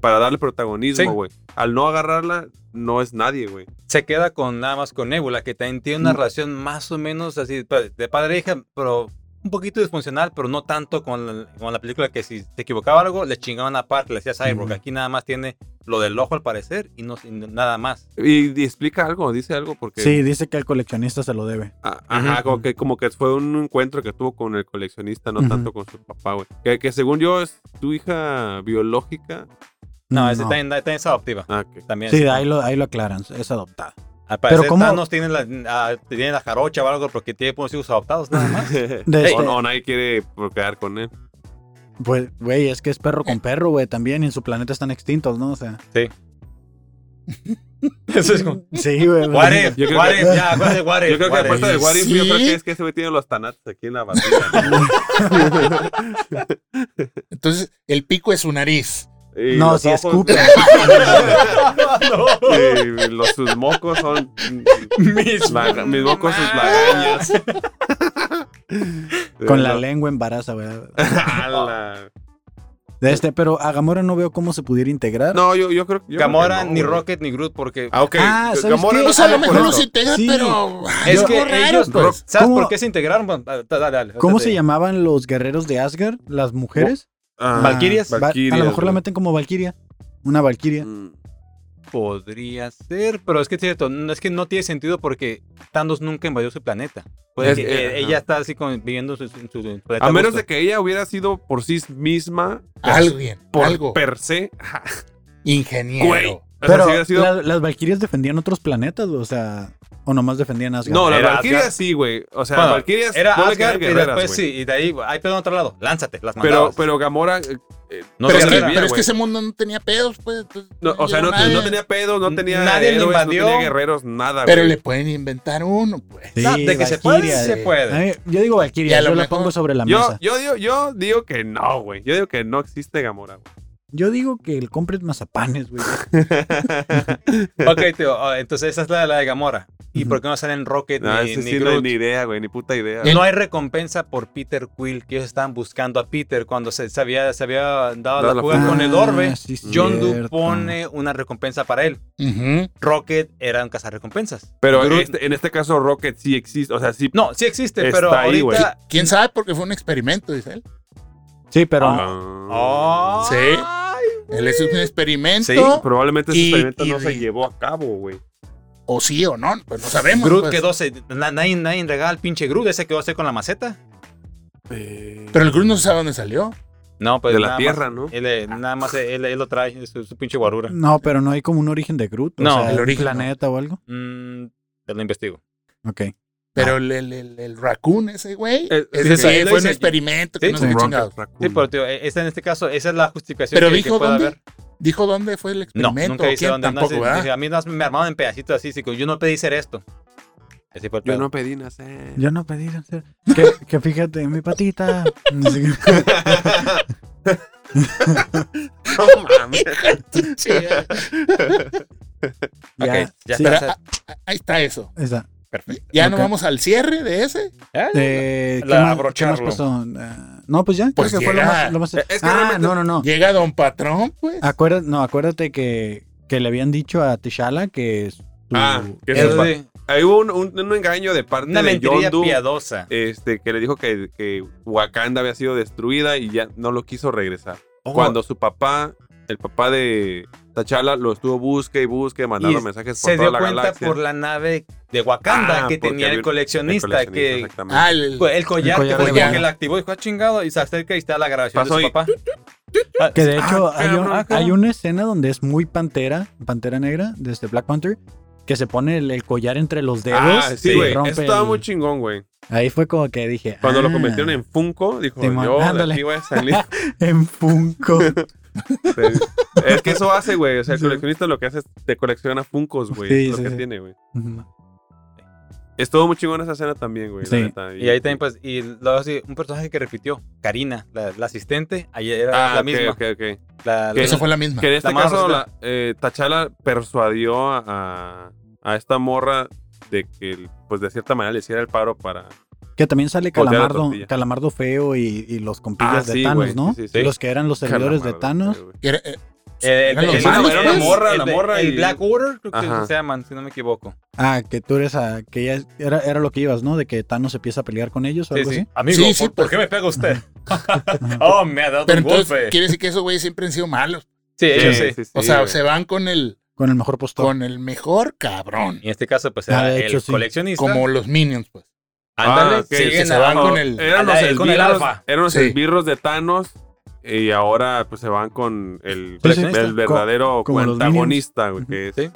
[SPEAKER 1] para darle
[SPEAKER 3] Sí.
[SPEAKER 1] protagonismo, güey. Al no agarrarla, no es nadie, güey.
[SPEAKER 3] Se queda con nada más con Nebula, que también tiene una
[SPEAKER 2] Mm.
[SPEAKER 3] relación más o menos así pa- de padre e hija, pero un poquito disfuncional, pero no tanto con la, con la película que si se equivocaba algo, le chingaban aparte, le hacía Cyborg.
[SPEAKER 2] Mm.
[SPEAKER 3] Aquí nada más tiene lo del ojo al parecer y no y nada más.
[SPEAKER 1] Y, y explica algo, dice algo porque...
[SPEAKER 2] Sí, dice que al coleccionista se lo debe.
[SPEAKER 1] Ah, Ajá,
[SPEAKER 3] Ujú.
[SPEAKER 1] como que, como que fue un encuentro que tuvo con el coleccionista, no
[SPEAKER 2] Ujú.
[SPEAKER 1] tanto con su papá, güey. Que, que según yo es tu hija biológica.
[SPEAKER 3] No, ese También, también es adoptiva.
[SPEAKER 1] Ah, ok.
[SPEAKER 3] También
[SPEAKER 2] Mm, Sí,
[SPEAKER 3] es-
[SPEAKER 2] ahí lo, ahí lo aclaran. Es adoptada.
[SPEAKER 3] Al parecer
[SPEAKER 2] Pero ¿cómo?
[SPEAKER 3] Thanos tiene la, ah, tiene la jarocha o algo porque tiene unos hijos adoptados nada más.
[SPEAKER 2] De
[SPEAKER 1] O,
[SPEAKER 2] este-
[SPEAKER 1] o nadie quiere por quedar con él.
[SPEAKER 2] Pues, güey, es que es perro
[SPEAKER 4] Eh.
[SPEAKER 2] con perro, güey, también. Y en su planeta están extintos, ¿no? O sea.
[SPEAKER 3] Eso es como...
[SPEAKER 2] Sí, güey. pues,
[SPEAKER 3] What if,
[SPEAKER 1] Yo creo
[SPEAKER 3] what
[SPEAKER 1] que-
[SPEAKER 3] if, ya, what if, what if,
[SPEAKER 1] Yo creo que
[SPEAKER 3] what
[SPEAKER 1] la parte
[SPEAKER 3] if.
[SPEAKER 1] del Warif,
[SPEAKER 4] Sí.
[SPEAKER 1] yo creo que es que ese güey tiene los tanates aquí en la barriga.
[SPEAKER 4] Entonces, el pico es su nariz.
[SPEAKER 1] Y
[SPEAKER 2] No,
[SPEAKER 1] los
[SPEAKER 2] si
[SPEAKER 1] ojos-
[SPEAKER 2] escupe.
[SPEAKER 1] y los, sus mocos son.
[SPEAKER 3] Mis-
[SPEAKER 1] la- mis mocos, sus lagañas.
[SPEAKER 2] Con la
[SPEAKER 1] No.
[SPEAKER 2] lengua embaraza, güey.
[SPEAKER 1] Ala.
[SPEAKER 2] De este, pero a Gamora no veo cómo se pudiera integrar.
[SPEAKER 1] No, yo, yo creo yo creo que.
[SPEAKER 3] Gamora,
[SPEAKER 1] no,
[SPEAKER 3] ni
[SPEAKER 1] güey.
[SPEAKER 3] Rocket, ni Groot, porque...
[SPEAKER 1] Ah, ok.
[SPEAKER 2] Ah, ¿sabes
[SPEAKER 1] Gamora
[SPEAKER 2] qué?
[SPEAKER 1] no
[SPEAKER 4] O sea,
[SPEAKER 1] sale
[SPEAKER 4] Pues, a lo
[SPEAKER 1] por
[SPEAKER 4] mejor lo
[SPEAKER 1] eso.
[SPEAKER 4] sí te da,
[SPEAKER 2] Sí.
[SPEAKER 4] pero... ay,
[SPEAKER 2] Ah,
[SPEAKER 3] Es
[SPEAKER 4] no,
[SPEAKER 3] que
[SPEAKER 4] raro,
[SPEAKER 3] ellos,
[SPEAKER 4] pues.
[SPEAKER 3] ¿sabes
[SPEAKER 2] ¿Cómo-
[SPEAKER 3] por qué se integraron? Bueno, ah, Dale, dale.
[SPEAKER 2] ¿Cómo se
[SPEAKER 3] Sí.
[SPEAKER 2] llamaban los guerreros de Asgard? Las mujeres.
[SPEAKER 1] Ah,
[SPEAKER 3] Valkyrias.
[SPEAKER 2] Va- a lo mejor la meten como Valkyria. Una Valkyria.
[SPEAKER 1] Mm.
[SPEAKER 3] Podría ser, pero es que es cierto, no- es que no tiene sentido porque Thanos nunca invadió su planeta. Puede
[SPEAKER 1] Es-
[SPEAKER 3] que,
[SPEAKER 1] eh,
[SPEAKER 3] eh,
[SPEAKER 1] ajá.
[SPEAKER 3] ella está así con- viviendo su, su- su- su planeta
[SPEAKER 1] A menos
[SPEAKER 3] gusto.
[SPEAKER 1] de que ella hubiera sido por sí misma.
[SPEAKER 4] Alguien,
[SPEAKER 1] Por
[SPEAKER 4] algo.
[SPEAKER 1] per se. ajá,
[SPEAKER 4] Ingeniero.
[SPEAKER 1] Güey. O sea,
[SPEAKER 2] Pero
[SPEAKER 1] si hubiera sido-
[SPEAKER 2] la- las Valkyrias defendían otros planetas, o sea. O nomás defendían Asgard.
[SPEAKER 1] No, las
[SPEAKER 3] Era
[SPEAKER 1] Valkyrias
[SPEAKER 3] Asgard.
[SPEAKER 1] sí, güey. O sea,
[SPEAKER 3] Bueno,
[SPEAKER 1] Valkyrias
[SPEAKER 3] era
[SPEAKER 1] no le
[SPEAKER 3] Asgard
[SPEAKER 1] quedan
[SPEAKER 3] y
[SPEAKER 1] guerreras,
[SPEAKER 3] después
[SPEAKER 1] güey.
[SPEAKER 3] sí, y de ahí hay pedo en otro lado, lánzate, las
[SPEAKER 1] Pero,
[SPEAKER 3] mandabas.
[SPEAKER 1] pero Gamora. eh, eh,
[SPEAKER 3] No
[SPEAKER 4] pero
[SPEAKER 1] se
[SPEAKER 4] es que,
[SPEAKER 1] atrevía,
[SPEAKER 4] pero es que
[SPEAKER 1] güey.
[SPEAKER 4] ese mundo no tenía pedos, pues. entonces,
[SPEAKER 1] No, o sea, no,
[SPEAKER 4] nadie-
[SPEAKER 1] no tenía pedos, no tenía
[SPEAKER 3] Nadie le
[SPEAKER 1] héroes,
[SPEAKER 3] invadió.
[SPEAKER 1] no tenía guerreros, nada,
[SPEAKER 4] Pero
[SPEAKER 1] güey.
[SPEAKER 4] le pueden inventar uno, pues.
[SPEAKER 2] Sí,
[SPEAKER 3] No, de que se puede,
[SPEAKER 2] Valkyria.
[SPEAKER 3] se puede.
[SPEAKER 2] Ay, Yo digo
[SPEAKER 4] Y
[SPEAKER 2] Valkyria,
[SPEAKER 4] a
[SPEAKER 2] yo
[SPEAKER 4] lo
[SPEAKER 2] la
[SPEAKER 4] mejor-
[SPEAKER 2] pongo sobre la
[SPEAKER 1] Yo,
[SPEAKER 2] mesa.
[SPEAKER 1] yo, digo, yo digo que no, güey. Yo digo que no existe Gamora, güey.
[SPEAKER 2] Yo digo que el compres mazapanes, güey.
[SPEAKER 3] Ok, tío, ah, entonces esa es la, la de Gamora. ¿Y
[SPEAKER 2] Ujú.
[SPEAKER 3] por qué no salen Rocket
[SPEAKER 1] No,
[SPEAKER 3] ni,
[SPEAKER 1] Ah, ese
[SPEAKER 3] ni
[SPEAKER 1] sí no hay
[SPEAKER 3] Groot? Eh,
[SPEAKER 1] ni idea, güey, ni puta idea.
[SPEAKER 4] Ni-
[SPEAKER 3] No hay recompensa por Peter Quill, que ellos estaban buscando a Peter cuando se, se había, se había dado
[SPEAKER 1] Dado
[SPEAKER 3] la
[SPEAKER 1] la
[SPEAKER 3] fuga con el
[SPEAKER 2] Ah,
[SPEAKER 3] orbe.
[SPEAKER 2] sí,
[SPEAKER 3] John Doe
[SPEAKER 2] cierto.
[SPEAKER 3] pone una recompensa para él.
[SPEAKER 4] Ujú.
[SPEAKER 3] Rocket era un cazarrecompensas.
[SPEAKER 1] Pero
[SPEAKER 3] Groot-
[SPEAKER 1] este- en este caso Rocket sí existe, o sea, sí.
[SPEAKER 3] No, sí existe,
[SPEAKER 1] Está
[SPEAKER 3] pero
[SPEAKER 1] ahí, güey.
[SPEAKER 3] ahorita...
[SPEAKER 4] ¿Quién sabe? Porque fue un experimento, dice él.
[SPEAKER 2] Sí, pero
[SPEAKER 1] Ah.
[SPEAKER 3] Oh,
[SPEAKER 4] Sí.
[SPEAKER 3] ay,
[SPEAKER 4] Él es un experimento.
[SPEAKER 3] Sí,
[SPEAKER 1] Probablemente ese
[SPEAKER 4] Y-
[SPEAKER 1] experimento
[SPEAKER 4] y
[SPEAKER 1] no se
[SPEAKER 4] Reed.
[SPEAKER 1] llevó a cabo, güey.
[SPEAKER 4] O sí o no, pues no sabemos.
[SPEAKER 3] Groot
[SPEAKER 4] pues.
[SPEAKER 3] quedó... se- na- nadie, nadie regala al pinche Groot. Ese quedó así con la maceta.
[SPEAKER 4] Pero el Groot no sabe dónde salió.
[SPEAKER 3] No, pues
[SPEAKER 1] de la
[SPEAKER 3] nada
[SPEAKER 1] tierra, Mm.
[SPEAKER 3] más-
[SPEAKER 1] ¿no?
[SPEAKER 3] él, eh, nada más eh, él, él lo trae, es su, su pinche guarura.
[SPEAKER 2] No, pero no hay como un origen de Groot.
[SPEAKER 3] No,
[SPEAKER 2] o sea,
[SPEAKER 4] el
[SPEAKER 2] un
[SPEAKER 4] origen no.
[SPEAKER 2] planeta o algo.
[SPEAKER 3] Mm, te lo investigo.
[SPEAKER 2] Ok.
[SPEAKER 4] Pero el, el, el, el raccoon, ese güey,
[SPEAKER 1] Eh,
[SPEAKER 4] ese
[SPEAKER 1] sí,
[SPEAKER 4] que
[SPEAKER 1] sí,
[SPEAKER 4] fue
[SPEAKER 3] él
[SPEAKER 4] un
[SPEAKER 3] dice-
[SPEAKER 4] experimento. Que
[SPEAKER 3] Sí,
[SPEAKER 4] no
[SPEAKER 2] sí.
[SPEAKER 4] sé qué
[SPEAKER 1] Rocket
[SPEAKER 4] chingados.
[SPEAKER 1] Raccoon.
[SPEAKER 3] Sí, pero tío, eh, esa en este caso, esa es la justificación
[SPEAKER 4] Pero
[SPEAKER 3] que, que
[SPEAKER 4] dijo
[SPEAKER 3] puede
[SPEAKER 4] dónde,
[SPEAKER 3] haber.
[SPEAKER 4] dijo dónde fue el
[SPEAKER 3] No,
[SPEAKER 4] experimento.
[SPEAKER 3] nunca
[SPEAKER 4] o
[SPEAKER 3] dice
[SPEAKER 4] quién,
[SPEAKER 3] dónde no,
[SPEAKER 4] tampoco,
[SPEAKER 3] sí,
[SPEAKER 4] ¿verdad?
[SPEAKER 3] dije, A mí nada más me armaban en pedacitos así, sí, que yo no pedí hacer esto. Así fue el
[SPEAKER 1] Yo
[SPEAKER 3] pedo.
[SPEAKER 1] no pedí nacer.
[SPEAKER 2] Yo no pedí hacer. Que, que fíjate, mi patita. No sé qué.
[SPEAKER 1] No mames.
[SPEAKER 2] Ya,
[SPEAKER 3] Ok, ya
[SPEAKER 2] sí,
[SPEAKER 4] Pero,
[SPEAKER 3] está.
[SPEAKER 4] ah, ahí está eso.
[SPEAKER 2] esa.
[SPEAKER 3] Perfecto.
[SPEAKER 4] Ya nos
[SPEAKER 2] Ok.
[SPEAKER 4] vamos al cierre de ese.
[SPEAKER 2] Eh, ¿qué
[SPEAKER 3] La
[SPEAKER 2] más-
[SPEAKER 3] abrocharlo.
[SPEAKER 2] qué más pasó? Ah, no, pues ya.
[SPEAKER 4] Pues
[SPEAKER 2] creo que fue lo
[SPEAKER 4] llega.
[SPEAKER 2] más. lo más-
[SPEAKER 1] Eh, es que
[SPEAKER 2] ah,
[SPEAKER 1] realmente-
[SPEAKER 2] no, no, no.
[SPEAKER 4] Llega Don Patrón, pues.
[SPEAKER 2] Acuérdate, no, acuérdate que, que le habían dicho a Tishala que su-
[SPEAKER 1] Ah, que
[SPEAKER 2] su-
[SPEAKER 1] eso
[SPEAKER 3] Es
[SPEAKER 1] va-
[SPEAKER 3] de-
[SPEAKER 1] Ahí hubo un, un- un engaño de parte
[SPEAKER 3] Una
[SPEAKER 1] de
[SPEAKER 3] mentira
[SPEAKER 1] Yondu,
[SPEAKER 3] piadosa.
[SPEAKER 1] este, que le dijo que, que Wakanda había sido destruida y ya no lo quiso regresar.
[SPEAKER 2] Oh,
[SPEAKER 1] Cuando su papá, el papá de T'Challa, lo estuvo busque y busque, mandando mensajes por
[SPEAKER 3] Se
[SPEAKER 1] toda
[SPEAKER 3] dio
[SPEAKER 1] la
[SPEAKER 3] cuenta
[SPEAKER 1] galaxia.
[SPEAKER 3] por la nave de Wakanda
[SPEAKER 1] Ah,
[SPEAKER 3] que
[SPEAKER 1] porque
[SPEAKER 3] tenía
[SPEAKER 1] había
[SPEAKER 3] el
[SPEAKER 1] un-
[SPEAKER 3] coleccionista,
[SPEAKER 1] El
[SPEAKER 3] que
[SPEAKER 1] exactamente.
[SPEAKER 4] Ah, el-
[SPEAKER 3] Pues, el collar,
[SPEAKER 2] El collar
[SPEAKER 3] que fue
[SPEAKER 4] de
[SPEAKER 3] como
[SPEAKER 4] Wakanda.
[SPEAKER 3] que la activó y dijo, "Ah, chingado, y se acerca y está la grabación
[SPEAKER 1] Pasó
[SPEAKER 3] de su
[SPEAKER 1] y-
[SPEAKER 3] papá.
[SPEAKER 2] Que de hecho hay, un-
[SPEAKER 1] Ah, cabrón,
[SPEAKER 2] hay una escena donde es muy pantera, pantera negra, de este Black Panther, que se pone el, el collar entre los dedos.
[SPEAKER 1] Ah,
[SPEAKER 2] y
[SPEAKER 1] sí, güey.
[SPEAKER 2] rompe
[SPEAKER 1] Eso estaba
[SPEAKER 2] el-
[SPEAKER 1] muy chingón, güey.
[SPEAKER 2] Ahí fue como que dije.
[SPEAKER 1] Cuando
[SPEAKER 2] ah,
[SPEAKER 1] lo convirtieron en Funko, dijo,
[SPEAKER 2] Simón,
[SPEAKER 1] yo de
[SPEAKER 2] ándale.
[SPEAKER 1] aquí voy a salir.
[SPEAKER 2] en Funko.
[SPEAKER 1] Este, es que eso hace, güey. O sea, el
[SPEAKER 2] Sí.
[SPEAKER 1] coleccionista lo que hace es te colecciona Funkos, güey.
[SPEAKER 2] Sí,
[SPEAKER 1] es lo
[SPEAKER 2] sí,
[SPEAKER 1] que
[SPEAKER 2] sí.
[SPEAKER 1] tiene, güey.
[SPEAKER 2] Ujú.
[SPEAKER 1] Estuvo muy chingón esa escena también, güey. la
[SPEAKER 2] Sí.
[SPEAKER 1] neta.
[SPEAKER 3] Y ahí también, pues, y luego así, un personaje que repitió, Karina, la, la asistente, ahí era
[SPEAKER 1] Ah,
[SPEAKER 3] la
[SPEAKER 1] ok,
[SPEAKER 3] misma.
[SPEAKER 1] ok, ok.
[SPEAKER 3] La-
[SPEAKER 1] Que-
[SPEAKER 3] la-
[SPEAKER 4] Esa fue la misma.
[SPEAKER 1] Que en este
[SPEAKER 3] La más
[SPEAKER 1] caso, la,
[SPEAKER 3] respeto.
[SPEAKER 1] eh, T'Challa persuadió a, a- a esta morra de que, pues, de cierta manera le hiciera el paro para.
[SPEAKER 2] Que también sale
[SPEAKER 1] Voltea la
[SPEAKER 2] Calamardo,
[SPEAKER 1] tortilla.
[SPEAKER 2] Calamardo Feo y, y los compillas
[SPEAKER 1] Ah,
[SPEAKER 2] de
[SPEAKER 1] sí,
[SPEAKER 2] Thanos,
[SPEAKER 1] güey,
[SPEAKER 2] ¿no?
[SPEAKER 1] sí, sí, sí.
[SPEAKER 2] Los que eran los servidores de
[SPEAKER 1] Calamardo,
[SPEAKER 2] Thanos.
[SPEAKER 1] güey.
[SPEAKER 4] Que era- eh,
[SPEAKER 3] el- el-
[SPEAKER 4] Eran los
[SPEAKER 3] el-
[SPEAKER 4] malos,
[SPEAKER 3] el-
[SPEAKER 4] era una
[SPEAKER 1] morra,
[SPEAKER 3] el-
[SPEAKER 1] la morra
[SPEAKER 3] El
[SPEAKER 1] y-
[SPEAKER 3] Blackwater, creo que
[SPEAKER 1] Ajá.
[SPEAKER 3] se llaman, si no me equivoco.
[SPEAKER 2] Ah, que tú eres a. que ya era, era lo que ibas, ¿no? De que Thanos empieza a pelear con ellos o algo
[SPEAKER 3] Amigo,
[SPEAKER 4] Sí, sí,
[SPEAKER 3] ¿por, por
[SPEAKER 4] pues.
[SPEAKER 3] qué me pega usted?
[SPEAKER 2] así. Ajá.
[SPEAKER 3] oh, me ha dado
[SPEAKER 4] pero
[SPEAKER 3] un
[SPEAKER 4] entonces
[SPEAKER 3] golpe.
[SPEAKER 4] quiere decir que esos güeyes siempre han sido malos.
[SPEAKER 1] Sí,
[SPEAKER 3] Sí, ellos sí.
[SPEAKER 1] sí, sí,
[SPEAKER 4] O sea,
[SPEAKER 1] güey.
[SPEAKER 4] se van con el
[SPEAKER 2] Con el mejor postor.
[SPEAKER 4] con el mejor cabrón.
[SPEAKER 3] Y en este caso, pues,
[SPEAKER 2] Ah,
[SPEAKER 3] era
[SPEAKER 2] de hecho,
[SPEAKER 3] el
[SPEAKER 2] sí.
[SPEAKER 3] coleccionista.
[SPEAKER 4] Como los minions, pues.
[SPEAKER 3] Ándale,
[SPEAKER 1] Ah, ok,
[SPEAKER 3] siguen
[SPEAKER 4] que se
[SPEAKER 3] a-
[SPEAKER 4] van con
[SPEAKER 1] No,
[SPEAKER 4] el-
[SPEAKER 1] Eran los
[SPEAKER 3] a la- con el
[SPEAKER 1] esbirros,
[SPEAKER 3] alfa.
[SPEAKER 1] eran los
[SPEAKER 4] Sí.
[SPEAKER 1] esbirros de Thanos. Y ahora pues se van con el,
[SPEAKER 2] Sí, sí.
[SPEAKER 1] el verdadero
[SPEAKER 2] Co- como los
[SPEAKER 1] antagonista, güey, que es
[SPEAKER 3] Sí.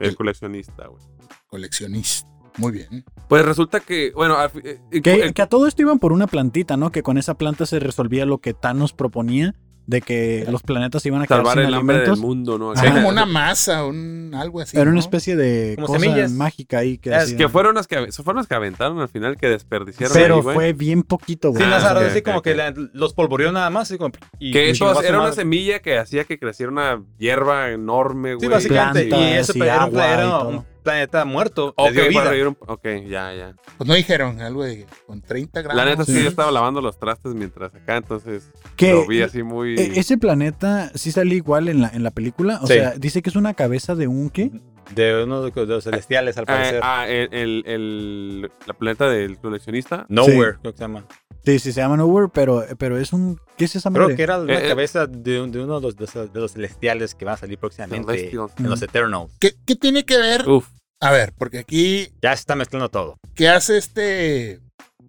[SPEAKER 1] el coleccionista, güey.
[SPEAKER 4] Coleccionista. Muy bien.
[SPEAKER 1] Pues resulta que, bueno, al fi- eh, eh,
[SPEAKER 2] Que,
[SPEAKER 1] eh,
[SPEAKER 2] que a todo esto iban por una plantita, ¿no? Que con esa planta se resolvía lo que Thanos proponía de que los planetas se iban a quedar
[SPEAKER 1] salvar
[SPEAKER 2] sin
[SPEAKER 1] el hambre del
[SPEAKER 2] alimentos.
[SPEAKER 1] mundo, ¿no?
[SPEAKER 2] Ajá.
[SPEAKER 4] Era
[SPEAKER 1] Acá.
[SPEAKER 4] como una masa, un algo así.
[SPEAKER 2] Era una
[SPEAKER 4] ¿no?
[SPEAKER 2] especie de
[SPEAKER 3] Como
[SPEAKER 2] cosa
[SPEAKER 3] semillas.
[SPEAKER 2] mágica ahí que,
[SPEAKER 3] Es
[SPEAKER 2] hacían.
[SPEAKER 1] Que fueron las que, ave- fueron las que aventaron al final, que desperdiciaron.
[SPEAKER 2] pero
[SPEAKER 1] ahí, güey.
[SPEAKER 2] fue bien poquito,
[SPEAKER 3] Sí,
[SPEAKER 2] güey.
[SPEAKER 1] Ah,
[SPEAKER 3] las
[SPEAKER 1] ok,
[SPEAKER 3] armas, así
[SPEAKER 1] ok,
[SPEAKER 3] como
[SPEAKER 1] ok.
[SPEAKER 3] que la- los polvoreó nada más. así como- y-
[SPEAKER 1] Que
[SPEAKER 3] y
[SPEAKER 1] eso
[SPEAKER 3] chingó a su
[SPEAKER 1] era una
[SPEAKER 3] madre.
[SPEAKER 1] semilla que hacía que creciera una hierba enorme, güey.
[SPEAKER 3] Sí, básicamente. y
[SPEAKER 2] Plantas
[SPEAKER 3] eso
[SPEAKER 2] y
[SPEAKER 3] pero era, un
[SPEAKER 2] agua y
[SPEAKER 3] era
[SPEAKER 2] todo.
[SPEAKER 3] un planeta muerto. le
[SPEAKER 1] Ok,
[SPEAKER 3] dio vida.
[SPEAKER 1] para revivir un- ok, ya, ya.
[SPEAKER 4] Pues no dijeron algo de con 30 gramos.
[SPEAKER 1] La neta sí,
[SPEAKER 2] Sí.
[SPEAKER 1] yo estaba lavando los trastes mientras acá, entonces
[SPEAKER 2] Que
[SPEAKER 1] lo vi así muy...
[SPEAKER 2] e- ese planeta sí sale igual en la, en la película. O
[SPEAKER 3] Sí.
[SPEAKER 2] sea, dice que es una cabeza de un qué.
[SPEAKER 3] De uno de los celestiales, al
[SPEAKER 1] Ah,
[SPEAKER 3] parecer.
[SPEAKER 1] ah, el, el- el- la planeta del coleccionista.
[SPEAKER 3] Nowhere, creo que se llama.
[SPEAKER 2] Sí, sí, se llama Nowhere, pero, pero es un. ¿Qué es esa madre?
[SPEAKER 3] Creo que era la
[SPEAKER 1] Eh, eh.
[SPEAKER 3] cabeza de, un- de uno de los, de los celestiales que va a salir próximamente
[SPEAKER 1] Celestial.
[SPEAKER 3] en los Eternals.
[SPEAKER 4] ¿Qué, qué tiene que ver?
[SPEAKER 1] Uf,
[SPEAKER 4] A ver, porque aquí,
[SPEAKER 3] Ya se está mezclando todo.
[SPEAKER 4] ¿qué hace este?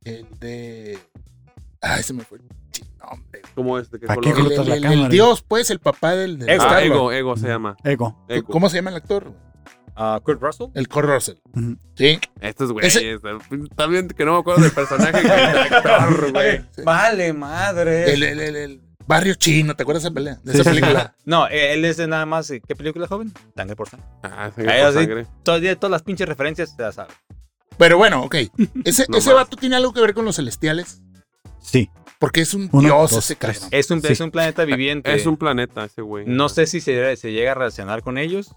[SPEAKER 4] El de. Ay, se me fue el ching- nombre.
[SPEAKER 1] ¿cómo es? ¿De qué
[SPEAKER 2] ¿Para
[SPEAKER 1] color?
[SPEAKER 2] qué
[SPEAKER 4] El,
[SPEAKER 2] Cortas
[SPEAKER 4] el-
[SPEAKER 2] la
[SPEAKER 4] el-
[SPEAKER 2] cámara.
[SPEAKER 4] el dios, pues, el papá del. del-
[SPEAKER 3] Ego.
[SPEAKER 1] Ah,
[SPEAKER 4] Ah,
[SPEAKER 1] ego, ego se llama.
[SPEAKER 2] Ego.
[SPEAKER 1] Ego.
[SPEAKER 4] ¿Cómo se llama el actor?
[SPEAKER 3] Ah, Kurt Russell.
[SPEAKER 4] El Cor Russell.
[SPEAKER 2] Ujú.
[SPEAKER 4] Sí.
[SPEAKER 1] Estos güeyes.
[SPEAKER 4] Ese-
[SPEAKER 1] También que no me acuerdo del personaje. que era el actor, güey.
[SPEAKER 3] Vale, madre.
[SPEAKER 4] El, el- el- el barrio chino, ¿te acuerdas de esa pelea? De esa
[SPEAKER 2] Sí, sí, sí.
[SPEAKER 4] película.
[SPEAKER 3] No, eh, él es de nada más. ¿Qué película, joven? Sangre por sangre.
[SPEAKER 1] Ah,
[SPEAKER 3] Ahí
[SPEAKER 1] sangre por
[SPEAKER 3] así.
[SPEAKER 1] sangre.
[SPEAKER 3] Todavía todas las pinches referencias se las sabe.
[SPEAKER 4] Pero bueno, ok. Ese,
[SPEAKER 1] No
[SPEAKER 4] ese
[SPEAKER 1] más.
[SPEAKER 4] vato tiene algo que ver con los celestiales.
[SPEAKER 2] Sí.
[SPEAKER 4] Porque es un
[SPEAKER 2] Uno,
[SPEAKER 4] dios
[SPEAKER 2] dos,
[SPEAKER 4] ese
[SPEAKER 2] tres.
[SPEAKER 4] cabrón.
[SPEAKER 3] Es un,
[SPEAKER 2] Sí.
[SPEAKER 3] es un planeta viviente.
[SPEAKER 1] Es un planeta ese güey.
[SPEAKER 3] No sé si se, se llega a relacionar con ellos.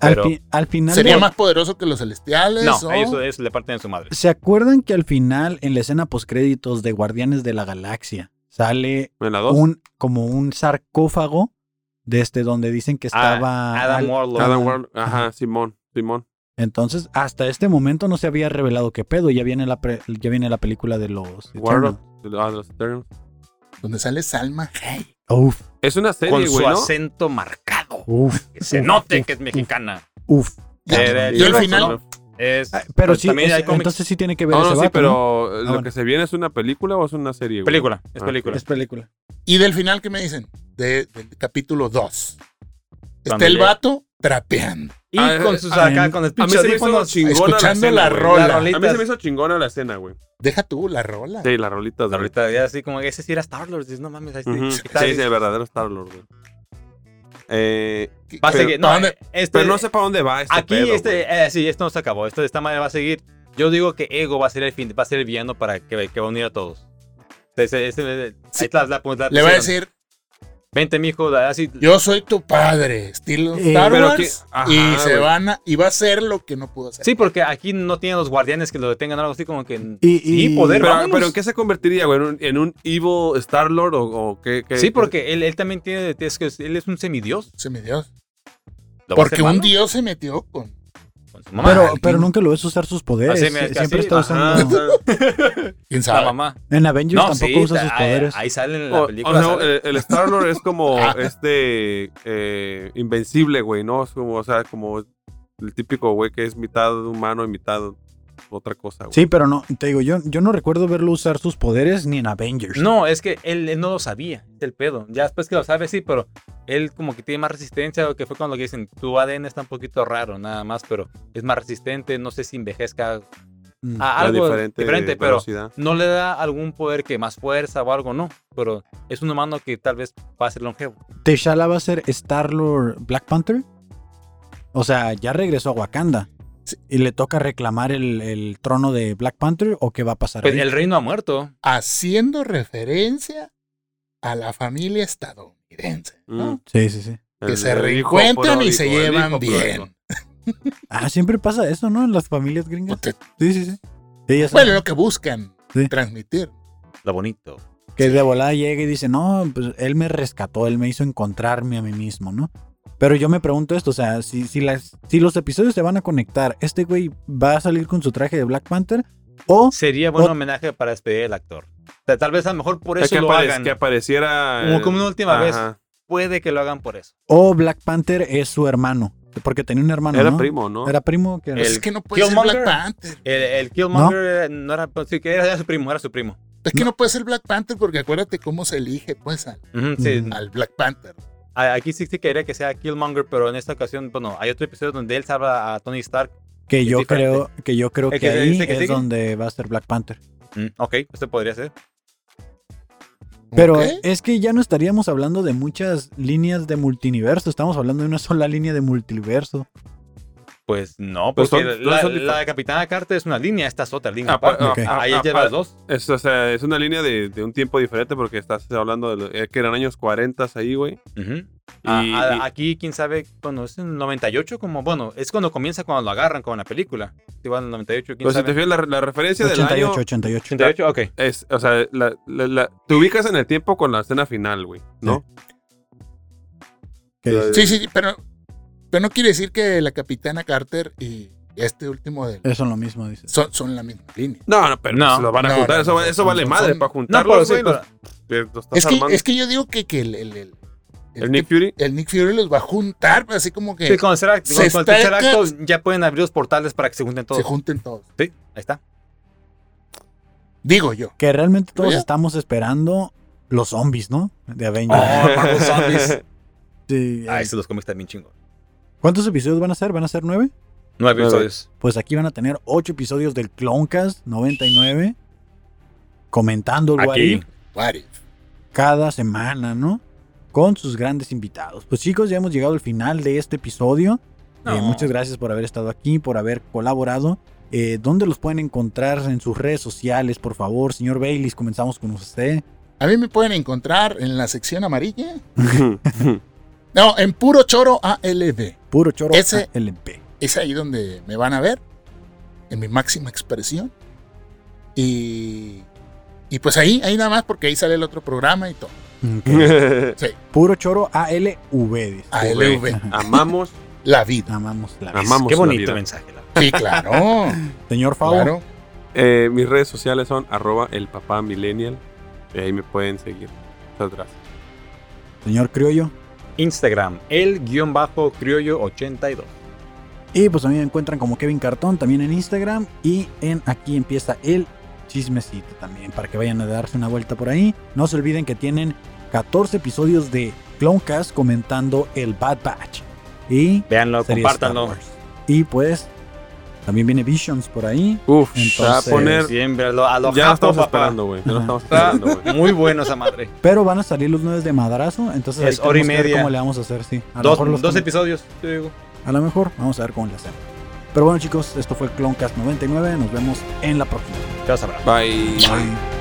[SPEAKER 2] Al,
[SPEAKER 3] Pero-
[SPEAKER 2] fi- al final.
[SPEAKER 4] ¿Sería más poderoso que los celestiales?
[SPEAKER 3] No,
[SPEAKER 4] o-
[SPEAKER 3] ellos, ellos le parten de su madre.
[SPEAKER 2] ¿Se acuerdan que al final, en la escena postcréditos de Guardianes de la Galaxia, sale
[SPEAKER 1] ¿En la dos?
[SPEAKER 2] un como un sarcófago de este donde dicen que estaba
[SPEAKER 3] Ah, Adam
[SPEAKER 2] al-
[SPEAKER 3] Warlock.
[SPEAKER 1] Adam Warlock. Ajá, Simón. Simón.
[SPEAKER 2] Entonces, hasta este momento no se había revelado qué pedo, ya viene la pre- ya viene la película de los
[SPEAKER 1] Warlock.
[SPEAKER 2] Eternals.
[SPEAKER 1] de los- ah, de los Eternals.
[SPEAKER 4] Donde sale Salma. Hayek.
[SPEAKER 2] Uf,
[SPEAKER 1] Es una
[SPEAKER 3] Con
[SPEAKER 1] serie,
[SPEAKER 3] su
[SPEAKER 1] güey, ¿no?
[SPEAKER 3] acento marcado.
[SPEAKER 2] uf,
[SPEAKER 3] Que se
[SPEAKER 2] Uf,
[SPEAKER 3] note
[SPEAKER 2] uf,
[SPEAKER 3] que es
[SPEAKER 2] uf.
[SPEAKER 3] mexicana.
[SPEAKER 2] uf.
[SPEAKER 4] Ya,
[SPEAKER 3] Eh, de-
[SPEAKER 4] y al
[SPEAKER 3] yo-
[SPEAKER 4] final,
[SPEAKER 1] No,
[SPEAKER 3] Es,
[SPEAKER 2] Ah, Pero sí,
[SPEAKER 3] también
[SPEAKER 2] es-
[SPEAKER 3] hay cómics.
[SPEAKER 2] entonces sí tiene que ver
[SPEAKER 1] no,
[SPEAKER 2] ese
[SPEAKER 1] sí,
[SPEAKER 2] vato, ¿no?
[SPEAKER 1] pero eh, lo
[SPEAKER 2] bueno.
[SPEAKER 1] que se viene es una película o es una serie, güey.
[SPEAKER 3] película, es
[SPEAKER 1] Ah,
[SPEAKER 3] película.
[SPEAKER 2] Es película.
[SPEAKER 4] y del final, ¿qué me dicen? De- del capítulo 2. Está
[SPEAKER 3] Cuando
[SPEAKER 4] el
[SPEAKER 3] llega-
[SPEAKER 4] vato trapeando.
[SPEAKER 3] Y
[SPEAKER 1] Ah,
[SPEAKER 3] con sus
[SPEAKER 2] ah,
[SPEAKER 3] acá,
[SPEAKER 2] en-
[SPEAKER 3] con el
[SPEAKER 1] A mí
[SPEAKER 3] pinche
[SPEAKER 1] se me hizo
[SPEAKER 3] audífonos.
[SPEAKER 1] chingona la
[SPEAKER 4] escuchando
[SPEAKER 1] escena,
[SPEAKER 4] la
[SPEAKER 1] güey.
[SPEAKER 4] rola.
[SPEAKER 1] A mí
[SPEAKER 3] Rolitas.
[SPEAKER 1] se me hizo chingona la escena, güey.
[SPEAKER 4] Deja tú la rola.
[SPEAKER 1] Sí, las rolitas. güey.
[SPEAKER 3] Ahorita ya así como ese sí era Star Lord, dices, no mames, ahí está.
[SPEAKER 1] Ujú.
[SPEAKER 3] está-
[SPEAKER 1] Sí, sí, el verdadero Star Lord, güey. Eh,
[SPEAKER 4] ¿Qué-
[SPEAKER 3] Va a
[SPEAKER 4] pero-
[SPEAKER 3] seguir, no,
[SPEAKER 4] ¿para dónde?
[SPEAKER 3] este-
[SPEAKER 1] pero no sé para dónde va este
[SPEAKER 3] aquí
[SPEAKER 1] pedo, güey.
[SPEAKER 3] este, eh, sí, esto no se acabó, esto de esta manera va a seguir. Yo digo que Ego va a ser el fin, va a ser el villano para que, que va a unir a todos. Ese- ese- eh, ahí
[SPEAKER 4] Sí.
[SPEAKER 3] está la- pues, la- la-
[SPEAKER 4] Le va a
[SPEAKER 3] pusieron.
[SPEAKER 4] decir,
[SPEAKER 3] vente mijo, da- así,
[SPEAKER 4] yo soy tu padre, estilo
[SPEAKER 2] Eh,
[SPEAKER 4] Star
[SPEAKER 1] pero
[SPEAKER 4] Wars.
[SPEAKER 1] que- ajá,
[SPEAKER 4] y se
[SPEAKER 1] güey.
[SPEAKER 4] van a, y va a hacer lo que no pudo hacer.
[SPEAKER 3] sí, porque aquí no tienen los guardianes que lo detengan algo así como que
[SPEAKER 2] Y-
[SPEAKER 3] sí,
[SPEAKER 2] y-
[SPEAKER 3] poder,
[SPEAKER 1] Pero,
[SPEAKER 3] vámonos.
[SPEAKER 1] pero ¿en qué se convertiría, güey? ¿En un, en un evil Star Lord o, o qué, qué-
[SPEAKER 3] Sí, porque él, él también tiene, es que él es un semidios.
[SPEAKER 4] Se me dio.
[SPEAKER 3] ¿Lo va a
[SPEAKER 4] Porque
[SPEAKER 3] hacer
[SPEAKER 4] un
[SPEAKER 3] malo?
[SPEAKER 4] dios se metió con.
[SPEAKER 3] Con su mamá.
[SPEAKER 2] pero, pero nunca lo ves usar sus poderes.
[SPEAKER 3] Así, mira,
[SPEAKER 2] Sie- Siempre
[SPEAKER 3] así,
[SPEAKER 2] está
[SPEAKER 1] Ajá,
[SPEAKER 2] usando.
[SPEAKER 4] ¿Quién
[SPEAKER 3] la
[SPEAKER 4] sabe?
[SPEAKER 3] mamá.
[SPEAKER 2] En Avengers tampoco
[SPEAKER 3] sí,
[SPEAKER 2] usa sus
[SPEAKER 3] ahí-
[SPEAKER 2] poderes.
[SPEAKER 3] Ahí sale en
[SPEAKER 1] o,
[SPEAKER 3] la
[SPEAKER 1] o
[SPEAKER 3] película.
[SPEAKER 1] sea,
[SPEAKER 3] sale.
[SPEAKER 1] el, Star Lord es como
[SPEAKER 4] Ah.
[SPEAKER 1] este eh, invencible, güey, ¿no? Es como, o sea, como el típico güey que es mitad humano y mitad otra cosa, güey.
[SPEAKER 2] Sí, pero no, te digo, yo, yo no recuerdo verlo usar sus poderes ni en Avengers.
[SPEAKER 3] No, es que él, él no lo sabía, es el pedo. Ya después que lo sabe, sí, pero él como que tiene más resistencia, o que fue cuando le dicen, tu ADN está un poquito raro, nada más, pero es más resistente, no sé si envejezca
[SPEAKER 2] Mm.
[SPEAKER 3] a
[SPEAKER 1] La
[SPEAKER 3] algo diferente,
[SPEAKER 1] diferente,
[SPEAKER 3] pero
[SPEAKER 1] velocidad.
[SPEAKER 3] no le da algún poder que más fuerza o algo, no. Pero es un humano que tal vez va a ser longevo.
[SPEAKER 2] ¿T'Challa va a ser Star-Lord Black Panther? O sea, ya regresó a Wakanda. ¿Y le toca reclamar el, el trono de Black Panther o qué va a pasar?
[SPEAKER 3] Pues
[SPEAKER 2] ahí?
[SPEAKER 3] el rey no ha muerto.
[SPEAKER 4] Haciendo referencia a la familia estadounidense.
[SPEAKER 1] Mm.
[SPEAKER 2] Sí, sí, sí.
[SPEAKER 4] Que
[SPEAKER 1] El-
[SPEAKER 4] se
[SPEAKER 1] el hijo
[SPEAKER 4] reencuentran y
[SPEAKER 1] pródigo,
[SPEAKER 4] se
[SPEAKER 1] el hijo
[SPEAKER 4] llevan
[SPEAKER 1] pródigo.
[SPEAKER 4] bien.
[SPEAKER 2] Ah, siempre pasa eso, ¿no? En las familias gringas. Sí, sí, sí. Sí, ya
[SPEAKER 4] Bueno,
[SPEAKER 2] sabes,
[SPEAKER 4] Pues lo que buscan
[SPEAKER 2] Sí.
[SPEAKER 4] transmitir. Pues
[SPEAKER 3] Lo bonito.
[SPEAKER 2] que de volada llega y dice, no, pues él me rescató, él me hizo encontrarme a mí mismo, ¿no? Pero yo me pregunto esto, o sea, si, si, las, si los episodios se van a conectar, ¿este güey va a salir con su traje de Black Panther? ¿O
[SPEAKER 3] Sería buen
[SPEAKER 2] Ot-
[SPEAKER 3] homenaje para despedir al actor. O sea, tal vez a lo mejor por
[SPEAKER 1] O sea,
[SPEAKER 3] eso
[SPEAKER 1] que,
[SPEAKER 3] lo
[SPEAKER 1] apare-
[SPEAKER 3] hagan.
[SPEAKER 1] que apareciera.
[SPEAKER 3] Como
[SPEAKER 1] el-
[SPEAKER 3] como una última vez.
[SPEAKER 1] Ajá.
[SPEAKER 3] Puede que lo hagan por eso.
[SPEAKER 2] O Black Panther es su hermano. Porque tenía un hermano.
[SPEAKER 1] Era
[SPEAKER 2] Ah, ¿no?
[SPEAKER 1] primo, ¿no?
[SPEAKER 2] Era primo que
[SPEAKER 4] Pues
[SPEAKER 3] El
[SPEAKER 4] es que no puede ser
[SPEAKER 3] Killmonger.
[SPEAKER 4] Black Panther.
[SPEAKER 3] El, el Killmonger eh, no, era, sí, que era, era su primo, era su primo.
[SPEAKER 4] Es que no. puede ser Black Panther porque acuérdate cómo se elige pues al,
[SPEAKER 3] Ujú, sí.
[SPEAKER 2] Ujú.
[SPEAKER 4] al Black Panther.
[SPEAKER 3] A- Aquí sí, sí quería que sea Killmonger, pero en esta ocasión, bueno, hay otro episodio donde él salva a Tony Stark.
[SPEAKER 2] que yo
[SPEAKER 3] diferente.
[SPEAKER 2] creo que yo creo que,
[SPEAKER 3] El que se
[SPEAKER 2] ahí
[SPEAKER 3] dice que
[SPEAKER 2] es
[SPEAKER 3] sigue.
[SPEAKER 2] donde va a ser Black Panther.
[SPEAKER 3] Mm, ok, esto podría ser.
[SPEAKER 2] Pero eh,
[SPEAKER 4] ¿Ok?
[SPEAKER 2] es que ya no estaríamos hablando de muchas líneas de multiverso, estamos hablando de una sola línea de multiverso.
[SPEAKER 3] Pues no,
[SPEAKER 1] Pues
[SPEAKER 3] porque
[SPEAKER 1] son- son
[SPEAKER 3] la,
[SPEAKER 1] Ah, pues,
[SPEAKER 3] la
[SPEAKER 1] diferentes.
[SPEAKER 3] de Capitana Carter es una línea, esta es otra línea.
[SPEAKER 1] Apa-
[SPEAKER 3] aparte.
[SPEAKER 2] Ok.
[SPEAKER 1] a- a-
[SPEAKER 3] Ahí lleva
[SPEAKER 1] apa-
[SPEAKER 3] las dos.
[SPEAKER 1] Es, o sea, es una línea de, de un tiempo diferente porque estás hablando de lo- eh, que eran años 40 ahí, güey.
[SPEAKER 3] Ujú.
[SPEAKER 1] Y-
[SPEAKER 3] A- a-
[SPEAKER 1] y-
[SPEAKER 3] aquí, quién sabe, bueno, es en 98, como bueno, es cuando comienza cuando lo agarran con la película. Igual en el 98, quién
[SPEAKER 1] Pero pues, si te
[SPEAKER 3] sabe.
[SPEAKER 1] fijas, la, la referencia del
[SPEAKER 2] 88,
[SPEAKER 1] año
[SPEAKER 2] 88.
[SPEAKER 3] 88, ok.
[SPEAKER 1] es, o sea, la- la- la- te ubicas en el tiempo con la escena final, güey, ¿no?
[SPEAKER 2] ¿Qué dices?
[SPEAKER 4] Sí, sí, sí, pero, pero no quiere decir que la Capitana Carter y este último del-
[SPEAKER 2] Eso es lo mismo, dices.
[SPEAKER 4] son, son la misma línea.
[SPEAKER 1] No, no, pero
[SPEAKER 3] No.
[SPEAKER 1] se lo van a
[SPEAKER 4] No,
[SPEAKER 1] juntar.
[SPEAKER 4] no,
[SPEAKER 1] eso,
[SPEAKER 4] no,
[SPEAKER 1] eso
[SPEAKER 4] no,
[SPEAKER 1] vale
[SPEAKER 4] no,
[SPEAKER 1] madre
[SPEAKER 4] son-
[SPEAKER 1] para
[SPEAKER 3] No,
[SPEAKER 1] juntarlos,
[SPEAKER 3] pero sí,
[SPEAKER 1] güey.
[SPEAKER 3] pero-
[SPEAKER 1] los- los estás
[SPEAKER 4] Es que,
[SPEAKER 1] armando.
[SPEAKER 4] es que yo digo que, que el, el, el- el
[SPEAKER 1] el Nick Fury.
[SPEAKER 4] el Nick Fury los va a juntar, pero así como que
[SPEAKER 3] Sí, con el tercer acto,
[SPEAKER 4] Se
[SPEAKER 3] con el
[SPEAKER 4] está
[SPEAKER 3] tercer
[SPEAKER 4] acá-
[SPEAKER 3] acto ya pueden abrir los portales para que se junten todos.
[SPEAKER 4] se junten todos.
[SPEAKER 3] Sí, ahí está.
[SPEAKER 4] Digo yo.
[SPEAKER 2] Que realmente todos
[SPEAKER 4] Oye.
[SPEAKER 2] estamos esperando los zombies, ¿no? De Avengers.
[SPEAKER 1] Ah.
[SPEAKER 3] Oh, Marvel Zombies.
[SPEAKER 2] Sí,
[SPEAKER 3] Ah,
[SPEAKER 2] eh,
[SPEAKER 3] esos los cómics también chingos.
[SPEAKER 2] ¿Cuántos episodios van a ser? ¿Van a ser nueve?
[SPEAKER 3] Nueve
[SPEAKER 1] Nueve.
[SPEAKER 3] episodios.
[SPEAKER 2] Pues aquí van a tener ocho episodios del Cloncast 99 comentando el What If.
[SPEAKER 3] Aquí.
[SPEAKER 4] What if?
[SPEAKER 2] cada semana, ¿no? Con sus grandes invitados. Pues chicos, ya hemos llegado al final de este episodio. Eh,
[SPEAKER 3] No.
[SPEAKER 2] muchas gracias por haber estado aquí, por haber colaborado. Eh, ¿Dónde los pueden encontrar en sus redes sociales, por favor? Señor Baileys, comenzamos con usted.
[SPEAKER 4] A mí me pueden encontrar en la sección amarilla. No, en puro choro ALB.
[SPEAKER 2] Puro choro ah,
[SPEAKER 4] Ese-
[SPEAKER 2] LP.
[SPEAKER 4] Es ahí donde me van a ver. En mi máxima expresión. Y. Y pues ahí, ahí nada más, porque ahí sale el otro programa y todo.
[SPEAKER 2] Puro choro ALV. dice.
[SPEAKER 4] ALV.
[SPEAKER 1] Amamos,
[SPEAKER 4] La vida.
[SPEAKER 2] Amamos la vida.
[SPEAKER 1] amamos.
[SPEAKER 3] Qué
[SPEAKER 1] la
[SPEAKER 3] bonito
[SPEAKER 1] vida.
[SPEAKER 3] mensaje. la-
[SPEAKER 4] Sí, claro.
[SPEAKER 2] Señor Favo,
[SPEAKER 4] claro.
[SPEAKER 1] Eh, mis redes sociales son arroba el papá millennial. Y ahí me pueden seguir. Muchas gracias.
[SPEAKER 2] señor Criollo.
[SPEAKER 3] Instagram, el guión bajo criollo 82.
[SPEAKER 2] Y pues también me encuentran como Kevin Cartón también en Instagram. Y en aquí empieza el chismecito también para que vayan a darse una vuelta por ahí. No se olviden que tienen 14 episodios de Clonecast comentando el Bad Batch. Y
[SPEAKER 3] Véanlo,
[SPEAKER 2] series Star
[SPEAKER 3] compártanlo.
[SPEAKER 2] Wars. Y pues también viene Visions por ahí.
[SPEAKER 1] Uf,
[SPEAKER 2] Entonces-
[SPEAKER 1] se va a poner.
[SPEAKER 3] Siempre lo, a lo
[SPEAKER 1] Ya lo
[SPEAKER 3] japo,
[SPEAKER 1] estamos
[SPEAKER 3] papá.
[SPEAKER 1] esperando, güey. Ya lo estamos
[SPEAKER 3] Está
[SPEAKER 1] esperando, güey.
[SPEAKER 3] muy bueno esa madre.
[SPEAKER 2] Pero van a salir los nueve de madrazo. Entonces ahí
[SPEAKER 3] Es hora y
[SPEAKER 2] tenemos que ver
[SPEAKER 3] media.
[SPEAKER 2] ¿Cómo le vamos a hacer? Sí. A lo
[SPEAKER 3] Dos,
[SPEAKER 2] mejor los
[SPEAKER 3] dos
[SPEAKER 2] com-
[SPEAKER 3] episodios, yo digo.
[SPEAKER 2] A lo mejor vamos a ver cómo le hacemos. Pero bueno chicos, esto fue Cloncast 99. Nos vemos en la próxima.
[SPEAKER 3] Ya sabrán.
[SPEAKER 1] Bye.
[SPEAKER 2] Bye.